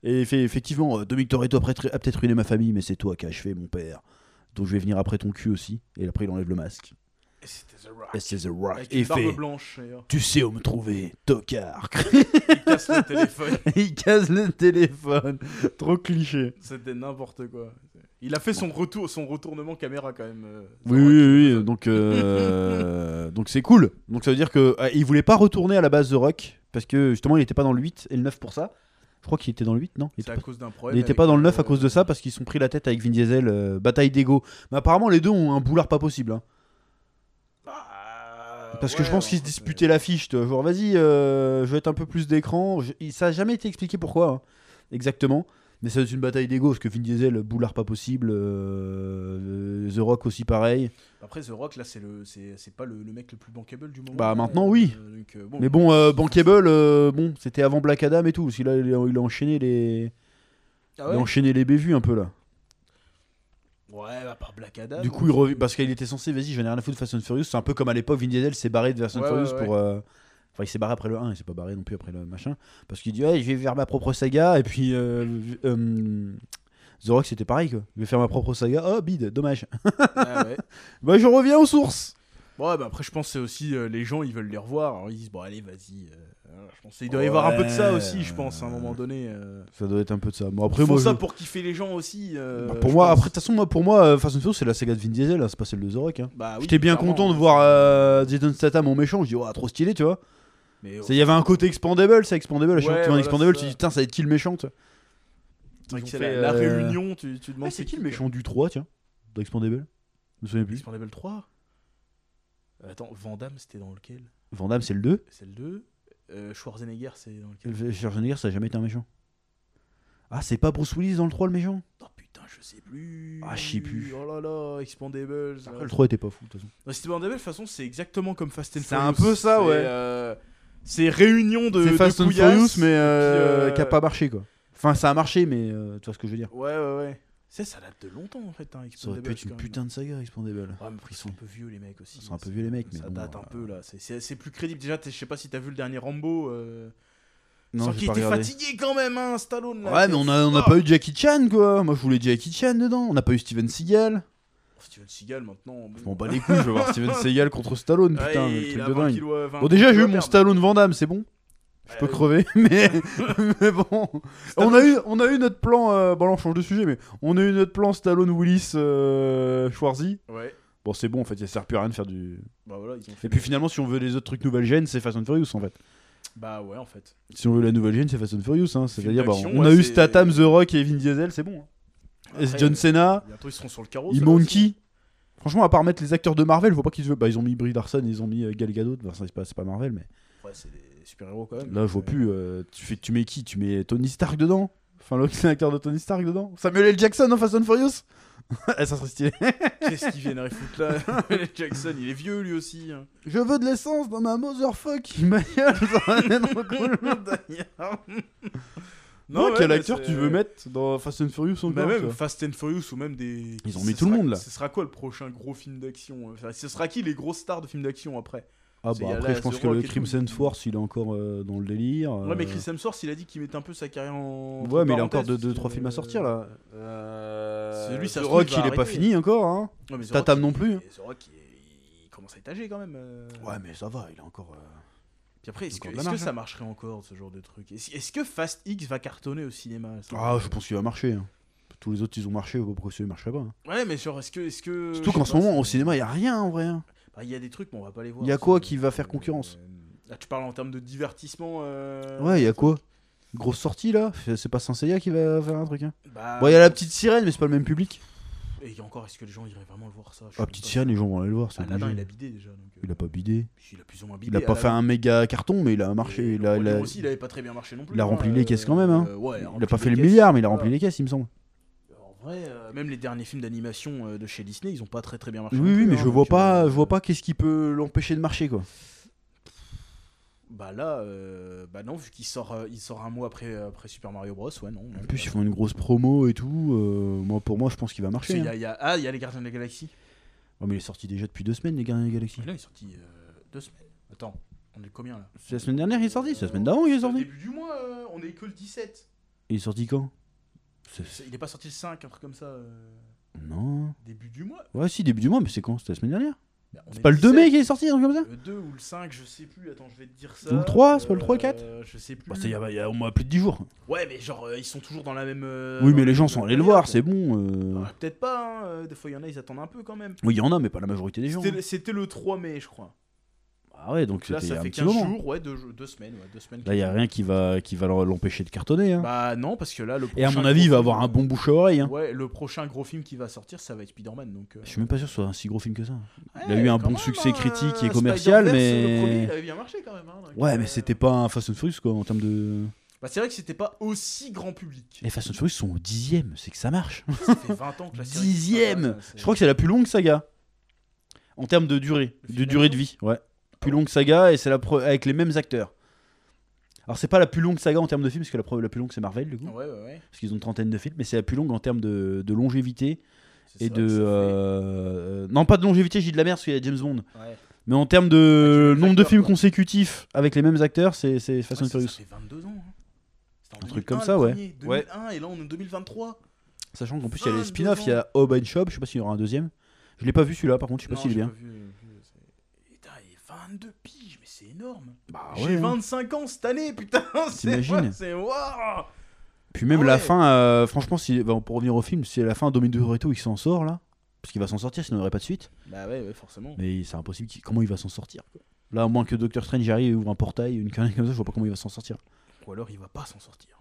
S1: Et il fait effectivement, euh, Dominic Toretto a peut-être- a peut-être ruiné ma famille, mais c'est toi qui as achevé mon père. Donc je vais venir après ton cul aussi. Et après, il enlève le masque.
S2: Et C'était The Rock.
S1: Et c'est The Rock.
S2: Avec
S1: Et
S2: une
S1: il fait.
S2: barbe blanche d'ailleurs.
S1: Tu sais où me trouver, tocard.
S2: Il casse le téléphone.
S1: il casse le téléphone. Trop cliché.
S2: C'était n'importe quoi. Il a fait son retour, son retournement caméra quand même. euh, The
S1: Oui,
S2: Rock.
S1: oui, oui. Donc, euh, donc c'est cool. Donc ça veut dire que euh, il voulait pas retourner à la base The Rock parce que justement il était pas dans le 8 et le 9 pour ça. Je crois qu'il était dans le 8, non Il
S2: C'est
S1: était
S2: à
S1: pas-
S2: cause d'un
S1: il
S2: problème.
S1: n'était
S2: avec,
S1: pas dans le 9 à
S2: euh,
S1: cause de ça parce qu'ils se sont pris la tête avec Vin Diesel, euh, bataille d'ego. Mais apparemment les deux ont un boulard pas possible. hein.
S2: bah,
S1: Parce que je
S2: ouais,
S1: pense
S2: en
S1: qu'ils se
S2: fait,
S1: disputaient l'affiche. tu vois, Genre vas-y, euh, je vais être un peu plus d'écran. Je- il- Ça a jamais été expliqué pourquoi hein, exactement. Mais ça doit être une bataille d'ego parce que Vin Diesel, boulard pas possible, euh, The Rock aussi pareil.
S2: euh, Après The Rock là c'est le c'est c'est pas le, le mec le plus bankable du moment.
S1: Bah,
S2: là,
S1: maintenant,
S2: euh,
S1: oui.
S2: donc, euh, bon,
S1: Mais bon, euh, Bankable, euh, bon, c'était avant Black Adam et tout. Parce que là, il a, il a enchaîné les, il
S2: Ah ouais.
S1: a enchaîné les bévues un peu là.
S2: Ouais, à part Black Adam.
S1: du coup, il revient parce qu'il était censé, vas-y, j'en ai rien à foutre de Fast and Furious. C'est un peu comme à l'époque, Vin Diesel s'est barré de Fast and
S2: Ouais,
S1: Furious
S2: ouais, ouais.
S1: pour. euh, Enfin, il s'est barré après le 1, il s'est pas barré non plus après le machin. Parce qu'il dit, ouais, je vais faire ma propre saga. Et puis, euh, euh, The Rock, c'était pareil, quoi. Je vais faire ma propre saga. Oh, bide, dommage.
S2: Ah ouais.
S1: Bah, je reviens aux sources.
S2: Ouais, bah après, je pense que c'est aussi euh, les gens, ils veulent les revoir. Alors ils disent, bon, allez, vas-y. euh, alors, je pense qu'il doit y avoir un peu de ça
S1: Ouais.
S2: aussi, je pense, à un moment donné. euh.
S1: Ça doit être un peu de ça. Bon,
S2: Ils
S1: après,
S2: font
S1: moi,
S2: ça
S1: je-
S2: pour kiffer les gens aussi. euh,
S1: Bah, pour
S2: je
S1: moi,
S2: pense.
S1: après, de toute façon, moi, pour moi, euh, Fast and Furious, c'est la saga de Vin Diesel, hein, c'est pas celle de The Rock. hein.
S2: Bah oui,
S1: J'étais bien
S2: clairement.
S1: content de voir euh, Jason Statham en méchant. Je dis, ouais, trop stylé, tu vois.
S2: Mais,
S1: C'est- Il y avait un côté expandable, ça, expandable. À chaque
S2: Ouais,
S1: fois que tu vois un
S2: voilà,
S1: expandable,
S2: c'est
S1: tu dis,
S2: ça.
S1: putain, ça va être qui le méchant, tu vois.
S2: c'est
S1: ils
S2: vrai que
S1: ont
S2: oh, c'est
S1: fait,
S2: la, la
S1: euh,
S2: réunion, tu, tu demandes
S1: Ah, c'est qui le méchant du 3, tiens D'Expandable Je me souviens plus.
S2: Expandable 3 Euh, Attends, Vandame, c'était dans lequel
S1: Van Damme, c'est le 2.
S2: C'est le 2 euh, Schwarzenegger, c'est dans lequel
S1: Schwarzenegger, ça a jamais été un méchant. Ah, c'est pas Bruce Willis dans le 3 le méchant
S2: Oh putain, je sais plus.
S1: Ah, je sais plus.
S2: Oh là là, Expandables.
S1: Après,
S2: euh,
S1: le 3 était pas fou, de toute façon.
S2: Non, City Bundle, de toute façon, c'est exactement comme Fast and
S1: C'est
S2: Furious.
S1: un peu ça,
S2: C'est,
S1: ouais.
S2: euh, c'est réunion de.
S1: C'est
S2: de
S1: Fast and
S2: couillasses.
S1: Furious, mais euh,
S2: Euh, puis, euh,
S1: qui a pas marché, quoi. Enfin, ça a marché, mais euh, tu vois ce que je veux dire.
S2: Ouais, ouais, ouais. Ça, ça date de longtemps en fait. Hein,
S1: Ça aurait pu être une putain de saga, Expandable.
S2: Ouais, Ah, mais après, ils sont un peu vieux les mecs aussi.
S1: Ils sont un peu vieux, les mecs, mais
S2: Ça
S1: bon,
S2: date hein. un
S1: euh,
S2: peu là. C'est- C'est c'est plus crédible. Déjà, t'es- je sais pas si t'as vu le dernier Rambo. Euh...
S1: Non,
S2: sans
S1: j'ai
S2: qu'il
S1: pas
S2: était
S1: regardé.
S2: fatigué quand même, hein, Stallone. Là,
S1: Ouais,
S2: t'es-
S1: mais on a, on a
S2: Oh
S1: pas eu Jackie Chan, quoi. Moi, je voulais Jackie Chan dedans. On n'a pas eu Steven Seagal.
S2: Steven Seagal maintenant.
S1: Je m'en bats les couilles, je veux voir Steven Seagal contre Stallone, putain, le truc de dingue. Bon,
S2: Bon,
S1: déjà, j'ai eu mon Stallone Vandame, c'est bon. Je peux crever, mais, mais bon. On a, eu, on a eu notre plan. euh, bon, là, on change de sujet, mais on a eu notre plan Stallone, Willis, euh, Schwarzy.
S2: Ouais.
S1: Bon, c'est bon, en fait, ça sert plus à rien de faire du.
S2: Bah voilà, ils ont fait.
S1: Et puis finalement, si on veut les autres trucs nouvelle gêne, c'est Fast and Furious, en fait.
S2: Bah ouais, en fait.
S1: Si on veut la nouvelle gêne, c'est Fast and Furious, hein. C'est-à-dire, bah,
S2: d'action,
S1: on
S2: ouais,
S1: a eu
S2: c'est-
S1: Statham, The Rock et Vin Diesel, c'est bon. hein. Et
S2: Après,
S1: John
S2: euh,
S1: Cena.
S2: Bientôt, ils seront sur le carreau.
S1: Ils
S2: ça, aussi.
S1: Monkey. Franchement, à part mettre les acteurs de Marvel, je vois pas qu'ils se- bah, ils ont mis Brie Larson, ils ont mis euh, Gal Gadot. Enfin, c'est pas, c'est pas Marvel, mais
S2: Ouais, c'est des super-héros quand même.
S1: là, je vois
S2: Euh,
S1: plus. euh, tu, fais, tu mets qui Tu mets Tony Stark dedans Enfin, l'autre, c'est l'acteur de Tony Stark dedans Samuel L. Jackson en Fast and Furious Eh, Ça serait stylé.
S2: Qu'est-ce qu'ils viennent à foutre là Le Jackson, il est vieux lui aussi. hein.
S1: Je veux de l'essence dans ma motherfuck. Ma gueule, ça va être cool. Non,
S2: ouais,
S1: quel
S2: mais
S1: acteur
S2: c'est- euh,
S1: tu veux mettre dans Fast and Furious encore
S2: Bah,
S1: tu
S2: même
S1: vois
S2: Fast and Furious ou même des.
S1: Ils ont
S2: Ce
S1: mis tout le
S2: sera-
S1: monde, là.
S2: Ce sera quoi le prochain gros film d'action euh enfin, Ce sera qui les grosses stars de films d'action après
S1: Ah,
S2: c'est-
S1: bah
S2: y a
S1: après,
S2: la
S1: je pense
S2: The
S1: que
S2: Rock
S1: le
S2: et tout.
S1: Crimson Force, il est encore euh, dans le délire.
S2: Ouais, mais
S1: euh,
S2: Chris Hemsworth, il a dit qu'il mettait un peu sa carrière en.
S1: Ouais, mais il a encore
S2: parenthèse,
S1: 2-3
S2: parce que,
S1: films à sortir là.
S2: Celui, ça
S1: The
S2: se trouve,
S1: Rock,
S2: euh, il va
S1: il est pas
S2: arrêter.
S1: fini encore. Hein.
S2: euh, Ouais, mais The
S1: Tatam non
S2: Rock,
S1: plus,
S2: il-
S1: hein.
S2: The Rock, il, il commence à être âgé quand même. euh.
S1: mais ça va, il est encore. euh,
S2: Puis après, est-ce que,
S1: encore de la
S2: est-ce que
S1: marge, hein.
S2: ça marcherait encore ce genre de truc Est-ce est-ce que Fast X va cartonner au cinéma ça
S1: Ah, je pense qu'il va marcher. hein. Tous les autres, ils ont marché, pourquoi ceux-là, ils marcheraient pas hein.
S2: Ouais, mais sur, est-ce que. Est que
S1: Surtout qu'en ce moment, au cinéma, il n'y a rien en vrai. hein.
S2: Bah, Il y a des trucs, mais on va pas les voir. Euh,
S1: Il y a quoi qui va faire concurrence
S2: Là, tu parles en termes de divertissement. euh,
S1: Ouais, il y a quoi Grosse sortie là C'est pas Senseiya qui va faire un truc. Hein.
S2: Bah,
S1: Bon, il y a la petite sirène, mais c'est pas le même public.
S2: Et encore, est-ce que les gens iraient vraiment le voir ça Je sais
S1: La
S2: même
S1: petite
S2: pas. Ah,
S1: sirène, les gens vont aller le voir. c'est
S2: Aladdin,
S1: obligé.
S2: il a bidé déjà. Donc, euh,
S1: Il a pas bidé.
S2: il a plus ou moins bidé.
S1: Il a pas fait
S2: Aladdin.
S1: un méga carton, mais il a marché.
S2: Et
S1: Il a, il
S2: Napoléon
S1: a-
S2: aussi, il avait pas très bien marché non plus.
S1: il a
S2: hein,
S1: rempli les caisses quand même, hein.
S2: euh, ouais,
S1: il a
S2: rempli
S1: pas
S2: les
S1: fait le
S2: caisses.
S1: milliard, mais il a rempli
S2: Voilà.
S1: les caisses, il me semble.
S2: En vrai, euh, même les derniers films d'animation euh, de chez Disney, ils ont pas très très bien marché.
S1: Oui,
S2: non
S1: oui,
S2: plus,
S1: mais
S2: hein,
S1: je vois
S2: donc,
S1: pas,
S2: euh,
S1: je vois pas qu'est-ce qui peut l'empêcher de marcher quoi.
S2: Bah là, euh, bah non, vu qu'il sort, euh, il sort un mois après, après Super Mario Bros, ouais, non. non,
S1: En plus, ils
S2: bah,
S1: font une grosse promo et tout. euh, moi, pour moi, je pense qu'il va
S2: parce qu'il
S1: marcher.
S2: y
S1: hein.
S2: a- il y a- Ah, il y a les Gardiens de la Galaxie.
S1: Oh, mais il est sorti déjà depuis deux semaines, les Gardiens de la Galaxie.
S2: Mais là, il est sorti euh, deux semaines. Attends, on est combien là
S1: C'est la semaine dernière qu'il est sorti, c'est la semaine d'avant qu'il est
S2: Au
S1: sorti.
S2: début du mois, euh, on est que le 17.
S1: Il est sorti quand C'est-
S2: C'est- Il est pas sorti le 5, un truc comme ça. euh,
S1: Non.
S2: début du mois.
S1: Ouais, si, début du mois, mais c'est quand C'était la semaine dernière
S2: Bah, on
S1: C'est
S2: est
S1: pas le 2 mai
S2: 17.
S1: qu'il est sorti, un truc comme ça Bah,
S2: Le 2 ou le 5, je sais plus. Attends, je vais te dire ça.
S1: Ou le 3, c'est pas le 3 ou le 4?
S2: Euh, Je sais plus.
S1: Bah, c'est il y, a- il y a au moins plus de 10 jours.
S2: Ouais, mais genre, euh, ils sont toujours dans la même. euh,
S1: oui,
S2: dans
S1: mais
S2: la
S1: les gens
S2: même
S1: sont allés le
S2: période,
S1: voir,
S2: quoi.
S1: c'est bon. euh.
S2: Ouais, Peut-être pas, hein, euh, des fois il y en a, ils attendent un peu quand même.
S1: Oui, il y en a, mais pas la majorité des gens.
S2: C'était c'était le 3 mai, je crois.
S1: Ah ouais, donc
S2: Là,
S1: c'était il y
S2: ça
S1: a un
S2: fait
S1: petit
S2: 15
S1: moment.
S2: jours, ouais, deux, jeux- deux semaines. Ouais, deux semaines
S1: Là, il y a rien qui va, qui va leur- l'empêcher de cartonner. hein.
S2: Bah non, parce que là, le
S1: et à
S2: prochain
S1: mon avis, il va
S2: gros film,
S1: avoir un bon bouche à oreille. hein.
S2: Ouais, le prochain gros film qui va sortir, ça va être Spider-Man. Donc, euh,
S1: Je suis même pas sûr que ce soit un si gros film que ça.
S2: ouais,
S1: il a eu un
S2: quand
S1: bon
S2: même,
S1: succès
S2: hein,
S1: critique et
S2: euh,
S1: commercial,
S2: Spider-Verse,
S1: mais-
S2: Le premier, il avait bien marché quand même. hein, donc,
S1: Ouais,
S2: euh,
S1: mais c'était pas un Fast and Furious quoi en termes de.
S2: Bah, c'est vrai que c'était pas aussi grand public.
S1: Les Fast and Furious sont au dixième, c'est que ça marche.
S2: ça fait 20 ans que la série. Ah
S1: dixième Je crois que c'est la plus longue saga. En termes de durée,
S2: Le film
S1: de durée de
S2: d'action
S1: vie, ouais. Plus longue saga et c'est la pre- avec les mêmes acteurs. Alors c'est pas la plus longue saga en termes de films, parce que la, pre- la plus longue c'est Marvel du coup,
S2: Ah Ouais, ouais, ouais.
S1: parce qu'ils ont une trentaine de films, mais c'est la plus longue en termes de, de longévité
S2: C'est
S1: et
S2: ça,
S1: de...
S2: ça fait-
S1: euh, Non pas de longévité, j'ai de la merde parce qu'il y a James Bond,
S2: Ouais. Ouais,
S1: mais en termes
S2: Ouais,
S1: de
S2: c'est les
S1: nombre de
S2: acteurs,
S1: films
S2: quoi.
S1: consécutifs avec les mêmes acteurs, c'est c'est Fast
S2: ça,
S1: and Furious.
S2: Ça fait 22 ans. hein. C'était en
S1: Un truc comme
S2: 2001,
S1: ça,
S2: le
S1: ouais.
S2: premier,
S1: Ouais.
S2: 2001, et là on est en 2023.
S1: Sachant qu'en plus il y a les
S2: 22
S1: spin-offs, il y a Hob and Shop, je sais pas s'il y aura un deuxième. Je l'ai pas vu celui-là par contre, je sais pas
S2: Non,
S1: s'il est
S2: j'ai
S1: bien.
S2: pas vu, euh, c'est- Putain, il est 22 piges, mais c'est énorme.
S1: Bah
S2: J'ai
S1: ouais, hein.
S2: 25 ans cette année, putain. c'est-
S1: T'imagines
S2: C'est waouh.
S1: Puis même
S2: Ah
S1: la
S2: ouais.
S1: fin, euh, franchement, si, bah, pour revenir au film, si à la fin Dominique Toretto il s'en sort là, parce qu'il va s'en sortir, sinon il n'y aurait pas de suite.
S2: Bah ouais, ouais, forcément.
S1: Mais c'est impossible, qu'il- comment il va s'en sortir quoi. Là, au moins que Doctor Strange arrive et ouvre un portail, une connerie comme ça, je vois pas comment il va s'en sortir.
S2: Ou alors il va pas s'en sortir.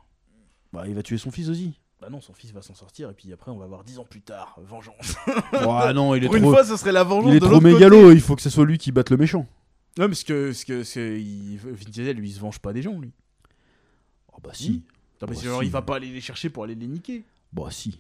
S1: Bah, il va tuer son fils aussi.
S2: Bah non, son fils va s'en sortir et puis après on va voir 10 ans plus tard, vengeance.
S1: Ouah, non, il est
S2: Pour une
S1: trop,
S2: fois, ce serait la vengeance
S1: il est
S2: de
S1: trop
S2: l'autre côté.
S1: mégalo, il faut que ce soit lui qui batte le méchant.
S2: Non, parce que, parce que, parce que il, Vin Diesel, lui, il se venge pas des gens, lui.
S1: Oh bah si,
S2: Non, parce
S1: Bah,
S2: que genre,
S1: si.
S2: il va pas aller les chercher pour aller les niquer.
S1: bah si.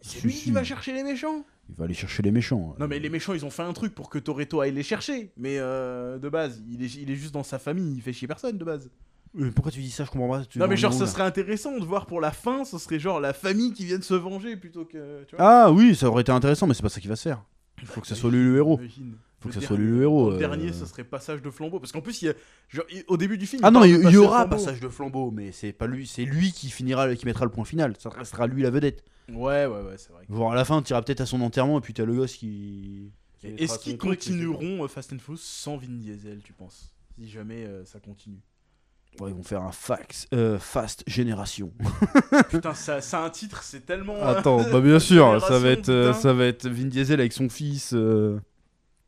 S2: C'est
S1: Si,
S2: lui
S1: si.
S2: qui va chercher les méchants.
S1: Il va aller chercher les méchants. Euh,
S2: Non mais les méchants ils ont fait un truc pour que Toretto aille les chercher. Mais euh, de base, il est, il est juste dans sa famille, il fait chier personne de base.
S1: Euh, Pourquoi tu dis ça Je comprends pas. tu-
S2: non mais genre
S1: non,
S2: ça
S1: là.
S2: serait intéressant de voir pour la fin, ce serait genre la famille qui vient de se venger plutôt que... Tu vois
S1: Ah oui, ça aurait été intéressant, mais c'est pas ça qui va se faire. Il faut que ça soit lui le héros.
S2: Imagine.
S1: Faut que
S2: Le
S1: ça soit
S2: dernier-
S1: lui le héros.
S2: Le
S1: Ah, euh.
S2: dernier ce serait passage de flambeau. Parce qu'en plus il y a... genre, il- au début du film...
S1: Ah non,
S2: parle
S1: il
S2: de
S1: il y,
S2: passer le
S1: aura
S2: flambeau.
S1: passage de flambeau, mais c'est pas lui, c'est lui qui finira, qui mettra le point final. Ça restera lui la vedette.
S2: Ouais ouais ouais c'est vrai.
S1: Voir à la fin, t'iras peut-être à son enterrement et puis t'as le gosse qui. qui mettra
S2: Est-ce
S1: son
S2: qu'ils
S1: truc, mais
S2: continueront euh, Fast and Furious sans Vin Diesel tu penses Si jamais euh, ça continue.
S1: c'est- Ouais, ils vont faire un fax, euh, fast génération.
S2: Putain ça, ça a un titre c'est tellement... hein.
S1: bah bien
S2: sûr, ça va être, euh, Ah. Génération, putain. ça
S1: va être Vin Diesel avec son fils. euh.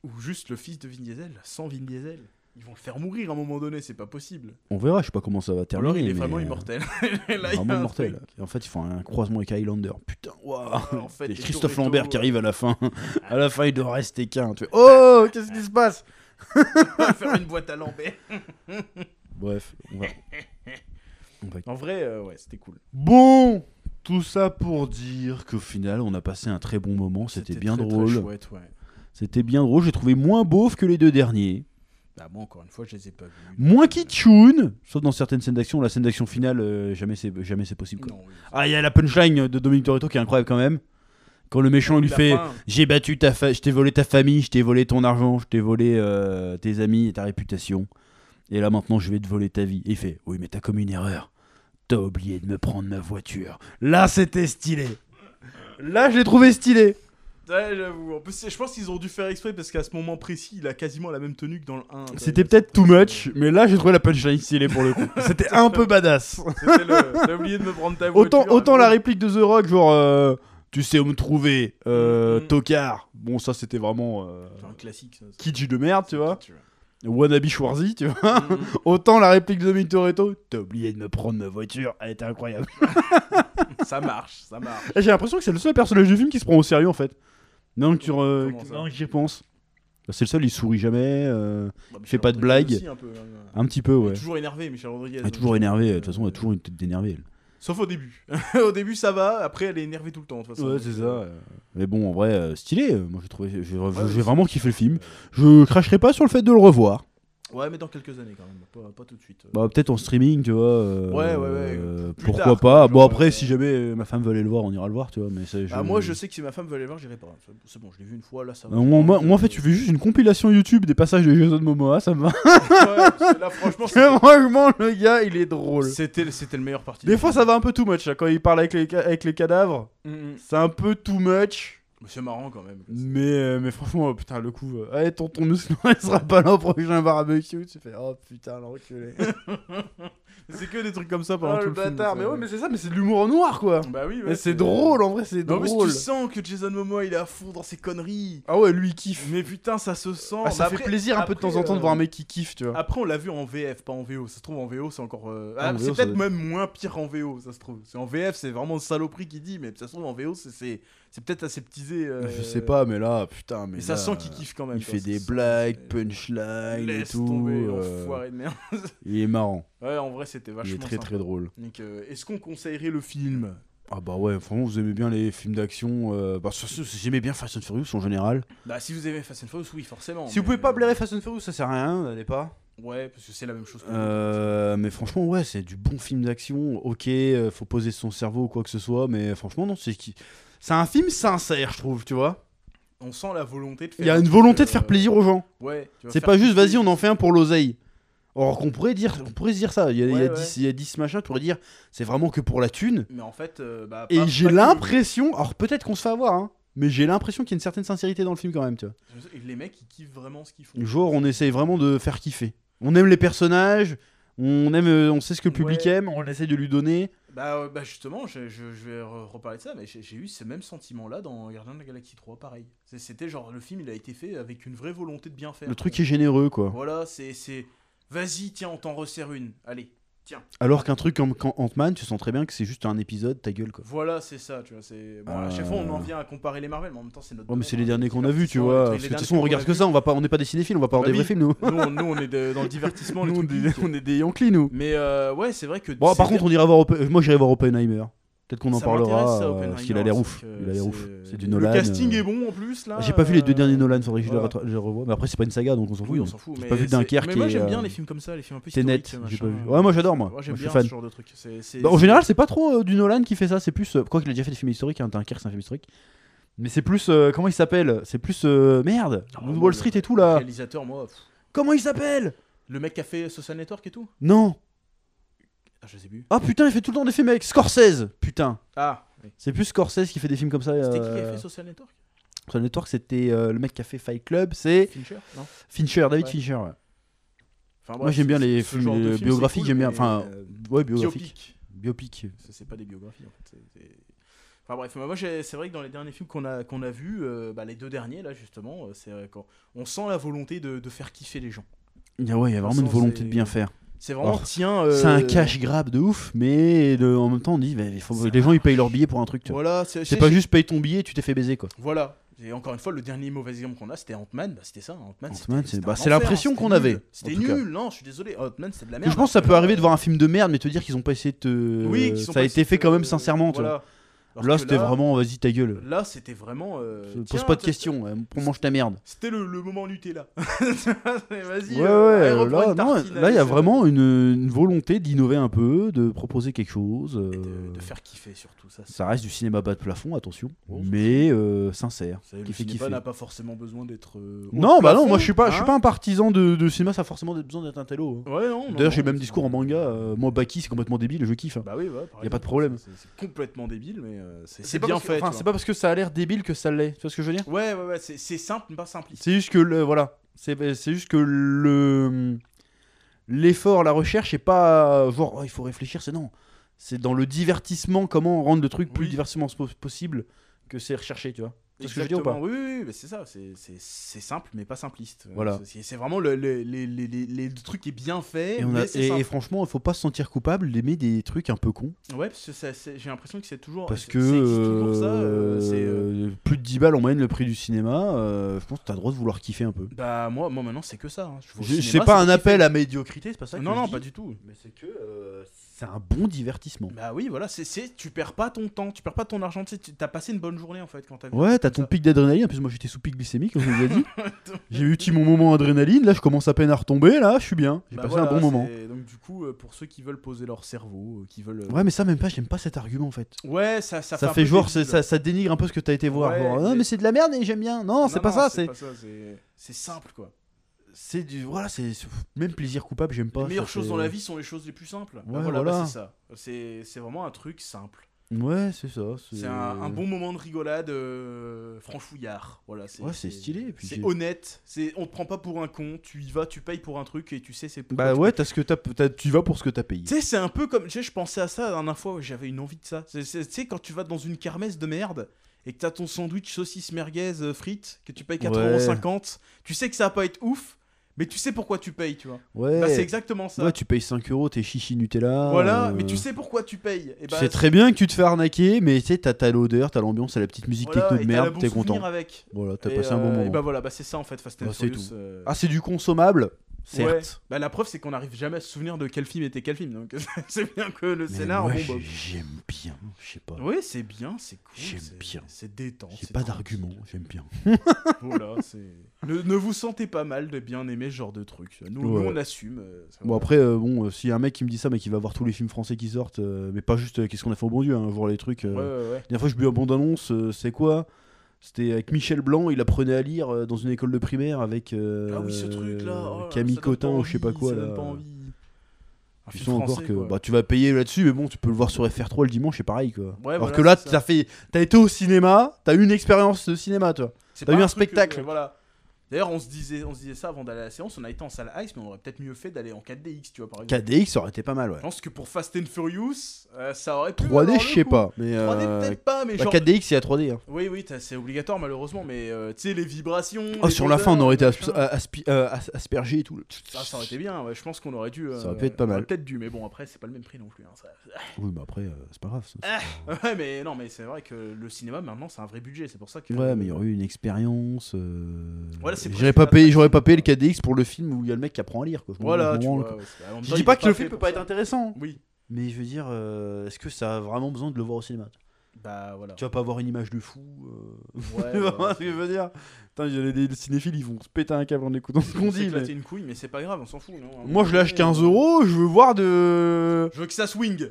S2: Ou juste le fils de Vin Diesel, sans Vin Diesel. Ils vont le faire mourir à un moment donné, c'est pas possible.
S1: On verra, je sais pas comment ça va
S2: Ou
S1: terminer.
S2: alors il est
S1: mais,
S2: vraiment
S1: euh,
S2: immortel. Et là, il y a
S1: Vraiment
S2: un
S1: immortel.
S2: truc.
S1: Et en fait, ils font un croisement avec Highlander. Putain, waouh.
S2: Ah, en fait,
S1: Et
S2: les
S1: Christophe
S2: Toretto,
S1: Lambert qui
S2: euh,
S1: arrive à la fin. à la fin, il doit rester qu'un. Tu fais, oh, qu'est-ce qui se passe
S2: faire une boîte à Lambert.
S1: Bref, on va. On va
S2: En vrai, euh, ouais, c'était cool.
S1: Bon, tout ça pour dire qu'au final, on a passé un très bon moment. C'était bien
S2: très, très
S1: drôle.
S2: chouette, ouais.
S1: C'était bien drôle. J'ai trouvé moins beauf que les deux derniers.
S2: Bah, moi, encore une fois, je les ai pas vus.
S1: Moins kitschoun, sauf dans certaines scènes d'action. La scène d'action finale, euh, jamais c'est jamais c'est possible. quoi.
S2: Non, oui.
S1: Ah, il y a la punchline de Dominique Toretto qui est incroyable quand même. Quand le méchant il lui
S2: La
S1: fait
S2: fin,
S1: J'ai battu ta fa- je t'ai volé ta famille, je t'ai volé ton argent, je t'ai volé euh, tes amis et ta réputation. Et là maintenant, je vais te voler ta vie. Et il fait Oui, mais t'as commis une erreur. T'as oublié de me prendre ma voiture. Là, c'était stylé. Là, je l'ai trouvé stylé.
S2: Ouais, j'avoue. En plus, je pense qu'ils ont dû faire exprès parce qu'à ce moment précis, il a quasiment la même tenue que dans le 1.
S1: C'était peut-être too much, mais là j'ai trouvé la punchline stylée pour le coup. C'était un peu badass.
S2: C'était le- T'as oublié de me prendre ta voiture. hein.
S1: Autant, autant la réplique de The Rock, genre euh, tu sais où me trouver, euh,
S2: Mhm.
S1: tocard. Bon, ça c'était vraiment euh,
S2: C'est un classique, ça. ça.
S1: kitsch de merde, Ah, tu vois.
S2: Tu vois.
S1: Wannabe Schwarzy, tu vois.
S2: Mm, mm.
S1: Autant la réplique de Mitoreto, t'as oublié de me prendre ma voiture, elle était incroyable.
S2: ça marche, ça marche.
S1: Eh, J'ai l'impression que c'est le seul personnage du film qui se prend au sérieux en fait. Non, que tu re-
S2: Comment ça
S1: non, que j'y pense. C'est le seul, il sourit jamais. euh,
S2: Bah, Michel
S1: Fais pas de
S2: Rodriguez
S1: blagues.
S2: aussi, un peu, hein.
S1: un petit peu,
S2: Il est
S1: ouais.
S2: Toujours énervé, Michel Rodriguez.
S1: Elle est toujours énervée, de toute façon, elle a toujours une tête d'énervée. elle.
S2: Sauf au début. au début, ça va. Après, elle est énervée tout le temps. de toute façon.
S1: Ouais, c'est ça. euh. Mais bon, en vrai, euh, stylé. euh, Moi, j'ai trouvé, j'ai- j'ai
S2: ouais,
S1: j'ai vraiment kiffé le film. Je cracherai pas sur le fait de le revoir.
S2: Euh, Ouais, mais dans quelques années quand même. Pas, pas tout de suite.
S1: Bah, peut-être en streaming, tu vois. euh,
S2: Ouais, ouais, ouais,
S1: euh,
S2: plus
S1: pourquoi
S2: tard,
S1: pas.
S2: quoi,
S1: Bon,
S2: genre,
S1: après,
S2: euh,
S1: si jamais euh, ma femme veut aller le voir, on ira le voir, tu vois. Mais ça, je...
S2: Ah, moi, je sais que si ma femme veut aller voir, j'irai pas. C'est- C'est bon, je l'ai vu une fois, là, ça va.
S1: Euh, Moi, moi- moi, en fait, tu fais juste une compilation YouTube des passages de Jason Momoa, ça me va.
S2: Ouais, c'est- là, franchement, c'était-
S1: Franchement, le gars, il est drôle.
S2: c'était c'était le meilleur parti.
S1: Des fois, ça va un peu too much. là, Quand il parle avec les, ca- avec les cadavres,
S2: Mm, mm.
S1: c'est un peu too much.
S2: Mais C'est marrant quand même.
S1: Mais, euh, mais franchement, oh, putain, le coup, euh, Allez, tonton nous il sera pas là au prochain barbecue. Tu fais, oh putain, l'enculé.
S2: C'est que des trucs comme ça
S1: Oh
S2: pendant tout
S1: le
S2: Ah, le film,
S1: bâtard,
S2: ça.
S1: mais ouais, mais c'est ça, mais c'est de l'humour noir quoi.
S2: Bah oui, ouais,
S1: Mais c'est drôle en vrai, c'est
S2: Non, mais si
S1: drôle.
S2: tu sens que Jason Momoa il est à fond dans ses conneries.
S1: Ah ouais, lui il kiffe.
S2: Mais putain, ça se sent.
S1: Ah, ça
S2: Mais
S1: fait
S2: après-
S1: plaisir un peu de
S2: après,
S1: temps en temps de
S2: euh,
S1: voir un mec qui kiffe, tu vois.
S2: Après, on l'a vu en VF, pas en VO. Ça se trouve, en VO, c'est encore. euh,
S1: Ah,
S2: ah,
S1: en VO,
S2: c'est
S1: ça
S2: peut-être
S1: doit
S2: même moins pire en VO, ça se trouve. C'est en VF, c'est vraiment le saloperie qui dit, mais ça se trouve, en VO, c'est- c'est c'est peut-être aseptisé. euh,
S1: Je sais pas, mais là, putain, mais.
S2: Mais ça
S1: là,
S2: sent qu'il kiffe quand même.
S1: Il
S2: quoi,
S1: fait
S2: ça
S1: des
S2: sent-
S1: blagues,
S2: c'est-
S1: punchlines et
S2: Laisse
S1: tout.
S2: tomber,
S1: euh,
S2: enfoiré de merde.
S1: il est marrant,
S2: ouais, en vrai, c'était vachement.
S1: il est très
S2: sympa.
S1: très drôle.
S2: Donc, euh, est-ce qu'on conseillerait le film
S1: Ah bah ouais, franchement, vous aimez bien les films d'action. euh, bah, surtout, si j'aimais bien Fast and Furious en général.
S2: Bah, si vous aimez Fast and Furious, oui, forcément.
S1: Oh, Si vous
S2: mais- euh,
S1: pouvez pas blairer Fast and Furious, ça sert à rien, n'allez pas.
S2: Ouais, parce que c'est la même chose que.
S1: Euh, mais franchement, ouais, c'est du bon film d'action. Ok, euh, faut poser son cerveau ou quoi que ce soit, mais franchement, non, c'est qui. C'est un film sincère, je trouve, tu vois.
S2: On sent la volonté de faire.
S1: Il y a
S2: un
S1: une
S2: truc,
S1: volonté de
S2: euh,
S1: faire plaisir aux gens.
S2: Ouais. tu vas
S1: C'est
S2: faire
S1: pas juste,
S2: kiffer.
S1: vas-y, on en fait un pour l'oseille. Or, qu'on pourrait dire, on pourrait se dire ça. Il y a, il y a
S2: Ouais,
S1: 10, il y a 10 machins, tu pourrais dire, c'est vraiment que pour la thune.
S2: Mais en fait, euh, bah. pas-
S1: Et j'ai
S2: pas que-
S1: l'impression, alors peut-être qu'on se fait avoir, hein, mais j'ai l'impression qu'il y a une certaine sincérité dans le film quand même, tu vois.
S2: Et Les mecs, ils kiffent vraiment ce qu'ils font.
S1: Genre, on essaye vraiment de faire kiffer. On aime les personnages, on aime, euh, on sait ce que le public
S2: Ouais.
S1: aime, on essaye de lui donner.
S2: Bah, euh, bah justement, je, je- je vais re- reparler de ça, mais j'ai j'ai eu ce même sentiment-là dans Gardien de la Galaxie 3, pareil. C'est- C'était genre, le film, il a été fait avec une vraie volonté de bien faire.
S1: Le truc est généreux, quoi.
S2: Voilà, c'est... c'est- Vas-y, tiens, on t'en resserre une. Allez.
S1: Alors qu'un truc comme Can- Ant-Man, tu sens très bien que c'est juste un épisode, ta gueule quoi.
S2: Voilà, c'est ça, tu vois. c'est- Bon, à chaque fois, on en vient à comparer les Marvel, mais en même temps, c'est notre...
S1: Euh. Ouais, Oh, mais c'est
S2: domaine,
S1: les
S2: hein,
S1: derniers
S2: le
S1: qu'on a vus, tu
S2: divertissement,
S1: vois.
S2: les
S1: Parce que de
S2: derniers
S1: toute façon, on
S2: qu'on
S1: regarde
S2: a
S1: que
S2: vus.
S1: ça, on va pas, on n'est pas des cinéphiles, on va pas voir des
S2: Bah oui.
S1: vrais films, nous.
S2: Nous, on, nous, on est de- dans le divertissement, les
S1: Nous, on
S2: trucs
S1: est-
S2: geeks.
S1: on est des Yankees, nous.
S2: Mais euh, ouais, c'est vrai que...
S1: Bon, par
S2: c'est-
S1: contre, on ira voir. Oppen- Moi, j'irai voir Oppenheimer. Peut-être qu'on en
S2: ça m'intéresse,
S1: parlera.
S2: ça,
S1: euh,
S2: Oppenheimer,
S1: parce qu'il a l'air
S2: c'est
S1: ouf.
S2: que
S1: Il a l'air ouf.
S2: c'est-
S1: C'est du Nolan.
S2: Le casting
S1: euh,
S2: est bon, en plus, là.
S1: J'ai pas vu les deux
S2: euh,
S1: derniers Nolan, faudrait que je les
S2: voilà.
S1: retra- je les revoie. Mais après, c'est pas une saga, donc on s'en fout. hein.
S2: Oui, on
S1: mais-
S2: s'en fout.
S1: J'ai
S2: mais
S1: pas vu
S2: c'est-
S1: Dunkerque
S2: Mais moi
S1: et,
S2: j'aime bien
S1: euh,
S2: les films comme ça, les films un peu
S1: C'est net,
S2: historiques,
S1: j'ai pas
S2: machin.
S1: vu. Ouais, moi, j'adore, moi.
S2: Moi j'aime
S1: Je suis
S2: bien
S1: fan.
S2: ce genre de truc. C'est- c'est-
S1: Bah, en
S2: c'est-
S1: général, c'est pas trop euh, du Nolan qui fait ça, c'est plus. euh, quoi qu'il a déjà fait des films historiques, hein, Dunkerque, c'est un film historique. Mais c'est plus. euh, comment il s'appelle C'est plus. euh, merde
S2: Ah,
S1: Wall
S2: moi, le-
S1: Street et tout
S2: Le
S1: là
S2: réalisateur, moi. pff,
S1: Comment il s'appelle
S2: Le mec qui a fait Social Network et tout
S1: Non
S2: Ah, je sais plus.
S1: Ah putain, il fait tout le temps des films avec Scorsese Putain
S2: Ah, oui.
S1: C'est plus Scorsese qui fait des films comme ça.
S2: c'était qui
S1: euh,
S2: qui a fait Social Network
S1: Social Network, c'était euh, le mec qui a fait Fight Club, c'est
S2: Fincher Non
S1: Fincher, David
S2: Ouais.
S1: Fincher. ouais.
S2: Enfin,
S1: Moi, j'aime bien
S2: c'est-
S1: les
S2: ce
S1: films,
S2: genre de
S1: euh,
S2: c'est
S1: biographiques, j'aime bien,
S2: mais,
S1: enfin,
S2: euh,
S1: Ouais, biographique.
S2: biopic.
S1: Biopic.
S2: C'est c'est pas des biographies en fait. c'est- c'est- Enfin bref, moi j'ai- c'est vrai que dans les derniers films qu'on a, qu'on a vus, euh, bah, les deux derniers là justement, euh, c'est euh, quand on sent la volonté de, de faire kiffer les gens.
S1: Il y a, ouais, il y a vraiment
S2: façon,
S1: une volonté
S2: c'est-
S1: de bien faire.
S2: C'est vraiment
S1: Alors,
S2: tiens. euh,
S1: Oh, C'est un cash grab de ouf, mais de- en même temps, on dit, bah, il faut,
S2: Ça
S1: les gens ils payent leur billet pour un truc. tu vois.
S2: Voilà,
S1: C'est
S2: c'est-
S1: pas juste paye ton billet, tu t'es fait baiser quoi.
S2: Voilà. Et encore une fois, le dernier mauvais exemple qu'on a, c'était Ant-Man. Bah, c'était ça, Ant-Man. c'était-
S1: Ant-Man, c'est-
S2: c'était
S1: bah,
S2: un
S1: c'est
S2: enfer,
S1: l'impression
S2: c'était
S1: qu'on
S2: nul.
S1: avait,
S2: C'était
S1: en tout cas.
S2: nul, non, je suis désolé. Ant-Man, c'est de
S1: Parce
S2: la Ah, merde.
S1: que je pense que ça peut arriver de voir un film de merde, mais te dire qu'ils ont pas essayé de te.
S2: Oui, qu'ils sont
S1: ça a
S2: pas-
S1: été fait quand même
S2: euh,
S1: sincèrement. tu vois.
S2: voilà. Alors
S1: Là,
S2: que
S1: c'était vraiment, vas-y ta gueule.
S2: Là, c'était vraiment. euh,
S1: Pose
S2: tiens,
S1: pas de questions, euh, mange ta merde.
S2: C'était le, le moment Nutella.
S1: Ouais,
S2: Vas-y.
S1: ouais,
S2: euh, allez, reprends
S1: là,
S2: une
S1: non,
S2: tartine,
S1: là, il y a
S2: allez,
S1: vraiment une, une volonté d'innover un peu, de proposer quelque chose.
S2: c'est- et
S1: euh,
S2: De, de faire kiffer surtout ça.
S1: Ça reste du cinéma bas de plafond, attention,
S2: Oh,
S1: mais euh, sincère.
S2: c'est- Le
S1: Kiffer,
S2: cinéma
S1: kiffer.
S2: n'a pas forcément besoin d'être. euh, haut
S1: Non,
S2: de
S1: bah non,
S2: plafond,
S1: moi je suis pas, je suis
S2: hein.
S1: pas un partisan de, de cinéma, ça a forcément besoin d'être un télo. hein.
S2: Ouais, non. non,
S1: D'ailleurs, j'ai
S2: non,
S1: le même
S2: c'est-
S1: discours en manga. euh, moi, Baki, c'est complètement débile, je kiffe. hein.
S2: Bah oui, ouais, par
S1: Y a pas de
S2: exemple,
S1: problème.
S2: C'est c'est complètement débile, mais. mais euh, c'est c'est
S1: pas
S2: bien
S1: parce que-
S2: fait.
S1: enfin,
S2: tu
S1: c'est
S2: vois.
S1: pas parce que ça a l'air débile que ça l'est. Tu vois ce que je veux dire
S2: Ouais, ouais, ouais, c'est c'est simple, mais pas simpliste.
S1: C'est juste que le voilà, c'est euh, c'est juste que le hum, l'effort, la recherche est pas euh, genre oh, il faut réfléchir, c'est non. C'est dans le divertissement comment rendre le truc plus
S2: Oui.
S1: divertissement po- possible que c'est recherché, tu vois. Tu vois ce que je veux dire ou pas
S2: Exactement, Oui, oui, oui, mais c'est ça, c'est- c'est c'est simple, mais pas simpliste. Euh,
S1: Voilà.
S2: C'est c'est vraiment le, le- les- les- les- les- le truc qui est bien fait,
S1: Et, on a-
S2: mais c'est
S1: et- et
S2: simple.
S1: franchement, il faut pas se sentir coupable d'aimer des trucs un peu cons.
S2: Ouais, parce que ça- c'est- j'ai l'impression que c'est toujours.
S1: Parce
S2: c'est-
S1: que
S2: c'est existe toujours ça,
S1: euh,
S2: euh, c'est, euh,
S1: plus de 10 balles en moyenne le prix du cinéma, euh, je pense que t'as le droit de vouloir kiffer un peu.
S2: Bah, moi, moi maintenant, c'est que ça. hein. Je vais au
S1: Je-
S2: cinéma,
S1: C'est pas
S2: pour
S1: un
S2: kiffer.
S1: appel à médiocrité, c'est pas ça que
S2: Non,
S1: je
S2: non,
S1: dis.
S2: pas du tout.
S1: Mais c'est que euh, c'est un bon divertissement.
S2: Bah oui, voilà, c'est- c'est tu perds pas ton temps, tu perds pas ton argent, tu sais, tu- t'as passé une bonne journée en fait quand t'as vu un
S1: Ouais,
S2: truc
S1: t'as
S2: comme
S1: ton
S2: ça.
S1: pic d'adrénaline. En plus, moi j'étais sous pic glycémique, comme je vous l'ai dit. J'ai eu petit mon moment adrénaline. Là, je commence à peine à retomber. Là, je suis bien. J'ai
S2: Bah
S1: passé
S2: voilà,
S1: un bon moment.
S2: c'est- Donc du coup, euh, pour ceux qui veulent poser leur cerveau, euh, qui veulent. euh,
S1: Ouais, mais ça, même pas, j'aime pas cet argument en fait.
S2: Ouais, ça, ça,
S1: Ça,
S2: un
S1: fait
S2: peu
S1: genre,
S2: débile.
S1: c'est- ça, ça dénigre un peu ce que t'as été voir.
S2: Ouais,
S1: Genre,
S2: mais-
S1: non, mais c'est de la merde et j'aime bien. Non, c'est
S2: Non,
S1: pas
S2: non,
S1: ça. C'est
S2: pas ça, c'est- c'est simple quoi.
S1: c'est du. Voilà, c'est. c'est- Même plaisir coupable, j'aime pas.
S2: les meilleures
S1: Bah, ça,
S2: choses
S1: c'est-
S2: dans la vie sont les choses les plus simples. Bah
S1: Ouais,
S2: voilà, bah,
S1: voilà.
S2: c'est ça. C'est c'est vraiment un truc simple.
S1: Ouais, c'est ça.
S2: C'est un, un bon moment de rigolade euh, franchouillard. Voilà,
S1: Ouais, c'est stylé, et puis
S2: C'est
S1: j'ai-
S2: honnête. C'est on te prend pas pour un con. Tu y vas, tu payes pour un truc et tu sais c'est. pourquoi
S1: Bah
S2: tu
S1: ouais, t'as ce que t'as, t'as- tu vas pour ce que t'as payé.
S2: Tu sais, c'est un peu comme. Tu sais, je pensais à ça la dernière fois, j'avais une envie de ça. C'est- c'est- Tu sais, quand tu vas dans une kermesse de merde et que t'as ton sandwich saucisse merguez euh, frites, que tu payes 4,50€, tu sais que ça va pas être ouf, mais tu sais pourquoi tu payes, tu vois.
S1: Ouais.
S2: Bah, c'est exactement ça.
S1: Ouais, tu payes 5 euros, t'es chichi Nutella.
S2: Voilà,
S1: euh,
S2: mais tu sais pourquoi tu payes. Et
S1: Tu
S2: bah,
S1: sais très bien que tu te fais arnaquer, mais tu sais, t'as, t'as l'odeur, t'as l'ambiance, t'as la petite musique
S2: voilà,
S1: techno
S2: et
S1: de
S2: t'as le
S1: merde,
S2: bon
S1: t'es
S2: souvenir
S1: content.
S2: avec.
S1: Voilà, t'as
S2: Et,
S1: passé un
S2: euh,
S1: bon
S2: Et
S1: moment.
S2: bah voilà, bah c'est ça en fait, Fast and
S1: Bah, c'est
S2: Furious, euh,
S1: Ah, c'est du consommable
S2: ouais.
S1: Certes.
S2: Bah, la preuve, c'est qu'on n'arrive jamais à se souvenir de quel film était quel film. Donc, c'est bien que le
S1: Mais
S2: scénar.
S1: moi,
S2: bon,
S1: j'ai-
S2: bah,
S1: j'aime bien, je sais pas.
S2: Oui, c'est bien, c'est cool.
S1: J'aime
S2: c'est-
S1: bien.
S2: C'est détente.
S1: J'ai
S2: c'est
S1: pas
S2: tranquille.
S1: d'argument, j'aime bien.
S2: Voilà, c'est. Ne, ne vous sentez pas mal de bien aimer ce genre de truc. Nous, nous,
S1: Ouais.
S2: on assume. euh, ça
S1: Bon
S2: va.
S1: après, euh, bon, euh, s'il y a un mec qui me dit ça, mais qui va voir tous les films français qui sortent, euh, mais pas juste euh, qu'est-ce qu'on a fait au bon Dieu, hein, voir les trucs. euh,
S2: Ouais, ouais, ouais.
S1: La dernière fois, je bu un bande-annonce, euh, c'est quoi C'était avec Michel Blanc, il apprenait à lire euh, dans une école de primaire avec euh,
S2: ah oui, ce truc-là. oh là là,
S1: Camille
S2: ça donne
S1: Cotin
S2: pas
S1: ou je sais pas
S2: envie,
S1: quoi.
S2: Ça
S1: Là.
S2: donne pas envie. Un
S1: Puis
S2: film
S1: sont encore
S2: français,
S1: que
S2: quoi.
S1: bah, tu vas payer là-dessus, mais bon, tu peux le voir sur FR3 le dimanche, c'est pareil quoi.
S2: Ouais,
S1: Alors
S2: voilà,
S1: que là,
S2: c'est ça.
S1: t'as fait, t'as été au cinéma, t'as eu une expérience de cinéma, toi.
S2: C'est
S1: t'as
S2: pas
S1: eu un
S2: truc,
S1: spectacle.
S2: euh, voilà. D'ailleurs, on se disait, on se disait ça avant d'aller à la séance. On a été en salle Ice, mais on aurait peut-être mieux fait d'aller en 4DX, tu vois, par exemple.
S1: KDX ça aurait été pas mal, ouais.
S2: Je pense que pour Fast and Furious, euh, ça aurait pu. valoir
S1: 3D,
S2: le
S1: je sais
S2: coup.
S1: pas, mais
S2: 3D
S1: euh,
S2: peut-être pas, mais
S1: bah,
S2: genre
S1: 4DX c'est la 3D. hein.
S2: Oui, oui, t'as- c'est obligatoire malheureusement, mais euh, tu sais, les vibrations.
S1: Ah,
S2: les
S1: sur la
S2: odeurs,
S1: fin, on aurait été asp-
S2: machin.
S1: euh, aspi- euh, as- aspergé et tout. le-
S2: Ah, ça aurait été bien, ouais, je pense qu'on aurait dû. euh,
S1: Ça aurait pu être pas
S2: on aurait
S1: mal.
S2: Peut-être dû, mais bon, après, c'est pas le même prix non plus. hein, ça-
S1: Oui, mais après, euh, c'est pas grave. ça.
S2: ouais, mais non, mais c'est vrai que le cinéma maintenant, c'est un vrai budget, c'est pour ça que.
S1: Ouais, mais il y aurait eu une expérience. euh,
S2: Voilà, c'est
S1: J'aurais
S2: presque
S1: pas,
S2: la
S1: payé-
S2: traduction,
S1: j'aurais pas payé le
S2: quoi.
S1: KDX pour le film où il y a le mec qui apprend à lire. Quoi. Je m'en- je
S2: Voilà,
S1: m'en
S2: tu
S1: branle,
S2: vois.
S1: quoi.
S2: ouais, c'est- en même
S1: Je
S2: temps,
S1: dis
S2: il
S1: pas
S2: est
S1: que le
S2: fait
S1: film peut
S2: pour
S1: pas
S2: ça.
S1: être intéressant,
S2: Oui,
S1: mais je veux dire, euh, est-ce que ça a vraiment besoin de le voir au cinéma
S2: bah voilà.
S1: Tu vas pas avoir une image de fou. euh,
S2: Ouais,
S1: tu vois
S2: voilà,
S1: ce que je veux dire Putain, il y a des des cinéphiles, ils vont se péter un câble en écoutant ce qu'on
S2: On s'est
S1: dit. mais-
S2: éclaté une couille, mais c'est pas grave, on s'en fout. non, à un
S1: Moi,
S2: moment
S1: je lâche
S2: donné,
S1: 15
S2: euh,
S1: euros, je veux voir de.
S2: Je veux que ça swing.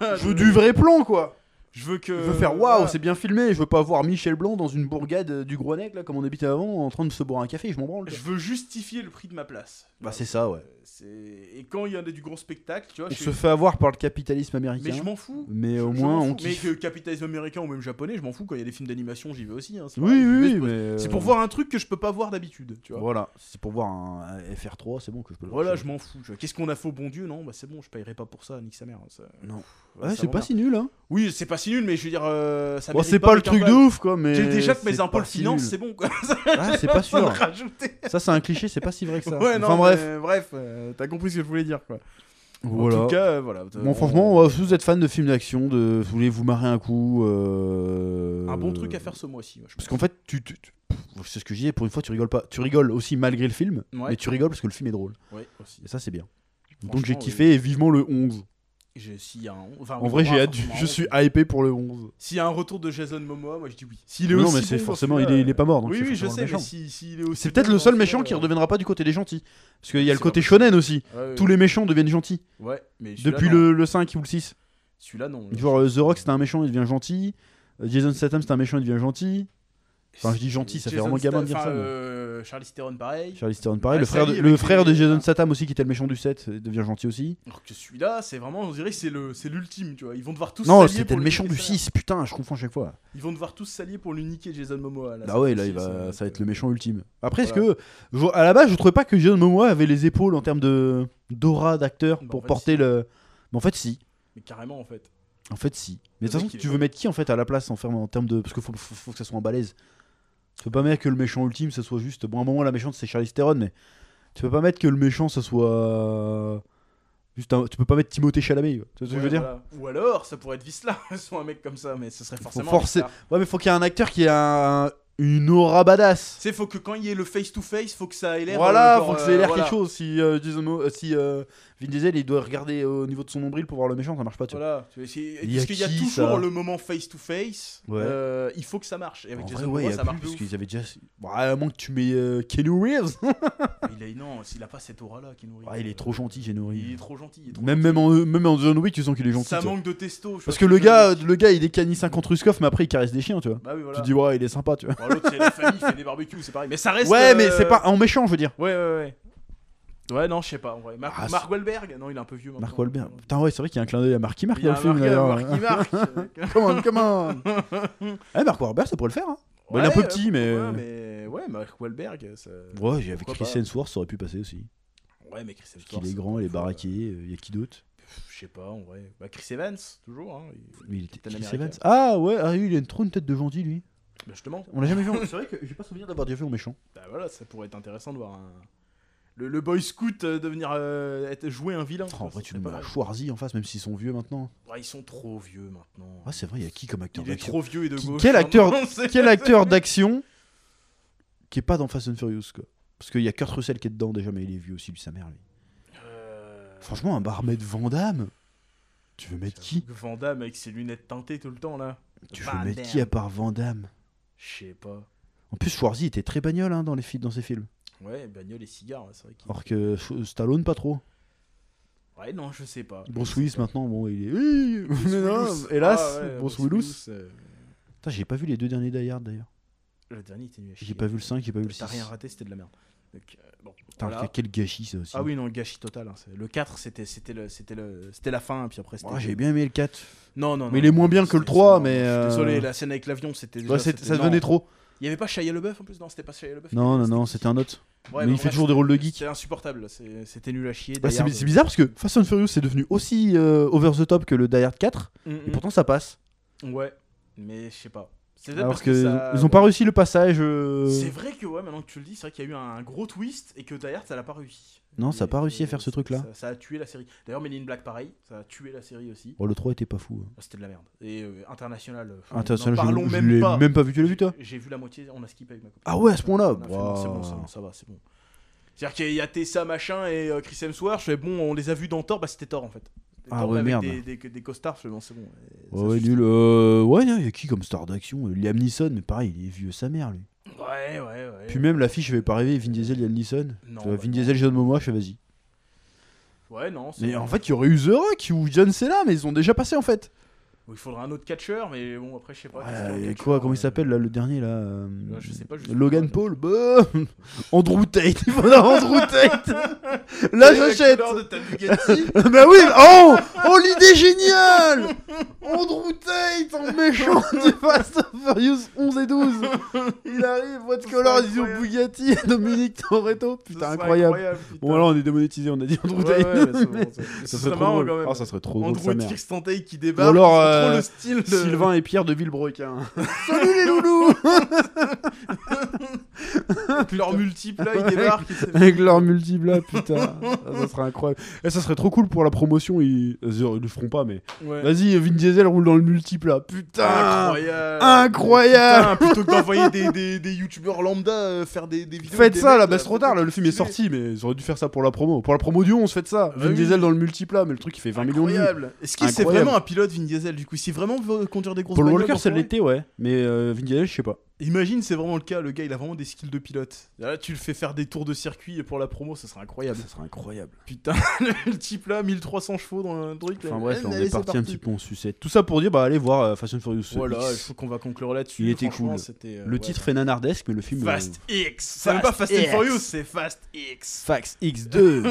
S2: Ah,
S1: Je veux du vrai plan, quoi.
S2: Je veux que.
S1: Je veux faire waouh,
S2: Euh, voilà.
S1: c'est bien filmé. Je veux pas voir Michel Blanc dans une bourgade euh, du Groenec, là, comme on habitait avant, en train de se boire un café. Je m'en branle. quoi.
S2: Je veux justifier le prix de ma place. Euh,
S1: Bah, c'est ça, ouais.
S2: C'est- Et quand il y en a du gros spectacle, tu vois,
S1: On
S2: je
S1: se
S2: suis-
S1: fait avoir par le capitalisme
S2: Mais je
S1: américain.
S2: m'en fous.
S1: Mais, au
S2: Je
S1: moins,
S2: m'en
S1: on
S2: fous. Mais
S1: kiffe.
S2: que capitalisme américain ou même japonais, je m'en fous. Quand il y a des films d'animation, j'y vais aussi. hein, c'est
S1: Oui,
S2: pareil, j'y vais,
S1: oui,
S2: c'est
S1: oui,
S2: pour-
S1: mais. euh,
S2: C'est pour voir un truc que je peux pas voir d'habitude, tu vois.
S1: Voilà, c'est pour voir un un FR3, c'est bon que je peux le voir.
S2: Voilà, je m'en fous. tu vois. Qu'est-ce qu'on a fait au bon Dieu Non, bah c'est bon, je paierai pas pour ça, nique sa mère. hein, ça-
S1: Non.
S2: Pff,
S1: Ouais,
S2: ça
S1: c'est pas
S2: m'emmerde.
S1: si nul, hein.
S2: Oui, c'est pas si nul, mais je veux dire, euh, ça
S1: Bon,
S2: mérite
S1: c'est pas le
S2: mes quinze
S1: truc de
S2: balles.
S1: ouf, quoi, mais.
S2: J'ai déjà que mes
S1: c'est
S2: impôts
S1: pas
S2: le
S1: si
S2: finance,
S1: nul.
S2: c'est bon quoi.
S1: Ah, c'est pas
S2: Faut le
S1: sûr.
S2: rajouter.
S1: Ça, c'est un cliché, c'est pas si vrai que ça.
S2: Ouais, non,
S1: Enfin, bref.
S2: mais Bref, euh, t'as compris ce que je voulais dire quoi. En
S1: Voilà.
S2: tout cas, euh, voilà.
S1: Bon, franchement, ouais, si vous êtes fan de films d'action, de vous voulez vous marrer un coup, euh,
S2: un bon truc à faire ce mois-ci. moi, je pense.
S1: Parce qu'en fait, tu, tu- tu- c'est ce que je disais. Pour une fois, tu rigoles pas. Tu rigoles aussi malgré le film,
S2: Ouais.
S1: mais tu rigoles parce que le film est drôle.
S2: Ouais, aussi.
S1: Et ça, c'est bien. Donc
S2: Franchement, euh,
S1: j'ai
S2: oui.
S1: kiffé et vivement le 11.
S2: J'ai- s'il y a un- enfin,
S1: En vrai,
S2: moi,
S1: j'ai hâte. du-
S2: franchement,
S1: Je suis hypé pour le 11.
S2: S'il y a un retour de Jason Momoa, moi je dis oui. S'il
S1: non,
S2: aussi
S1: mais c'est
S2: bon dans
S1: forcément, il
S2: celui-là,
S1: est, il est pas mort. donc
S2: Oui,
S1: c'est
S2: oui, je
S1: forcément
S2: sais,
S1: méchant.
S2: mais si- s'il est aussi.
S1: C'est peut-être
S2: bon
S1: le
S2: dans
S1: seul
S2: celui-là,
S1: méchant qui
S2: euh,
S1: redeviendra pas du côté des gentils. Parce qu'il y a le
S2: C'est
S1: côté
S2: vrai.
S1: shonen aussi.
S2: ouais, ouais.
S1: Tous les méchants deviennent gentils.
S2: euh, Ouais, mais celui-là,
S1: Depuis
S2: non.
S1: le, le 5 ou le 6.
S2: Celui-là, non.
S1: Genre euh, The Rock, c'était un méchant, il devient gentil. Euh, Jason Statham, c'était un méchant, il devient gentil. Enfin, je dis gentil, ça fait
S2: Jason
S1: vraiment gamin de dire
S2: Sta-
S1: ça,
S2: enfin,
S1: mais-
S2: euh, Charlie Theron, pareil.
S1: Charlie Theron, pareil.
S2: Ah,
S1: le
S2: ça
S1: frère,
S2: y
S1: de,
S2: est, hein.
S1: le
S2: avec
S1: frère
S2: les-
S1: de Jason Statham aussi, qui était le méchant du set, il devient gentil aussi.
S2: Alors que celui-là, c'est vraiment, on dirait que c'est le, c'est l'ultime, tu vois. Ils vont devoir tous
S1: Non,
S2: s'allier
S1: c'était
S2: pour
S1: le
S2: lui
S1: méchant
S2: niquer
S1: du
S2: ça.
S1: 6, putain, je confonds à chaque fois.
S2: Ils vont devoir tous s'allier pour lui niquer Jason Momoa. Là,
S1: Bah
S2: cette
S1: ouais, là, il
S2: fois-ci,
S1: va,
S2: c'est-
S1: ça va être le méchant ultime. Après, est-ce
S2: Voilà.
S1: que. je- à la base, je trouvais pas que Jason Momoa avait les épaules en termes de d'aura d'acteur
S2: Bah, en
S1: pour
S2: fait,
S1: porter
S2: si.
S1: le. Mais en fait, si.
S2: Mais carrément, en fait.
S1: En fait, si. Mais de
S2: Le
S1: toute façon,
S2: mec, il
S1: tu
S2: est-
S1: veux mettre qui en fait à la place en, ferme- en termes de. Parce qu'il faut, faut, faut que ça soit en balèze. Tu peux pas mettre que le méchant ultime, ça soit juste. Bon, à un moment, la méchante, c'est Charlie Theron, mais. Tu peux pas mettre que le méchant, ça soit. Juste un- Tu peux pas mettre Timothée Chalamet, tu vois ce que je veux
S2: Ouais,
S1: dire
S2: voilà. Ou alors, ça pourrait être Visla, soit un mec comme ça, mais ce serait forcément.
S1: forcer-
S2: Visla.
S1: Ouais, mais faut qu'il y ait un acteur qui ait un- une aura badass.
S2: Tu sais, faut que quand il y ait le face-to-face, faut que ça ait l'air.
S1: Voilà,
S2: euh, genre,
S1: faut que ça
S2: euh,
S1: ait l'air
S2: voilà.
S1: quelque chose. Si, euh, Jason Mo- euh, si euh, Vin Diesel, il doit regarder au niveau de son nombril pour voir le méchant, ça marche pas. Tu vois.
S2: Voilà, tu vois, c'est-
S1: Il y a
S2: parce qu'il y a
S1: qui,
S2: toujours
S1: ça
S2: le moment face-to-face.
S1: Ouais.
S2: euh, il faut que ça marche. Et avec
S1: En
S2: Jason
S1: vrai, ouais,
S2: Momoa,
S1: y a
S2: ça
S1: plus,
S2: marche. de
S1: parce
S2: ouf.
S1: qu'ils avaient déjà. Bah, à moins que tu mets euh, Keanu Reeves.
S2: Il est non, il a pas cette aura-là qui nourrit. euh,
S1: Ah, il est trop gentil, Keanu
S2: Il est
S1: Reeves.
S2: trop gentil. il est trop
S1: Même, même, en, même en John Wick, tu sens qu'il est gentil.
S2: Ça
S1: tu vois.
S2: manque de testo. je
S1: Parce
S2: vois
S1: que
S2: ce
S1: le
S2: je
S1: gars,
S2: veux
S1: le gars, il est canissin contre Ruskov, mais après, il caresse des chiens, tu vois.
S2: dire. Bah oui, voilà.
S1: Tu dis, ouais, il est sympa, tu vois.
S2: Bon, L'autre, c'est la famille, il fait des barbecues, c'est pareil. Mais ça reste.
S1: Ouais,
S2: euh,
S1: mais c'est pas en méchant, je veux dire.
S2: Ouais, ouais, ouais. Ouais, non, je sais pas en vrai. Mar-
S1: Ah, c'est-
S2: Mark Wahlberg Non, il est un peu vieux maintenant.
S1: Marc Wahlberg. Putain, ouais, c'est vrai qu'il y a un clin d'œil à Marky Mark
S2: Il y
S1: dans le
S2: a un
S1: film. d'ailleurs.
S2: Mark, il marque. Ouais,
S1: Come on, come on. Eh, Mark Wahlberg, ça pourrait le faire. Hein. Bon, il est un peu petit, euh. mais-
S2: Ouais, mais. Ouais, Mark Wahlberg. euh, Ça...
S1: Ouais, avec
S2: Pourquoi
S1: Chris
S2: pas
S1: Hemsworth, ça aurait pu passer aussi.
S2: Ouais, mais Chris Evans.
S1: Parce qu'il est grand, il est baraqué, euh, il y a qui d'autre
S2: Je sais pas en vrai. Bah, Chris Evans, toujours. Hein.
S1: Mais il était
S2: Captain
S1: Chris
S2: America.
S1: Evans. Ah ouais, ah, oui, il a une- trop une tête de gentil lui.
S2: Bah, justement.
S1: On l'a jamais vu. en- C'est vrai que j'ai pas souvenir d'avoir déjà vu en méchant.
S2: Bah voilà, ça pourrait être intéressant de voir un. Le, le boy scout euh, devenir euh, être, jouer un vilain.
S1: Oh, en vrai,
S2: Ça
S1: tu
S2: serait
S1: le mets
S2: pas
S1: à
S2: mal.
S1: Schwarzy en face, même s'ils sont vieux maintenant.
S2: Ouais, ils sont trop vieux maintenant.
S1: Ah c'est vrai, il y a qui comme acteur
S2: il est
S1: d'action
S2: trop vieux et de
S1: Qui-
S2: gauche. hein,
S1: quel acteur-
S2: maintenant, c'est-
S1: Quel acteur d'action qui est pas dans Fast and Furious quoi Parce qu'il y a Kurt Russell qui est dedans déjà, mais il est vieux aussi lui sa mère lui.
S2: Euh,
S1: Franchement, un barmaid Van Damme. Tu veux mettre qui
S2: j'avoue que Van Damme avec ses lunettes teintées tout le temps là.
S1: Tu
S2: Van
S1: veux mettre qui
S2: Damme.
S1: à part Van Damme
S2: Je sais pas.
S1: En plus, Schwarzy était très bagnole hein, dans les films, dans ses films.
S2: Ouais, bagnole et cigares, c'est vrai qu'il.
S1: Alors que Sch- Stallone pas trop.
S2: Ouais, non, je sais pas.
S1: Bruce Willis maintenant, bon, il est. Oui, mais non,
S2: Bruce Willis.
S1: hélas,
S2: Ah ouais,
S1: Bruce Willis.
S2: euh,
S1: Putain, j'ai pas vu les deux derniers Die Hard d'ailleurs.
S2: Le dernier était nul. à
S1: J'ai
S2: chier.
S1: pas vu le 5, j'ai pas vu le 6.
S2: T'as rien raté, c'était de la merde. Donc, euh, bon,
S1: Putain,
S2: voilà.
S1: quel gâchis ça aussi.
S2: Ah oui, non, gâchis total. hein, c'est- Le 4, c'était c'était le- c'était le- c'était la fin, puis après c'était.
S1: Oh, j'ai bien aimé le 4.
S2: Non, non, non.
S1: Mais il est moins bien que le
S2: c'était-
S1: 3,
S2: c'est-
S1: mais,
S2: je suis Désolé,
S1: euh,
S2: la scène avec l'avion, c'était. déjà-
S1: Ouais, Bah, c'est- ça
S2: non.
S1: devenait trop.
S2: Il y avait pas Shia LeBeouf en plus Non, c'était pas Shia LeBeouf.
S1: Non, non, non, c'était un autre.
S2: Ouais,
S1: mais
S2: bon,
S1: il fait
S2: bref,
S1: toujours des rôles de geek.
S2: C'était insupportable, là, c'est- c'était nul à chier.
S1: Bah, c'est
S2: Die Hard,
S1: c'est bizarre parce que Fast and Furious c'est devenu aussi euh, over the top que le Die Hard 4
S2: euh, mm,
S1: et
S2: mm.
S1: pourtant ça passe.
S2: Ouais, mais je sais pas. C'est peut-être
S1: Alors
S2: parce
S1: que
S2: ça-
S1: ils ont pas réussi le passage. euh,
S2: C'est vrai que ouais, maintenant que tu le dis, c'est vrai qu'il y a eu un gros twist et que d'ailleurs ça l'a pas réussi.
S1: Non, ça a
S2: Mais-
S1: pas réussi à
S2: mais
S1: faire ce
S2: ça-
S1: truc-là.
S2: Ça, ça a tué la série. D'ailleurs, Men in Black, pareil, ça a tué la série aussi.
S1: Oh, le 3 était pas fou. hein.
S2: Ah, C'était de la merde. Et euh, international. euh,
S1: International,
S2: n'en
S1: Ah, je-
S2: parlons
S1: je
S2: même
S1: l'ai
S2: pas.
S1: même pas vu, tu l'as vu toi
S2: J'ai vu la moitié, on a skippé avec ma copine.
S1: Ah ouais, à ce point-là Bah.
S2: On a fait, non, C'est bon, ça,
S1: Waouh.
S2: ça va, c'est bon. C'est-à-dire qu'il y a Tessa machin et euh, Chris Hemsworth, je fais, bon, on les a vus dans Thor, bah c'était Thor en fait. C'était
S1: Ah
S2: Thor,
S1: ouais,
S2: mais avec
S1: merde.
S2: Des, des, des costards, je fais, bon, c'est bon. Et ça
S1: Ouais, ouais,
S2: suffit.
S1: nul. Euh, ouais, il y a qui comme star d'action Liam Neeson, mais pareil, il est vieux sa mère lui.
S2: Ouais, ouais, ouais.
S1: Puis même l'affiche, je vais pas rêver, Vin Diesel, Liam Neeson.
S2: Non,
S1: Tu vois,
S2: bah
S1: Vin
S2: non.
S1: Diesel, John Momoa, je fais vas-y.
S2: Ouais, non. c'est
S1: Mais
S2: bon.
S1: en fait, il y aurait eu The Rock ou John Cena, mais ils ont déjà passé en fait.
S2: Ou Il faudra un autre catcheur, mais bon, après, je sais pas. qu'est-ce qu'il y a en
S1: et
S2: catcheur,
S1: quoi, comment il
S2: euh,
S1: s'appelle là, le dernier là euh,
S2: Ouais, je sais pas, je sais
S1: Logan
S2: pas,
S1: Paul bah, Andrew Tate, il faudra Andrew Tate Là,
S2: Quelle est la
S1: j'achète
S2: couleur de ta Bugatti
S1: Bah oui Oh Oh, l'idée géniale Andrew Tate en méchant du Fast and Furious 11 et 12 Il arrive, what color is your
S2: incroyable.
S1: Bugatti Dominique Toretto
S2: Ce
S1: Putain,
S2: serait
S1: incroyable.
S2: putain.
S1: Bon, alors on est démonétisé, on a dit Andrew
S2: Ouais, ouais,
S1: Tate
S2: bah, c'est bon, c'est- ce
S1: Ça serait trop
S2: marrant,
S1: drôle.
S2: quand même.
S1: Ah, ça serait trop drôle, sa
S2: Andrew
S1: mère.
S2: Kirstenday qui débarque.
S1: Ou alors,
S2: c'est trop
S1: euh,
S2: le style de...
S1: Sylvain et Pierre de Villebrequin. Salut les loulous
S2: Avec leur multiple là, ils débarquent. et c'est-
S1: Avec leur multiple là, putain. Ah, ça serait incroyable. Et ça serait trop cool pour la promotion. Ils, ils le feront pas, mais.
S2: Ouais.
S1: Vas-y, Vin Diesel roule dans le multiple là. Putain
S2: Incroyable.
S1: Incroyable
S2: Putain, plutôt que d'envoyer des, des, des youtubeurs lambda euh, faire des, des vidéos.
S1: Faites
S2: des
S1: ça
S2: mecs,
S1: là, bah c'est trop tard là, le film est
S2: stylé. Bah
S1: sorti, mais ils auraient dû faire ça pour la promo. Pour la promo du 11, faites ça. Vin
S2: oui.
S1: Diesel dans le multiple là, mais le truc il fait 20 millions de vues.
S2: Incroyable. Est-ce que c'est
S1: Incroyable.
S2: vraiment un pilote Vin Diesel du coup Si vraiment veut conduire des grosses
S1: Paul
S2: bagnoles
S1: Walker,
S2: dans
S1: ça
S2: son-
S1: l'était, ouais. Mais euh, Vin Diesel, je sais pas.
S2: Imagine, c'est vraiment le cas. Le gars, il a vraiment des skills de pilote. Là, tu le fais faire des tours de circuit pour la promo, Ah, ça serait incroyable.
S1: Ça serait incroyable.
S2: Putain, le type là, 1300 chevaux dans un truc. là.
S1: Enfin bref, là, on
S2: Allez,
S1: est
S2: c'est
S1: parti un petit peu en sucette. Tout ça pour dire, bah allez voir euh, Fashion Furious. euh,
S2: Voilà, il
S1: X.
S2: faut qu'on va conclure là-dessus.
S1: Il était
S2: Franchement,
S1: cool.
S2: c'était, euh,
S1: Le
S2: ouais.
S1: titre est nanardesque, mais le film. euh,
S2: Fast X. C'est même pas Fast and
S1: X.
S2: Furious, c'est Fast X.
S1: Fax X2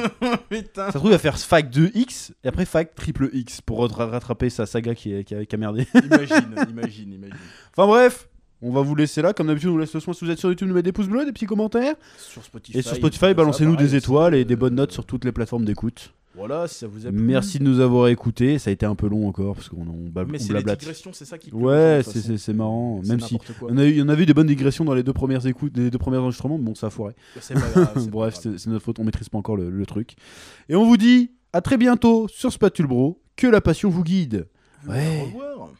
S2: Putain.
S1: Ça se trouve, il va faire fac 2X et après fac triple X pour ra- rattraper sa saga qui, est- qui a, qui a merdé.
S2: Imagine, imagine, imagine.
S1: enfin bref, on va vous laisser là. Comme d'habitude, on vous laisse le soin si vous êtes sur YouTube, nous mettre des pouces bleus, des petits commentaires.
S2: Sur Spotify.
S1: Et sur
S2: tout ça,
S1: Spotify, balancez-nous
S2: pareil,
S1: des étoiles et
S2: euh,
S1: des bonnes notes sur toutes les plateformes d'écoute.
S2: Voilà, si ça vous a plu.
S1: Merci de nous avoir écoutés. Ça a été un peu long encore parce qu'on on bab-
S2: Mais
S1: on
S2: c'est les
S1: blablate.
S2: digressions, c'est ça qui. plaît
S1: Ouais,
S2: aux gens, de toute
S1: c'est-
S2: façon.
S1: c'est c'est marrant.
S2: C'est
S1: Même si.
S2: n'importe quoi.
S1: On a eu- Il y en avait eu des bonnes digressions dans les deux premières écoutes, les deux premiers enregistrements, mais bon, ça a foiré.
S2: C'est pas grave. c'est pas
S1: Bref,
S2: grave.
S1: c'est c'est notre faute, on maîtrise pas encore le, le truc. Et on vous dit à très bientôt sur Spatule Bro, que la passion vous guide.
S2: Au
S1: Ouais.
S2: revoir.